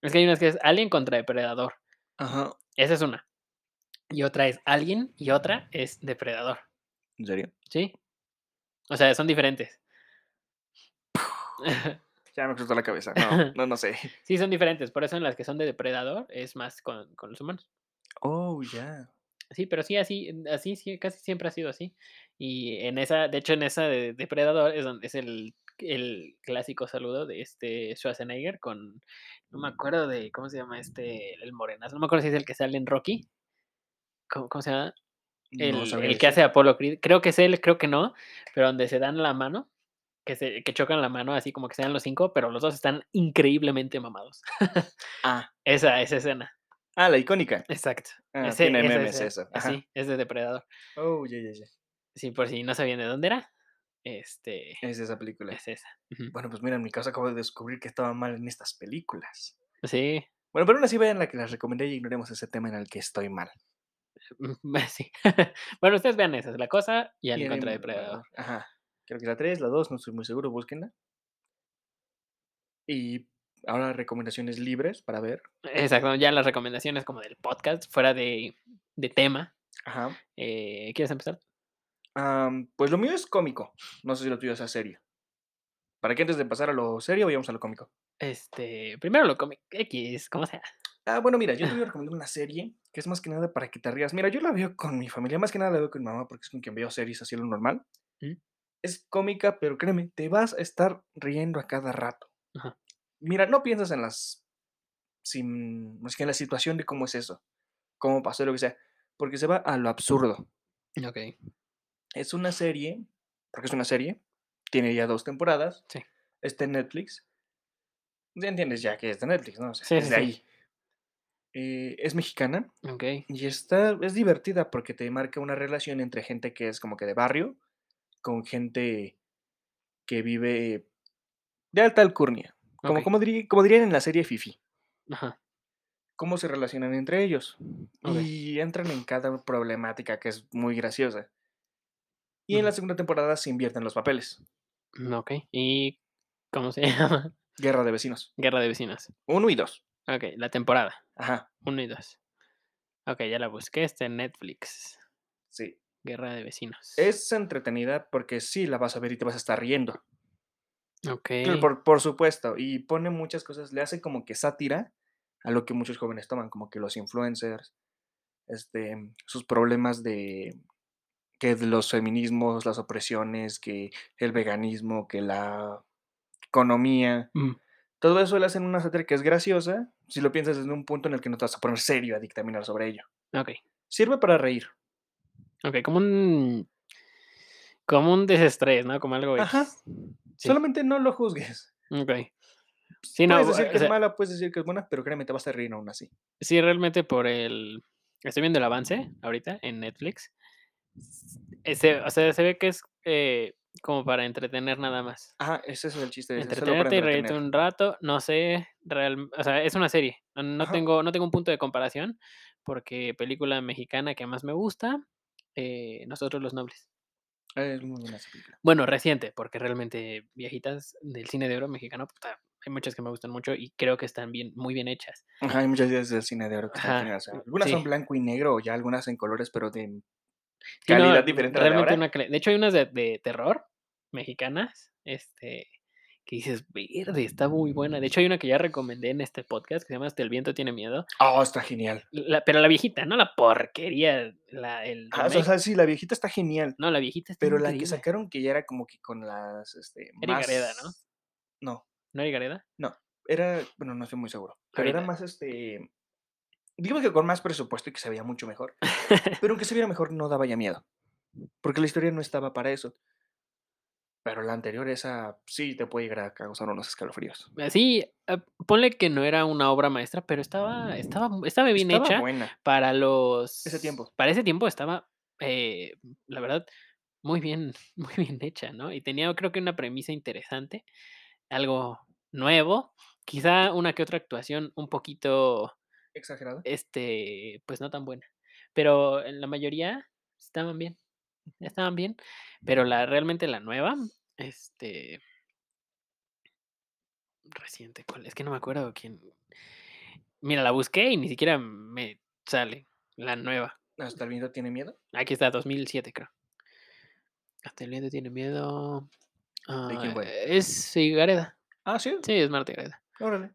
B: Es que hay unas que es Alien contra Depredador.
A: Ajá.
B: Esa es una. Y otra es Alien y otra es Depredador.
A: ¿En serio?
B: ¿Sí? O sea, son diferentes. [LAUGHS]
A: Ya me explotó la cabeza. No, no, no sé.
B: sí, son diferentes. Por eso en las que son de depredador es más con, con los humanos.
A: Oh, ya.
B: Sí, pero sí, así, así, sí, casi siempre ha sido así. Y en esa, de hecho, en esa de Depredador es donde es el, el clásico saludo de este Schwarzenegger con, no
A: Mm.
B: me acuerdo de, ¿cómo se llama este, el morenazo? No me acuerdo si es el que sale en Rocky. ¿Cómo, cómo se llama? El,
A: No sabría
B: el que hace
A: decirte.
B: Apolo Creed. Creo que es él, creo que no, pero donde se dan la mano. Que, se, que chocan la mano así como que sean los cinco, pero los dos están increíblemente mamados.
A: Ah,
B: Esa, esa escena.
A: ah, la icónica.
B: Exacto.
A: Ah,
B: Ese-
A: tiene
B: esa
A: memes
B: escena.
A: eso. Ajá.
B: Sí, es de depredador.
A: Oh, ya, ya, ya.
B: Sí, por si no sabían de dónde era. Este.
A: Es esa película.
B: Es esa. Ujú.
A: Bueno, pues mira, en mi caso acabo de descubrir que estaba mal en estas películas.
B: Sí.
A: Bueno, pero aún así vean la que les recomendé y ignoremos ese tema en el que estoy mal.
B: mm, [LAUGHS] sí. bueno, ustedes vean esa. es La cosa y el
A: Tiene
B: contra
A: un
B: depredador.
A: depredador. Ajá. Creo que la 3, la 2, no estoy muy seguro, búsquenla. Y ahora recomendaciones libres para ver.
B: Exacto. Ya las recomendaciones como del podcast, fuera de, de tema.
A: Ajá.
B: Eh, ¿Quieres empezar?
A: Am, pues lo mío es cómico. No sé si lo tuyo sea serio. Para que antes de pasar a lo serio, vayamos a lo cómico.
B: Este. Primero lo cómic X, como sea.
A: Ah, bueno, mira, yo te voy a recomendar una serie que es más que nada para que te rías. Mira, yo la veo con mi familia, más que nada la veo con mi mamá porque es con quien veo series así lo normal.
B: ¿Mm?
A: Es cómica, pero créeme, te vas a estar riendo a cada rato.
B: Ajá.
A: Mira, no piensas en las. Sin, más que en la situación de cómo es eso, cómo pasó, lo que sea, porque se va a lo absurdo.
B: Ok.
A: Es una serie, porque es una serie, tiene ya dos temporadas.
B: Sí.
A: Está en Netflix. Ya entiendes ya que es de Netflix, ¿no? O sea,
B: Sí,
A: es
B: sí,
A: de
B: sí.
A: ahí. Eh, es mexicana
B: Ok.
A: y está, es divertida porque te marca una relación entre gente que es como que de barrio con gente que vive de alta alcurnia. Como,
B: ok,
A: como, dirí- como dirían en la serie Fifi
B: Ajá.
A: cómo se relacionan entre ellos.
B: Ok.
A: Y entran en cada problemática que es muy graciosa. Y en la
B: Ujú.
A: segunda temporada se invierten los papeles.
B: mm, Ok. ¿Y cómo se [LAUGHS] llama?
A: Guerra de vecinos.
B: Guerra de vecinas.
A: Uno y dos.
B: Ok, la temporada.
A: Ajá,
B: 1 y 2. Ok, ya la busqué. Está en Netflix.
A: sí.
B: Guerra de vecinos.
A: Es entretenida porque sí la vas a ver y te vas a estar riendo.
B: Ok.
A: Claro, Por, por supuesto. Y pone muchas cosas. Le hace como que sátira a lo que muchos jóvenes toman, como que los influencers, este, sus problemas de que de los feminismos, las opresiones, que el veganismo, que la economía.
B: Mm,
A: Todo eso le hacen una sátira que es graciosa, si lo piensas desde un punto en el que no te vas a poner serio a dictaminar sobre ello.
B: Ok.
A: Sirve para reír.
B: Ok, como un. Como un desestrés, ¿no? Como algo.
A: Ajá,
B: ex- Sí.
A: Solamente no lo juzgues.
B: Ok. Sí, no.
A: puedes
B: bu-
A: decir
B: o
A: que
B: sea,
A: es mala, puedes decir que es buena, pero créeme, te vas a reír aún así.
B: sí, realmente por el. Estoy viendo el avance ahorita en Netflix. Ese, o sea, se ve que es eh, como para entretener nada más.
A: Ajá, ese es el chiste. es solo para
B: entretenerte y reírte
A: entretener.
B: un rato, no sé, real, o sea, es una serie, no, no
A: Ajá.
B: tengo, no tengo un punto de comparación, porque película mexicana que más me gusta, eh, Nosotros los Nobles.
A: Es muy buena esa película.
B: Bueno, reciente, porque realmente viejitas del cine de oro mexicano, puta, hay muchas que me gustan mucho y creo que están bien, muy bien hechas.
A: Ajá, hay muchas ideas del cine de oro que están
B: Ajá,
A: geniales, o sea,
B: mm,
A: Algunas son
B: sí.
A: blanco y negro, o ya algunas en colores, pero de mm,
B: Sí, no,
A: calidad diferente a la de ahora.
B: realmente una cla- de hecho hay unas de, de terror mexicanas, este, que dices, verde, está muy buena. De hecho hay una que ya recomendé en este podcast que se llama Hasta el viento tiene miedo.
A: Oh, está genial.
B: La- pero la viejita, no la porquería, la, el
A: Ah, o sea, o
B: remake.
A: sea, sí, la viejita está genial.
B: No, la viejita está
A: Pero la que
B: increíble.
A: sacaron que ya era como que con las. Este,
B: Eri Gareda, ¿no?
A: más... ¿no? No,
B: ¿No hay Gareda?
A: era, bueno, no estoy muy seguro, pero era
B: Ahorita.
A: más este, digamos que con más presupuesto y que se veía mucho mejor, pero aunque se viera mejor no daba ya miedo, porque la historia no estaba para eso. Pero la anterior, esa sí te puede llegar a causar unos escalofríos.
B: Sí, eh, ponle que no era una obra maestra, pero estaba, estaba, estaba bien
A: estaba
B: hecha
A: buena.
B: para los...
A: tiempo.
B: Para ese tiempo estaba, eh, la verdad, muy bien, [LAUGHS] muy bien hecha, ¿no? Y tenía creo que una premisa interesante, algo nuevo, quizá una que otra actuación un poquito
A: Exagerada.
B: este, pues no tan buena. Pero en la mayoría estaban bien. Estaban bien. Pero la realmente la nueva, este. Reciente, ¿cuál? Es que no me acuerdo quién. Mira, la busqué y ni siquiera me sale la nueva.
A: Hasta el viento tiene miedo.
B: Aquí está, 2007, creo. Hasta el viento tiene miedo. Ah,
A: quién fue?
B: Es sí, Gareda.
A: Ah, sí,
B: Sí, es Marta Gareda.
A: órale.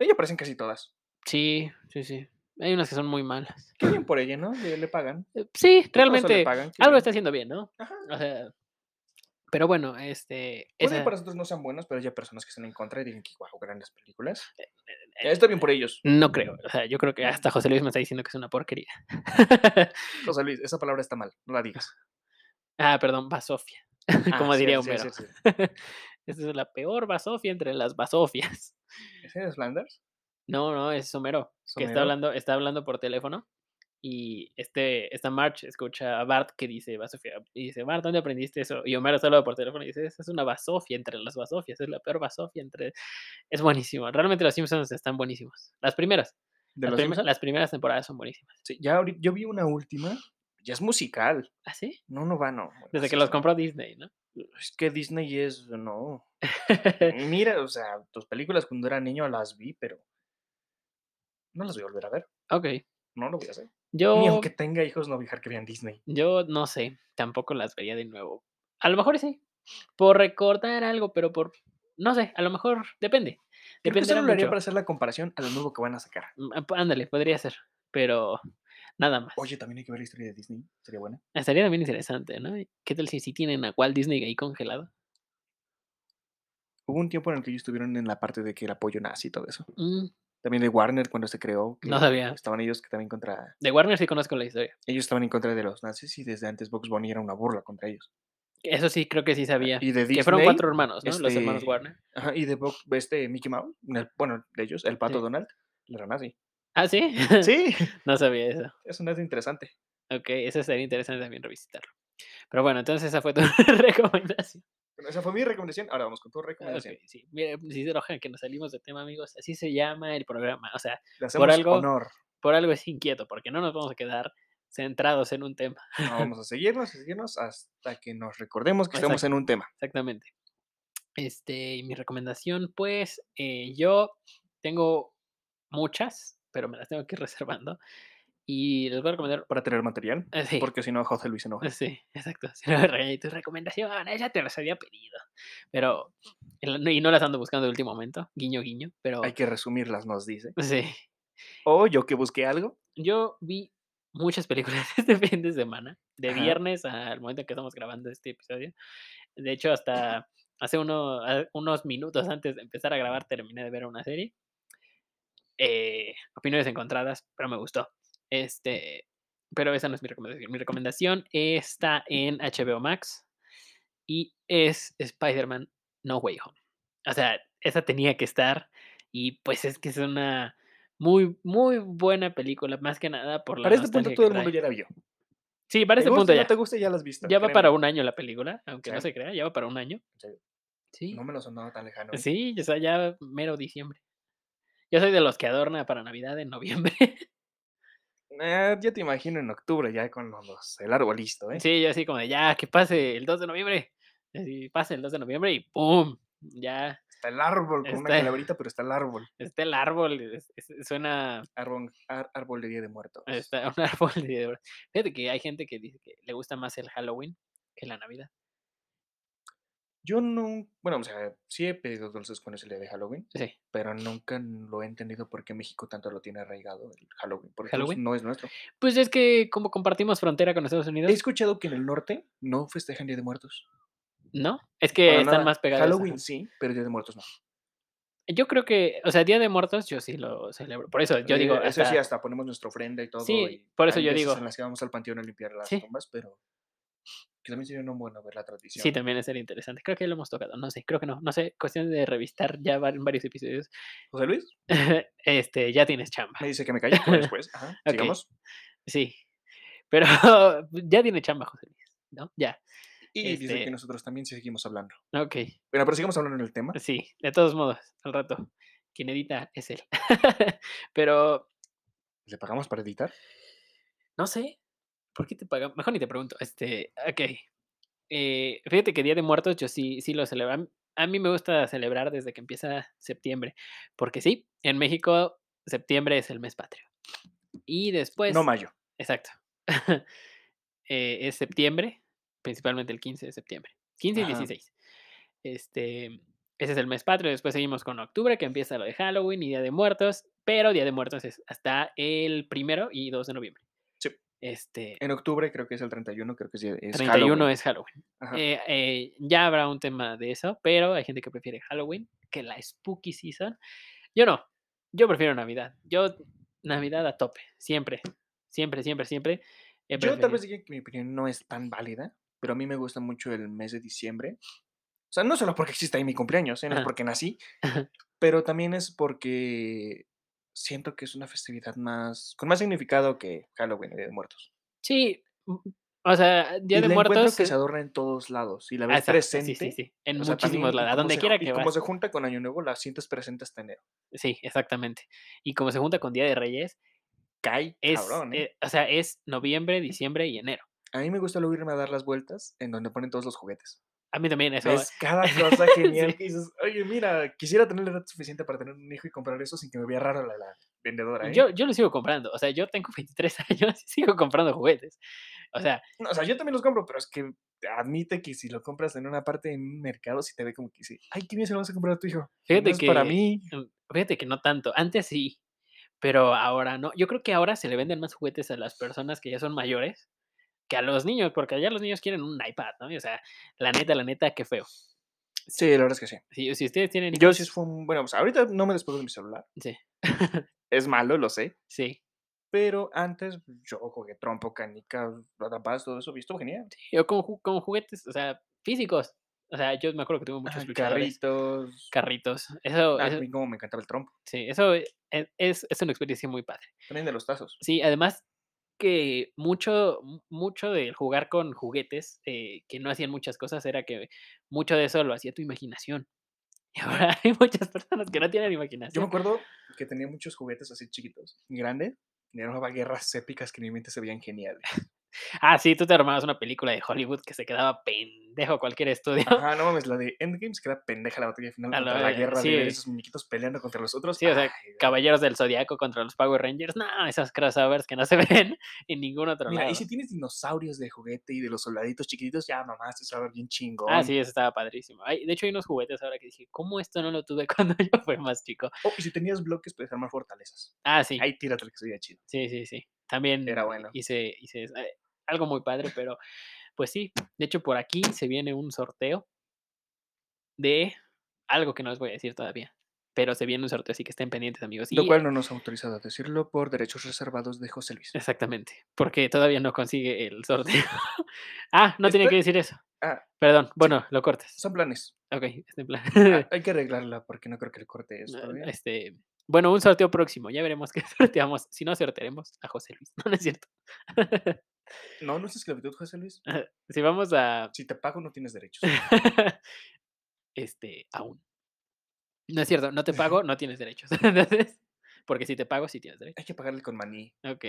A: Ella aparece en casi todas.
B: Sí, sí, sí. Hay unas que son muy malas.
A: Qué bien por ella, ¿no? Le, le pagan.
B: Eh, Sí,
A: Incluso le
B: realmente
A: pagan, qué
B: algo
A: bien.
B: está haciendo bien, ¿no?
A: Ajá.
B: O sea, pero bueno, este.
A: Puede
B: esa-
A: que para nosotros no sean buenas, pero hay personas que están en contra y dicen que, wow, grandes películas.
B: Eh,
A: Está bien por ellos.
B: No creo. O sea, yo creo que hasta José Luis me está diciendo que es una porquería. [LAUGHS]
A: José Luis, esa palabra está mal, no la digas.
B: ah, perdón, Basofia.
A: Ah,
B: [LAUGHS] Como diría
A: cierto, sí,
B: Homero.
A: sí, sí.
B: Esta es la peor Basofia entre las Basofias. [LAUGHS]
A: ¿Ese es Flanders?
B: No, no, es Homero. Que está
A: Homero.
B: hablando, está hablando por teléfono. Y este, esta March escucha a Bart que dice Basofia. Y dice, Bart, ¿dónde aprendiste eso? Y Homero está hablando por teléfono y dice, esa es una Basofia entre las Basofias. Es la peor Basofia entre. Es buenísimo. Realmente los Simpsons están buenísimos. Las primeras.
A: ¿De
B: las,
A: los
B: prim-
A: Simpson?
B: las primeras temporadas son buenísimas.
A: Sí, ya ahorita- yo vi una última, ya es musical.
B: ¿Ah, sí?
A: No, no va, no. bueno,
B: Desde
A: sí,
B: que
A: sí,
B: los
A: no.
B: compró Disney, ¿no? [LAUGHS]
A: Es que Disney es, no. Mira, o sea, tus películas cuando era niño las vi, pero no las voy a volver a ver.
B: ok.
A: No lo voy a hacer. Ni
B: Yo,
A: aunque tenga hijos, no voy a dejar que vean Disney.
B: yo no sé, tampoco las vería de nuevo. A lo mejor sí, por recordar algo, pero por, no sé, a lo mejor depende.
A: Creo que
B: Dependerá
A: solo lo haría
B: mucho.
A: para hacer la comparación a lo nuevo que van a sacar.
B: Mm, ah, Ándale, podría ser, pero nada más.
A: Oye, también hay que ver la historia de Disney. Sería buena.
B: Estaría también interesante, ¿no? ¿Qué tal si sí tienen a Walt Disney ahí congelado?
A: Hubo un tiempo en el que ellos estuvieron en la parte de que era apoyo nazi y todo eso.
B: Mm,
A: También de Warner cuando se creó. que
B: no sabía.
A: Estaban ellos que también contra...
B: De Warner sí conozco la historia.
A: Ellos estaban en contra de los nazis y desde antes Box Bunny era una burla contra ellos.
B: Eso sí, creo que sí sabía.
A: Y de Disney...
B: Que fueron cuatro hermanos, ¿no? Los hermanos
A: este,
B: Warner.
A: ajá, y de Bo- este Mickey Mouse, el- bueno, de ellos, el pato
B: Sí.
A: Donald, era
B: [LAUGHS]
A: nazi.
B: Ah, sí.
A: Sí,
B: [LAUGHS]
A: [LAUGHS]
B: no sabía eso.
A: es un dato interesante.
B: Ok, eso sería interesante también revisitarlo. Pero bueno, entonces esa fue tu [LAUGHS] recomendación.
A: Bueno, esa fue mi recomendación. Ahora vamos con tu
B: Ah,
A: recomendación.
B: ok, sí, mira, sí se enojan que nos salimos de tema, amigos. Así se llama el programa. O sea,
A: Le hacemos
B: algo-
A: honor.
B: por algo es inquieto, porque no nos vamos a quedar centrados en un tema.
A: No, vamos a seguirnos, a seguirnos hasta que nos recordemos que estamos en un tema.
B: Exactamente. Este, y mi recomendación, pues, eh, yo tengo muchas, pero me las tengo que ir [LAUGHS] reservando. Y les voy a recomendar.
A: Para tener material,
B: eh, sí,
A: porque si no, José Luis se enoja.
B: [LAUGHS] Sí, exacto. Si no me regañé, tus recomendaciones, ya te las había pedido. Pero, el- y no las ando buscando de último momento, guiño, guiño, pero
A: Hay que resumirlas, nos dice.
B: sí.
A: O yo que busqué algo.
B: Yo vi muchas películas [LAUGHS] este fin de semana, de
A: Ajá.
B: viernes al momento en que estamos grabando este episodio. De hecho, hasta hace uno- a- unos minutos antes de empezar a grabar, terminé de ver una serie. Eh, opiniones encontradas, pero me gustó. Este, pero esa no es mi recomendación. Mi recomendación está
A: Mm.
B: en HBO Max y es Spider-Man No Way Home. O sea, esa tenía que estar y pues es que es una muy, muy buena película, más que nada por la...
A: Para este punto
B: nostalgia que
A: todo el mundo
B: trae.
A: ya la vio.
B: Sí, para
A: ¿Te
B: este
A: gusta,
B: punto
A: no
B: ya.
A: te gusta, ya las viste.
B: Ya va para
A: créeme.
B: un año la película, aunque no
A: Sí.
B: se crea, ya va para un año.
A: En serio,
B: Sí.
A: No me lo sonaba tan lejano. ¿eh?
B: Sí, o sea, ya mero diciembre. Yo soy de los que adorna para Navidad en noviembre.
A: Ah, ya te imagino en octubre, ya con los- el árbol listo, [LAUGHS] ¿eh?
B: Sí, yo así como de ya, que pase el 2 de noviembre. Así pase el 2 de noviembre y ¡pum! Ya
A: Está el árbol con una
B: Está-
A: calaverita, pero está el árbol.
B: está el árbol, es- es- suena
A: Árbol, ar- árbol de Día de Muertos.
B: está un [LAUGHS] árbol de... verdad. Fíjate que hay gente que dice que le gusta más el Halloween que la Navidad.
A: Yo no, bueno, o sea, sí he pedido dulces con ese día de Halloween,
B: Sí,
A: pero nunca lo he entendido por qué México tanto lo tiene arraigado el Halloween, porque pues,
B: ¿Halloween?
A: no es nuestro.
B: pues es que como compartimos frontera con Estados Unidos,
A: He escuchado que en el norte no festejan Día de Muertos.
B: ¿no? Es que
A: para
B: están
A: nada.
B: más pegados. ajá.
A: Halloween sí, pero Día de Muertos no.
B: Yo creo que, o sea, Día de Muertos yo sí lo celebro. Por eso yo
A: Eh,
B: digo,
A: eso sí,
B: hasta-
A: hasta ponemos nuestra ofrenda y todo.
B: Sí,
A: y
B: por eso
A: hay
B: yo
A: veces
B: digo.
A: En las que vamos al panteón a limpiar las
B: Sí.
A: tumbas, pero que también sería una buena ver la tradición.
B: Sí, también es interesante. Creo que lo hemos tocado. No sé, creo que no. No sé, cuestión de revistar ya va- en varios episodios. [LAUGHS]
A: José Luis
B: este, ya tienes chamba.
A: me dice que me calle pero después.
B: [LAUGHS]
A: Ajá,
B: Ok.
A: sigamos.
B: Sí. Pero [LAUGHS] ya tiene chamba, José Luis. ¿No? Ya.
A: Y dice
B: Este-
A: que nosotros también seguimos hablando.
B: Ok.
A: Bueno, pero sigamos hablando en el tema.
B: Sí, de todos modos, al rato. Quien edita es él. [LAUGHS] Pero,
A: ¿Le pagamos para editar?
B: no sé. ¿Por qué te pagan? Mejor ni te pregunto. Este, ok. Eh, fíjate que Día de Muertos yo sí, sí lo celebro. A mí- A mí me gusta celebrar desde que empieza septiembre. Porque sí, en México septiembre es el mes patrio. Y después...
A: no mayo.
B: Exacto. [LAUGHS] Eh, es septiembre, principalmente el 15 de septiembre. 15 y
A: Ajá.
B: 16. Este, ese es el mes patrio. Después seguimos con octubre, que empieza lo de Halloween y Día de Muertos. Pero Día de Muertos es hasta el primero y 2 de noviembre.
A: Sí.
B: Este,
A: En octubre creo que es el 31, creo que sí, es
B: 31
A: Halloween.
B: es Halloween.
A: Ajá.
B: Eh, eh, ya habrá un tema de eso, pero hay gente que prefiere Halloween que la Spooky Season. Yo no, yo prefiero Navidad. Yo, Navidad a tope, siempre, siempre, siempre, siempre. he
A: Yo tal vez
B: preferido.
A: diría que mi opinión no es tan válida, pero a mí me gusta mucho el mes de diciembre. O sea, no solo porque existe ahí mi cumpleaños, ¿eh? no es
B: Ajá.
A: porque nací,
B: Ajá.
A: pero también es porque siento que es una festividad más con más significado que Halloween, el Día de Muertos.
B: Sí, m- o sea, Día
A: y
B: de
A: la
B: Muertos.
A: encuentro que
B: es-
A: se adorna en todos lados y la
B: Ah,
A: ves
B: exacto,
A: presente.
B: Sí, sí, sí. En
A: o sea,
B: muchísimos
A: también, y
B: lados, a
A: cómo
B: donde
A: se-
B: quiera
A: y
B: que
A: Como
B: vas.
A: se junta con Año Nuevo, la sientes presente hasta enero.
B: Sí, exactamente. Y como se junta con Día de Reyes,
A: Cae,
B: es,
A: cabrón. ¿eh?
B: eh, o sea, es
A: [LAUGHS]
B: noviembre, diciembre y enero.
A: A mí me gusta luego irme a dar las vueltas en donde ponen todos los juguetes.
B: A mí también eso. eh,
A: Es cada
B: [LAUGHS]
A: cosa genial que dices, oye, mira, quisiera tener la edad suficiente para tener un hijo y comprar eso sin que me vea raro la, la vendedora. ¿eh?
B: Yo, yo lo sigo comprando. O sea, yo tengo [LAUGHS] 23 años y sigo comprando juguetes. O sea,
A: No, o sea, yo también los compro, pero es que admite que si lo compras en una parte en un mercado, si te ve como que dice, ay, qué bien se lo vas a comprar a tu hijo.
B: Fíjate
A: "No es Para
B: que-
A: mí,
B: mm, fíjate que no tanto. Antes sí, pero ahora no. Yo creo que ahora se le venden más juguetes a las personas que ya son mayores que a los niños, porque allá los niños quieren un iPad, ¿no? Y, O sea, la neta, la neta, qué feo.
A: sí, la verdad es que sí.
B: Si, si ustedes tienen...
A: Yo
B: hijos-
A: sí fue un. Bueno, pues ahorita no me despego de mi celular.
B: Sí, [LAUGHS]
A: Es malo, lo sé.
B: sí.
A: Pero antes yo jugué trompo, canica, atrapadas, todo eso, visto genial.
B: Yo con, ju- con juguetes, o sea, físicos. O sea, yo me acuerdo que tuve muchos
A: Ah,
B: luchadores,
A: carritos.
B: carritos. Eso,
A: Ah, a
B: eso-
A: mí como me encantaba el trompo.
B: sí, eso e- e- es, es una experiencia muy padre.
A: También de los tazos.
B: Sí, además que mucho, mu- mucho del jugar con juguetes, eh, que no hacían muchas cosas, era que mucho de eso lo hacía tu imaginación. [LAUGHS] Y ahora hay muchas personas que no tienen
A: Yo me
B: imaginación.
A: acuerdo que tenía muchos juguetes así chiquitos, grandes, y eran unas guerras épicas que en mi mente se veían geniales.
B: Ah, sí, tú te armabas una película de Hollywood que se quedaba pendejo cualquier estudio. [LAUGHS]
A: Ajá, "Ah, no mames, la de Endgames, que era pendeja la batalla final
B: A la
A: contra la
B: verga,
A: guerra
B: sí.
A: de ver esos muñequitos peleando contra los otros.
B: Sí, o sea,
A: Ay,
B: Caballeros del Zodiaco contra los Power Rangers. No, esos crossovers que no se [LAUGHS] ven en ningún otro
A: mira,
B: lado.
A: y si tienes dinosaurios de juguete y de los soldaditos chiquititos, ya mamá, se sabe bien chingón.
B: Ah, sí, eso estaba padrísimo. Ay, de hecho, hay unos juguetes ahora que dije, ¿cómo esto no lo tuve [LAUGHS] cuando yo fui más chico?
A: Oh, y si tenías bloques, puedes armar fortalezas.
B: Ah, sí. Mm,
A: Ahí tírate que se veía chido.
B: Sí, sí, sí. También
A: Era bueno.
B: hice, hice es- eh, algo muy padre, pero pues sí. De hecho, por aquí se viene un sorteo de algo que no les voy a decir todavía. Pero se viene un sorteo, así que estén pendientes, amigos.
A: Lo
B: y-
A: cual no nos ha autorizado a decirlo por derechos reservados de José
B: [LAUGHS]
A: Luis.
B: Exactamente. Porque todavía no consigue el
A: [LAUGHS]
B: sorteo. ah, no tenía que decir eso.
A: Ah,
B: Perdón. Bueno, lo cortas.
A: son
B: [LAUGHS]
A: planes.
B: Ok, está en plan. [LAUGHS]
A: Ah, pues, hay que arreglarla porque no creo que le corte eso
B: No,
A: todavía.
B: Este, bueno, un sorteo próximo. Ya veremos qué [LAUGHS] sorteamos. Si no, sortearemos a José Luis. [LAUGHS] No, no es cierto.
A: No, no es esclavitud, José Luis.
B: si vamos a. [LAUGHS]
A: Si te pago, no tienes derechos.
B: este, aún. No es cierto. No te pago, no tienes derechos. [LAUGHS] Entonces, porque si te pago, sí tienes derechos.
A: Hay que pagarle con maní.
B: Ok.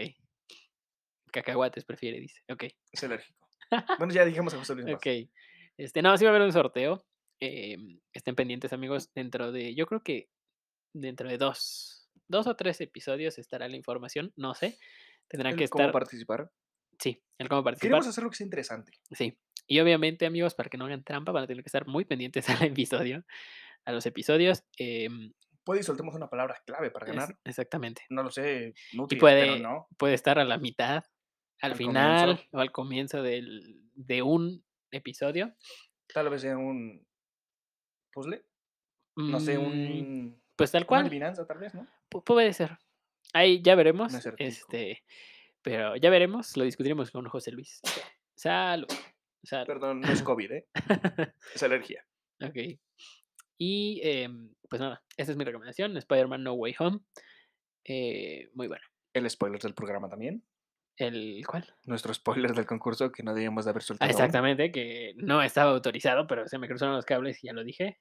B: Cacahuates prefiere, dice. Ok.
A: Es alérgico. Bueno, ya dijimos a José Luis. Vaz.
B: Ok. Este, no, sí va a haber un sorteo. em, estén pendientes, amigos. Dentro de, yo creo que dentro de dos, dos o tres episodios estará la información. No sé. Tendrán
A: El
B: que
A: ¿Cómo
B: estar.
A: participar?
B: Sí, el cómo participar.
A: Queremos hacer lo que sea interesante.
B: Sí. Y obviamente, amigos, para que no hagan trampa, van a tener que estar muy pendientes [LAUGHS] al episodio, a los episodios. em,
A: Puede y soltemos una palabra clave para
B: es-
A: ganar.
B: exactamente.
A: No lo sé, nutria,
B: puede-
A: pero no.
B: Puede estar a la mitad, al,
A: Al
B: final
A: comienzo.
B: o al comienzo del, de un episodio.
A: Tal vez sea un puzzle. No sé,
B: Mm,
A: un.
B: Pues tal
A: Una
B: cual.
A: adivinanza, tal vez, ¿no?
B: Pu- Puede ser. Ahí ya veremos.
A: acertijo.
B: Este, pero ya veremos. Lo discutiremos con José Luis. Salud. Salud.
A: Perdón, no es
B: [LAUGHS]
A: COVID, ¿eh? Es alergia.
B: Ok. Y em, pues nada, esa es mi recomendación. Spider-Man No Way Home. Eh, muy bueno.
A: El spoiler del programa también.
B: ¿El cuál?
A: Nuestro spoiler del concurso que no debíamos de haber
B: Ah,
A: soltado. aún.
B: exactamente, que no estaba autorizado, pero se me cruzaron los cables y ya lo dije.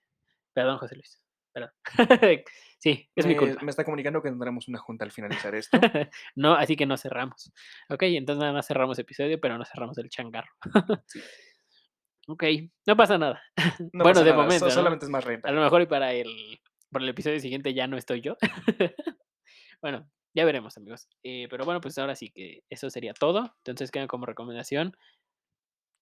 B: Perdón, José Luis. Perdón. [LAUGHS] sí, es mi
A: Me-
B: culpa.
A: Me está comunicando que tendremos una junta al finalizar
B: [LAUGHS]
A: esto.
B: no, así que no cerramos. Ok, entonces nada más cerramos episodio, pero no cerramos el changarro. [LAUGHS] ok, no pasa nada.
A: No
B: Bueno,
A: pasa
B: de
A: nada, so-
B: momento, ¿no?
A: Solamente es más renta.
B: A lo mejor y para el, para el episodio siguiente ya no estoy yo. [LAUGHS] bueno, ya veremos, amigos. Eh, pero bueno, pues ahora sí que eso sería todo. Entonces queda como recomendación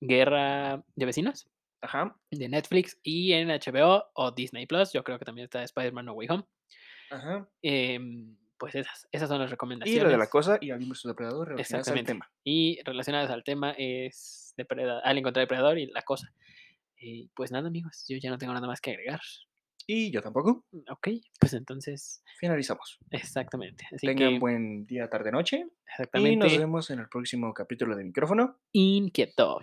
B: Guerra de Vecinos.
A: Ajá.
B: de Netflix y en HBO o Disney Plus. Yo creo que también está Spider-Man No Way Home.
A: Ajá.
B: Em, pues esas, esas son las
A: Y
B: recomendaciones.
A: lo de la cosa y Alien vs. Depredador relacionadas al
B: Exactamente.
A: tema.
B: Y relacionadas al tema es Depredador, Alien contra Depredador y la cosa. Y pues nada, amigos, yo ya no tengo nada más que agregar.
A: Y yo tampoco.
B: Ok, pues entonces,
A: Finalizamos.
B: exactamente. Así
A: Tengan
B: que,
A: buen día, tarde, noche. Y
B: exactamente,
A: nos vemos en el próximo capítulo de micrófono.
B: inquieto.